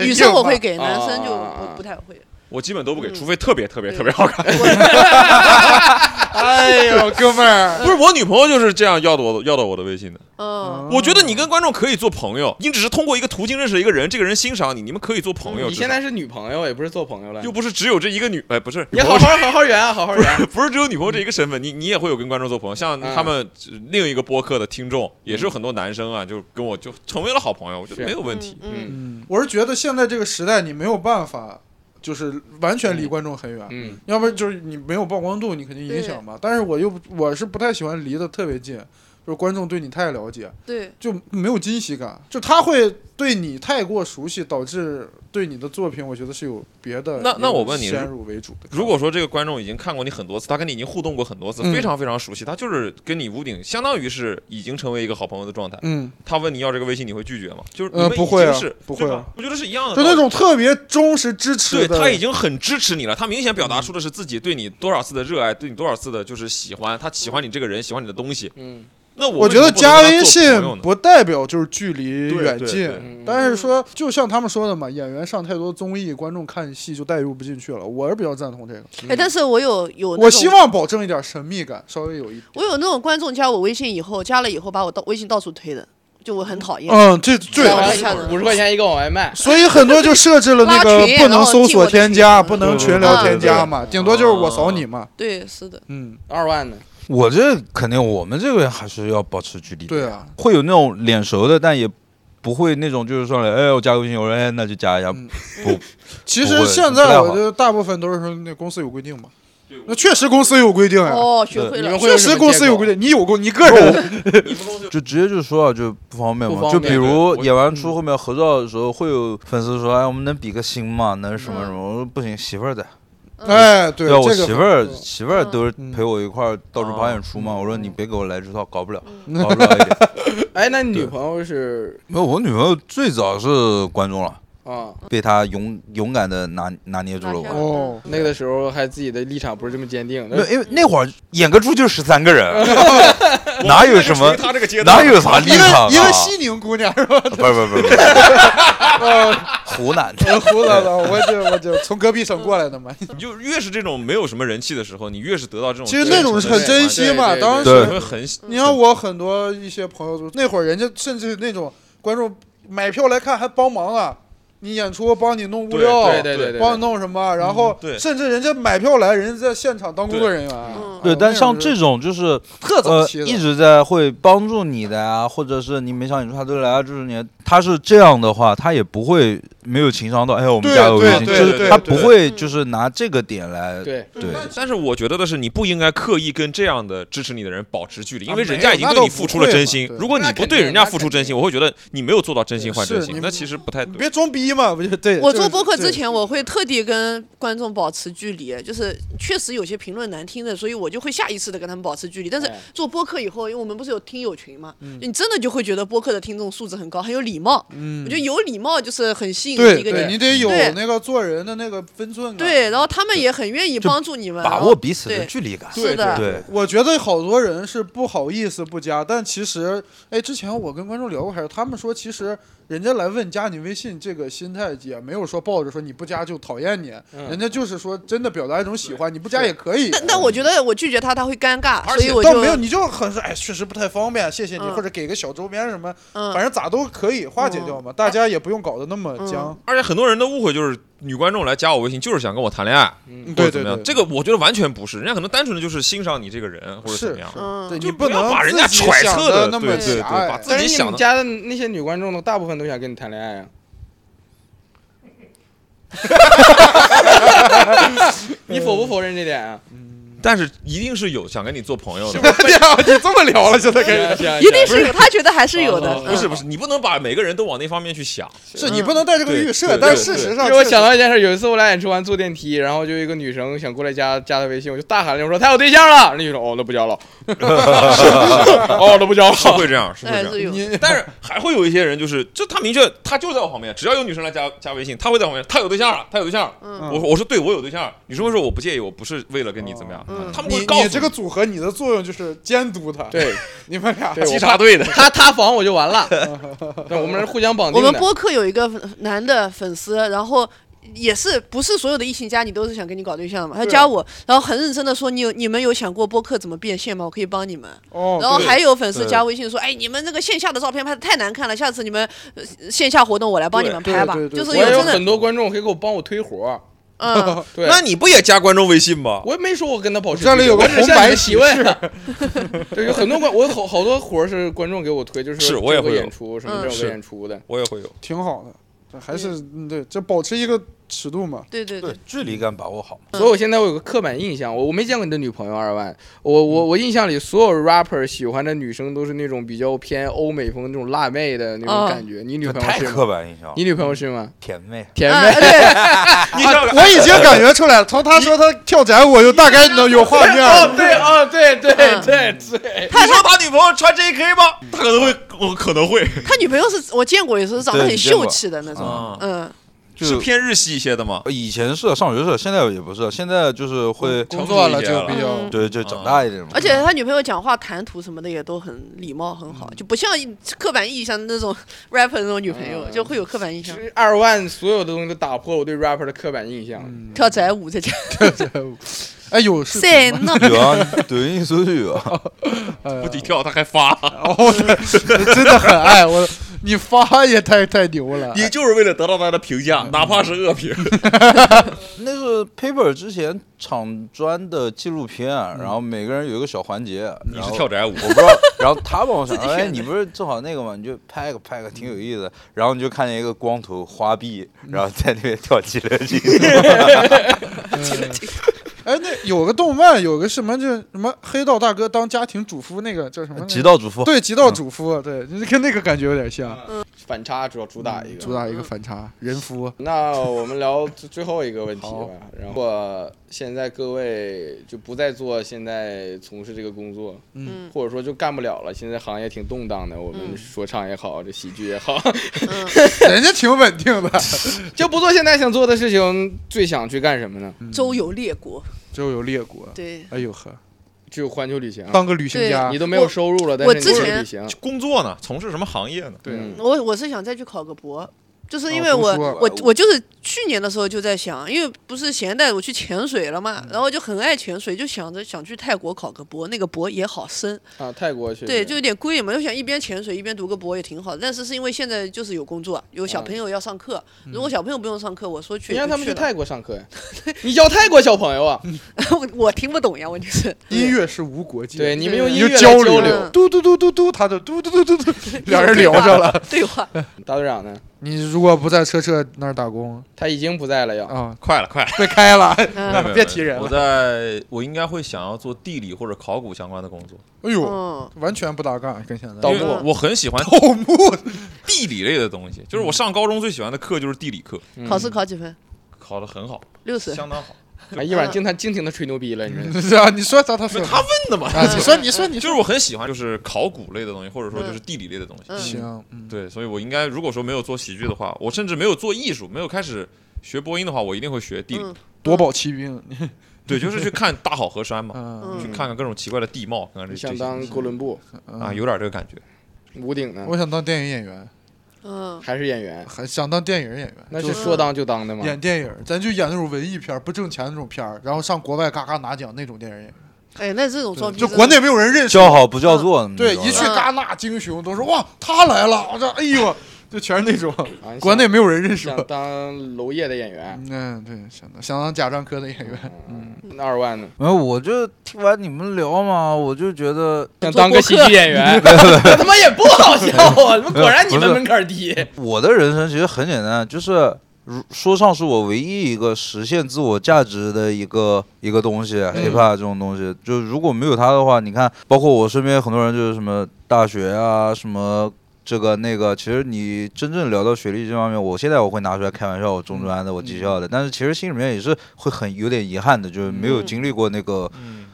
女生我会给，
啊
男生就不不太会。
我基本都不给，
嗯
除非特别特别特别好看。
我
哎呦，哥们儿，
不是我女朋友就是这样要的我要到我的微信的。
嗯，
我觉得你跟观众可以做朋友，你只是通过一个途径认识一个人，这个人欣赏你，你们可以做朋友。
嗯你现在是女朋友，也不是做朋友了
又。不是只有这一个女，哎，不是，
你好好好好圆啊，好好圆。
不是只有女朋友这一个身份，你你也会有跟观众做朋友，像
嗯
他们呃另一个播客的听众，也是有很多男生啊，就跟我就成为了好朋友，我觉得
是
没有问题。
嗯
嗯，我是觉得现在这个时代，你没有办法，就是完全离观众很远，
嗯，
要不然就是你没有曝光度，你肯定影响嘛。但是我又不我是不太喜欢离得特别近，就是观众对你太了解，
对，
就没有惊喜感，就他会对你太过熟悉，导致对你的作品，我觉得是有别的
那那我问你
先入为主的看法，
如果说这个观众已经看过你很多次，他跟你已经互动过很多次，
嗯
非常非常熟悉，他就是跟你屋顶，相当于是已经成为一个好朋友的状态。
嗯，
他问你要这个微信，你会拒绝吗？就是你
呃
们
不会啊
已经是
不会啊
对吧我觉得是一样
就
的道理。
那种特别忠实支持
对
的，
他已经很支持你了，他明显表达出的是自己对你多少次的热爱，对你多少次的就是喜欢，他喜欢你这个人，喜欢你的东西。
嗯，
那我
我
为
觉
什么
得
不能
加
跟
微
他做
信
朋友呢
不代表就是距离
对
远
对
近
对，
嗯
但是说就像他们说的嘛，演员上太多综艺，观众看戏就代入不进去了。我是比较赞同这个，
嗯
哎，但是我有有那
我
种
希望保证一点神秘感，稍微有一，
我有那种观众加我微信以后，加了以后把我到微信到处推的，就我很讨厌。
哦
嗯，这对
加
啊。
完
是
下子
五十块钱一个往外卖。
所以很多就设置了那
拉
个
群
不能搜索添加，
然后进
不
我的群
能群
嗯
聊添加嘛，顶多就是我扫你嘛。
对，是的，
嗯，
二万呢？
我这肯定，我们这个还是要保持距离的。
对啊，
会有那种脸熟的，但也不会那种就是说，哎，我加个微信，我说哎，那就加一下。
嗯
不，
*laughs* 其
不
实
会
现
不太
在
好
我觉得大部分都是说那公司有规定嘛，那确实公司有规定呀，
哦，学会
啊你
了
们，会有
确
什
实
么
公
借
司
口
有规定，你有过你个人
就直接就说啊，就不方便
不
嘛。
方
就
便
比如
对我
演完出后面
嗯
合照的时候，会有粉丝说，哎，我们能比个心吗？能什么什么？我说不行，媳妇儿在。
哎，嗯对
对啊，我
这
媳
个
妇儿媳妇儿都是
嗯
陪我一块儿到处跑演出嘛。
嗯
我说你别给我来这套，搞不了，
嗯
搞不了一点。
哎，那你女
对
朋友是
*laughs* 没有，我女朋友最早是观众了，
啊？
被她勇勇敢的拿拿捏住了
拿下
我。
哦，
那个的时候还自己的立场不是这么坚定，
没
那
有，因为那会儿演个出就十三个人，
*laughs*
*laughs* 哪有什么
我们现在就处于他这个阶段
哪有啥立
一
场
个
啊？
一个西宁姑娘是吧？
不是不是不是不是， *laughs* 湖南的。
胡了了，我就我就从隔壁省过来的嘛。
你就越是这种没有什么人气的时候，你越是得到这种
其实那种是很珍惜嘛，
对对对
当
对，
时
你会很
你看我很多一些朋友，那会儿人家甚至那种观众买票来看还帮忙啊，你演出帮你弄物
对
料，
对对对对
帮你弄什么，啊然后
嗯对
甚至人家买票来，人家在现场当工作人员啊。
嗯
对，
哦
但
那
像
种
这
是
种就是
特早
呃
期的
一直在会帮助你的啊，或者是你没想演出他都来啊，就是你他是这样的话，他也不会没有情商到哎呀我们
对
加个微
对
信，就
对
是
对
他
对
不会就是拿这个点来
对，
对
但是我觉得的是，你不应该刻意跟这样的支持你的人保持距离，
啊
因为人家已经对你付出了真心
没有那倒不会嘛。对
如果你不对人家付出真心，
那肯定
我会觉得你没有做到真心换真
是
心
你，
那其实不太
你
对。
别装逼嘛，不就 *laughs* 对？
我
就是
做播客之
对
前，我会特地跟观众保持距离，就是确实有些评论难听的，所以我就会下意识的跟他们保持距离。但是
哎
做播客以后，因为我们不是有听友群嘛，你真的就会觉得播客的听众素质很高，很有礼貌。
嗯
我觉得有礼貌就是很吸引人
对
一个
对，
人。
你得有
对
那个做人的那个分寸感。
对，然后他们也很愿意
就
帮助你们，
把
然
握
后
彼此的
对
距离感。
是的，
对，
我觉得好多人是不好意思不加，但其实，哎，之前我跟观众聊过，还是他们说，其实人家来问加你微信这个心态也没有说抱着说你不加就讨厌你，
嗯
人家就是说真的表达一种喜欢，你不加也可以。
但但我觉得我拒绝他，他会尴尬，所以我
倒
就
没有，你就很说，哎，确实不太方便，谢谢你，
嗯
或者给个哎小周边什么，
嗯
反正咋都可以化解掉嘛，大家也不用搞得那么僵。
而且很多人的误会就是，女观众来加我微信就是想跟我谈恋爱，
嗯
或
对
者
对
怎么样
对，？
这个我觉得完完全不是，人家可能单纯的就是欣赏你这个人或者怎么样
是。
嗯
对
就
你不
不要
能
把人家
自己
揣
想
测
得
的
那
对
么
对对
狭隘
把自己
但是你
想
们
的
家的那些女观众都大部分都想跟你谈恋爱 *laughs* 啊。你否不否认这点啊？
但是一定是有想跟你做朋友的，
你这么聊了，现在开始。
行啊
一定是有，他觉得还是有的，
哦
嗯
不是不是，你不能把每个人都往那方面
*laughs*
去想。
是你不能带这个
对
预设
对，
但
对
事实
因
上
为
确
我
实
想到一件事，有一次我俩演出完坐电梯，然后就有一个女生想过来加加她微信，我就大喊了一声我说她有对象了，那女生哦那不交了，哦那不交了，
是会这样，是会
还
这
是
样。
有的。
*laughs* 但是还会有一些人，就是就他明确他就在我旁边，只要有女生来加加微信，他会在我旁边，他有对象了，他有对象了。
嗯
我说我说对我有对象了，女生会说我不介意，我不是为了跟你怎么样，
嗯
他们
你
会告诉
你这个组合，你的作用就是监督他。，
*laughs* 对，
*laughs* 你们俩
对
稽查队的，
他塌房 *laughs* 我就完了。对，我们是互相绑
我
定
们
的。
播客有一个男的粉丝，然后也是不是所有的异性加你都是想跟你搞对象的嘛？他
对啊
加我，然后很认真的说你有你们有想过播客怎么变现吗？我可以帮你们。
哦，
然后
对
还有粉丝加微信说，哎，你们这个线下的照片拍的太难看了，下次你们呃线下活动我来帮你们
对
拍吧。
对对对
就是
我
有
也有
真的，
很多观众可以给我帮我推活儿， *laughs*
嗯，
对，
那你不也加观众微信吗？
我也没说我跟他保持距
这
离。
里有个
我只是
红
向你
白
们
喜
提
事
问， *laughs* 对，有很多观，我好好多活儿是观众给我推，就是
是我也
这个
会有
演出什么
嗯
这种
是
演出的，
我也会有。
挺好的，这还是嗯对，这保持一个尺度嘛。
对对
对
*laughs*
对，
距离感把握好。
所以我现在我有个刻板印象，我我没见过你的女朋友二万，我我
嗯
我印象里所有 rapper 喜欢的女生都是那种比较偏欧美风那种辣妹的那种
哦
感觉，你女
这
朋友
太
是吗？
刻板印象了
你。女朋友是吗？
甜妹，
甜
啊
妹，
对，
你知道
我已经感觉出来了，从他说他跳宅舞，我就大概能有画面
哦
了。
对哦对对
嗯
对对，
你说他女朋友穿 JK 吗？哎他可能会，我可能会
他女朋友是我见过，也是长得
对
很
你见过
秀气的那
*laughs*
种，
啊，
嗯，
就是嗯
偏日系一些的吗？
以前是上学是，现在也不是，现在就是会，
工作了就
成熟一
比
些
较
了
对，就长大一
嗯
点嘛。
而且他女朋友讲话谈吐什么的也都很礼貌，很
嗯
好，就不像刻板印象的那种 *laughs* rapper 那种女朋友，
哦
嗯
就会有刻板印象。
是二万所有的东西都打破了我对 rapper 的刻板印象。
嗯
跳宅舞在家，
哎有是
谁 *laughs* 呢？
有啊，抖音搜就 *laughs* 有啊。
不低调，他还发，
哦，对，真的很爱我，你发也太太牛了。
你就是为了得到他的评价，哪怕是恶评。
那是 Paper 之前厂专的纪录片，啊然后每个人有一个小环节，
你
然
是
后
跳宅舞，
我不知道，然后他帮我想，
己选的
哎， *laughs* 你不是正好那个吗？你就拍个拍个，挺有意思的。然后你就看见一个光头花臂，然后在那边跳激流机。
哎，那有个动漫，有个什么就什么黑道大哥当家庭主夫那个叫什么来着？
*laughs* 极道主妇，
对极道主夫，对，就是跟那个感觉有点像，
反差主要主打一
嗯
个。
主打一个反差，人夫。
那我们聊最最后一个问题
好
吧。然后呃现在各位就不再做现在从事这个工作，
嗯
或者说就干不了了。现在行业挺动荡的，我们说唱也好，这喜剧也好， *laughs*
*laughs* 人家挺稳定的， *laughs*
就不做现在想做的事情，最想去干什么呢？
嗯
周游列国，
周游列国。
对
哎呦呵，
只有环球旅行。
当个旅行家
你，都没有
我
收入了，但
我
是你
之
去
前
旅行，
工作呢？从事什么行业呢？
对啊，
嗯
我我是想再去考个博，就是因
哦
为
读
我、
书啊
我我就是去年的时候就在想，因为不是闲带我去潜水了
嗯
嘛，然后就很爱潜水，就想着想去泰国考个博，那个博也好升，
啊，泰国去。
对，就有点贵嘛，就想一边潜水一边读个博也挺好的，但是是因为现在就是有工作，有小
啊
朋友要上课，如果小朋友不用上课，我说去
你
也
让
就
他们
去
去
了， *laughs* 嗯
泰国上课呀？你教泰国小朋友啊？
我我听不懂呀，问题是，
音乐是无国界，
对，你们用
你
音
就
乐来
交
流。
流
嘟嘟嘟嘟嘟，他就嘟嘟嘟嘟嘟，
*laughs*
两人聊上了。
对话，
大队长呢？
你如果不在车澈那儿打工
他已经不在了，要。
啊，
快了，快了，
被开了，哎
嗯
没有
别提人
我
了。
在我应该会想要做地理或者考古相关的工作，
哎呦，
嗯，
完全不搭嘎，跟现在
盗
因为
墓
我很喜欢
盗墓，
地理类的东西，就是我上高中最喜欢的课就是地理课，
嗯
考试考几分？
考得很好，
六十，
相当好。
哎，一晚上净他净听他吹牛逼
*laughs*
了，你这。
是 *laughs* 啊，你说啥？他说
他问的嘛，
啊，你说你说你
就是我很喜欢就是考古类的东西，或者说就是地理类的东西。
嗯
行，嗯，
对，所以我应该如果说没有做喜剧的话，我甚至没有做艺术，没有开始学播音的话，我一定会学地理。
嗯
夺宝奇兵，
对，就是去看大好河山嘛，
*laughs* 嗯
嗯
去看看各种奇怪的地貌，看看这
想
这
当
些
哥伦布，
嗯
啊，有点这个感觉。
吴鼎呢？
我想当电影演员，
嗯，
还是演员？
还想当电影演员，
那
就是
说当就当的吗？
演电影，咱就演那种文艺片儿，不挣钱那种片儿，然后上国外嘎嘎拿奖那种电影演员，
哎，那这种照片
就
真
国
的
内没有人认识。
叫好不叫座。
对，一去
嗯
戛纳、金熊都说哇，他来了，我这哎呦，就全是那种
啊
*laughs*
你
国内没有人认识
想
我。
当娄烨的演员，
嗯，对，想当想当贾樟柯的演员，嗯，
那二万呢？
没有，我就听完你们聊嘛，我就觉得
想当个喜剧演
*laughs*
员，那他妈也不好笑啊！他妈果然你们门槛低。
我的人生其实很简单，就是如说唱是我唯一一个实现自我价值的一个一个东
嗯
西、h i p h o p 这种东西，就如果没有它的话，你看，包括我身边很多人就是什么大学啊，什么。这个那个，其实你真正聊到学历这方面，我现在我会拿出来开玩笑，我中专的，我技校的，但是其实心里面也是会很有点遗憾的，就是没有
嗯
经历过那个
嗯，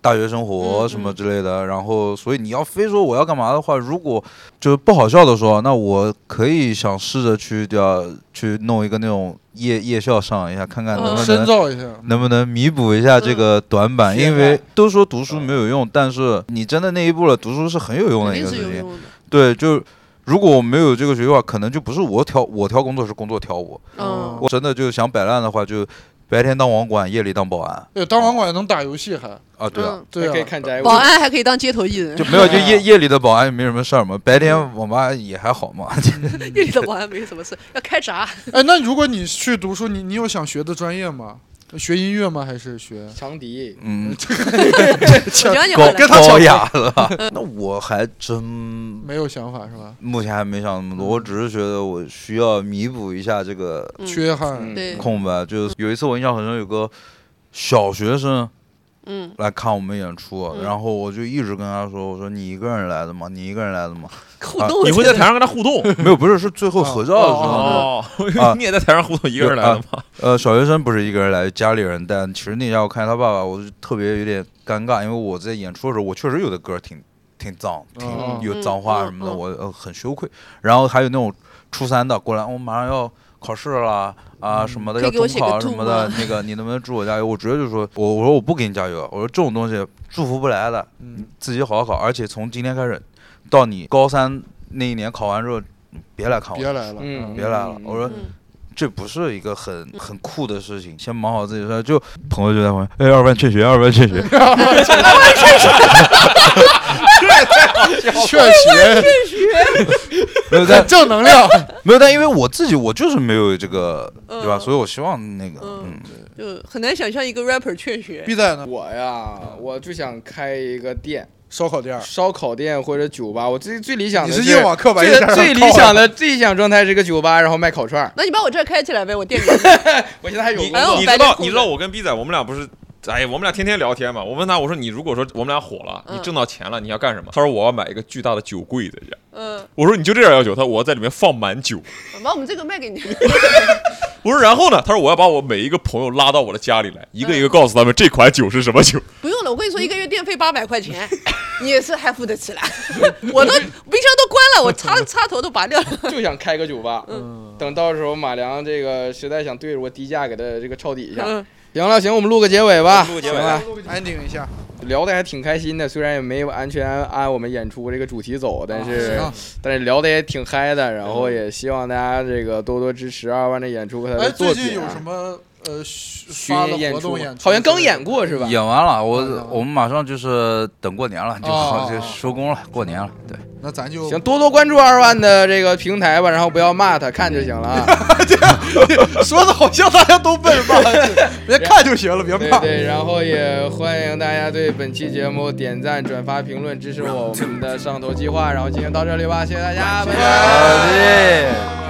大学生活
嗯
什么之类的，然后所以你要非说我要干嘛的话，如果就是不好笑的说，那我可以想试着去掉去弄一个那种夜夜校上一下，看看
嗯
能不
深
能、
造一下。
能不能弥补一下这个短板，
嗯
因为都说读书没有用，但是你真的那一步了，读书是很有用的
肯
一
定
个
是
事
有
情。
用的，
对，就如果我没有这个学习的话，可能就不是我挑我挑工作，是工作挑我。
嗯，
哦我真的就想摆烂的话，就白天当网管，夜里当保安
对，当网管能打游戏还
啊。对啊，
嗯啊
对啊，
可以哎看宅物
保。安还可以当街头艺人 *laughs*
就，没有就夜夜里的保安也没什么事儿嘛，白
嗯
天网吧也还好嘛。
夜里的保安没什么事，要开闸。
哎，那如果你去读书，你你有想学的专业吗？学音乐吗？还是学？
长笛，
*laughs* 嗯，
我觉得你
高
回来，
高雅了。那我还真
没有想法是吧？
目前还没想那么多，我只是觉得我需要弥补一下这个
嗯
缺憾，
嗯
对，
空白。就是有一次我印象很深，有个小学生
嗯
来看我们演出，
嗯
然后我就一直跟他说：“我说你一个人来的吗？你一个人来的吗
互动。
你会在台上跟他互动？”
没有，不是，是最后合照的时候。
哦， *laughs* 你也在台上互动，一个人来啊的吗？
呃，小学生不是一个人来，家里人带。其实那天我看见他爸爸，我就特别有点尴尬，因为我在演出的时候，我确实有的歌挺挺脏，挺
哦
有脏话
嗯
什么的，
嗯嗯
我、呃、很羞愧。然后还有那种初三的过来，我、马上要考试了啊什么的，
嗯可
要
以给我
中
写
考
个
什
祝
么的
吗，
那个你能不能祝我加油？我直接就说，我我说我不给你加油，我说这种东西祝福不来的，
嗯，
自己好好考。而且从今天开始，到你高三那一年考完之后，别来看我
别，来了，
嗯
别来了。我说。
嗯
这不是一个很很酷的事情，先忙好自己的事儿。就朋友就在旁边，哎，二班欠学，二班
*laughs*
欠学。
劝学
没有但
正能量，
*laughs* 没有但，因为我自己我就是没有这个，对吧？
嗯
所以我希望那个，
嗯
嗯，
就很难想象一个 rapper 劝学。
必在呢，
我呀，我就想开一个店，
烧烤店儿，
烧烤店或者酒吧。我最最理想
你
的
是硬往刻板印
最
象上靠啊
最理想的最理想状态是个酒吧，然后卖烤串儿。
那你把我这儿开起来呗，我店给你。
我现在还有
你
工
哎呦
作
你
白
知
天
道
空
你知
的
道我跟 B 仔我们俩不是，哎呀，我们俩天天聊天嘛。我问他我说你如果说我们俩火了，
嗯
你挣到钱了，你要干什么？他说我要买一个巨大的酒柜在家。
*laughs* 嗯，
我说你就这样要求他，我要在里面放满酒。
*laughs* 把我们这个卖给你。
我说然后呢？他说我要把我每一个朋友拉到我的家里来，一个一个告诉他们这款酒是什么酒。
不用了，我跟你说，一个月电费八百块 *laughs* 钱，你也是还付得起 *laughs* 来。我都冰箱都关了，我插插头都拔掉了。
就想开个酒吧。
嗯，
等到时候马良这个实在想对着我低价给他这个抄底一下。
嗯，
行了，行，我们录个结尾吧。
录个结
行
尾
了，
安定一下，
聊的还挺开心的，虽然也没有完全按我们演出这个主题走，但是、
啊
但是聊的也挺嗨的，然
嗯
后也希望大家这个多多支持二万的演出和他
哎，
的作
最
品、啊。
近有什么呃巡
巡
发的
演
活动
演
演
出？
出？
好像刚演过是吧？
演完了，我、
嗯
我们马上就是等过年了，就、
哦
*laughs* 就收工了，过年了，对。
那咱就
行，多多关注二万的这个平台吧，然后不要骂他，看就行了啊。
说的好像大家都笨吧？别看就行了，别
对
骂。
对，然后也欢迎大家对本期节目点赞、转发、评论，支持我我们的上头计划。然后今天到这里吧，谢谢大家，拜拜。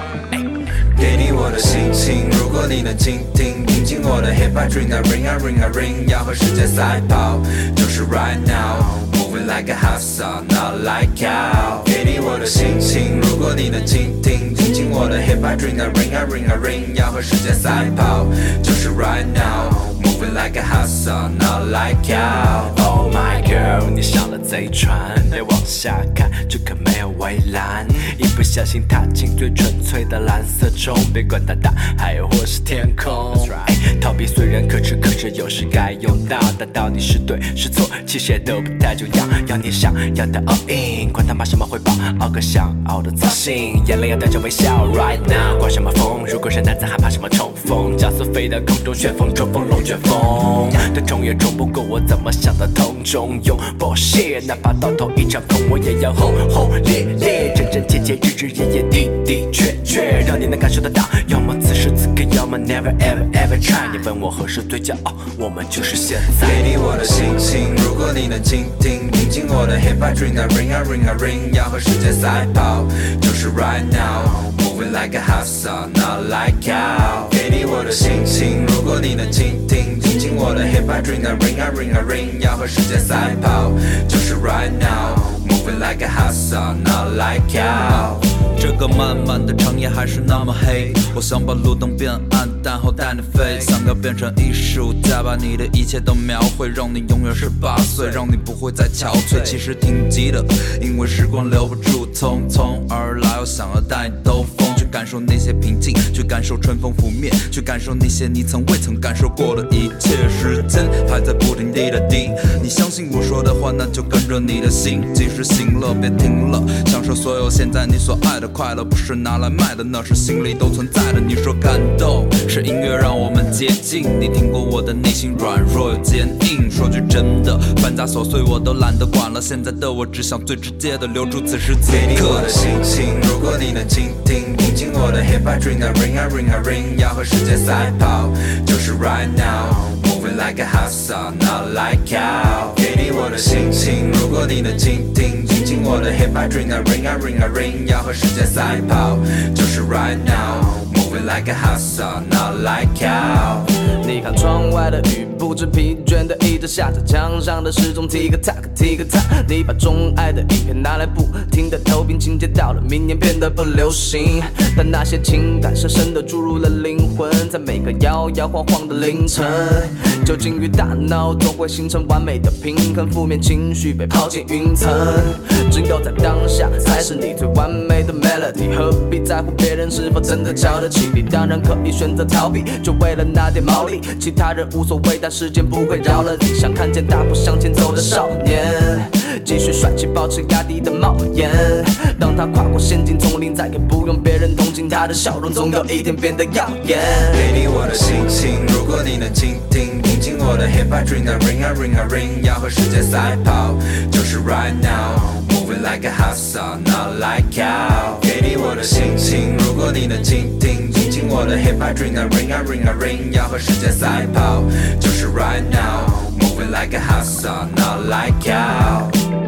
给你我的心情，如果你能倾听，听进我的 hip hop dream，那 ring 啊 ring 啊 ring，要和世界赛跑，就是 right now，moving like a house song，not like cow。给你我的心情，如果你能倾听，听进我的 hip hop dream，那 ring 啊 ring 啊 ring，要和世界赛跑，就是 right now，moving like a house song，not like cow。Oh my girl，你上了贼船，别往下看，这可没有围栏，一不小心踏进最纯粹的蓝色中，别管它大海或是天空。哎逃避虽然可耻，可是有时该用到，但到底是对是错，其实也都不太重要。要你想要的 all in，管他妈什么回报，熬个想熬的造型，眼泪要带着微笑，right now，刮什么风？如果是男子汉，怕什么冲锋？角色飞到空中，旋风冲锋龙卷风，它冲也冲不过我，怎么想得通？中用 bullshit，哪怕到头一场空，我也要轰轰烈烈，真真切切，日日夜夜，的的确确，让你能感受得到。要么此时此刻，要么 never ever ever try。你问我何时最骄傲，我们就是现在。给你我的心情，如果你能倾听，听进我的 hip hop dream，那 ring 啊 ring 啊 ring，要和世界赛跑，就是 right now，moving like a house song，not like cow。给你我的心情，如果你能倾听，听进我的 hip hop dream，那 ring 啊 ring 啊 ring，要和世界赛跑，就是 right now，moving like a house song，not like cow。
这个漫漫的长夜还是那么黑，我想把路灯变暗，但后带你飞，想要变成艺术家，把你的一切都描绘，让你永远十八岁，让你不会再憔悴。其实挺急的，因为时光留不住，匆匆而来，我想要带你兜风，去感受那些平静，去感受春风拂面，去感受那些你曾未曾感受过的一切。时间还在不停地的滴，你相信我说的话，那就跟着你的心，及时行乐，别停了，享受所有现在你所爱的快乐，不是拿来卖的，那是心里都存在的。你说感动，是音乐让我们接近。你听过我的内心软弱又坚硬，说句真的，繁杂琐碎我都懒得管了。现在的我只想最直接的留住此时此
给你
刻
我的心情，如果你能倾听，听进我的 hip hop dream 啊 ring 啊 ring 啊 ring，要和世界赛跑，就是 right now，moving like a hot sun，not like cow。给你我的心情，如果你能倾听，听进我的 hip hop dream 啊 ring 啊 ring 啊 ring，要和世界赛跑，就是 right now，moving like a hot sun，not like cow。
你看窗外的雨不知疲倦地一直下着，墙上的时钟 tick tock tick tock。你把钟爱的影片拿来不停地投屏，情节到了，明年变得不流行。但那些情感深深地注入了灵魂，在每个摇摇晃晃的凌晨，酒精与大脑总会形成完美的平衡，负面情绪被抛进云层。只有在当下才是你最完美的 melody，何必在乎别人是否真的瞧得起你？当然可以选择逃避，就为了那点毛利，其他人无所谓，但时间不会饶了你。想看见大步向前走的少年，继续帅气，保持压低的帽檐。当他跨过陷阱丛林，再也不用别人同情，他的笑容总有一天变得耀眼。
给你我的心情，如果你能倾听，听进我的 hip hop dream 啊 ring 啊 ring 啊 ring，要和世界赛跑，就是 right now，moving like a hot sun，not like cow。给你我的心情，如果你能倾听，听进我的 hip hop dream 啊 ring 啊 ring 啊 ring，要和世界赛跑，就是 right now，moving like a hot sun，not like cow。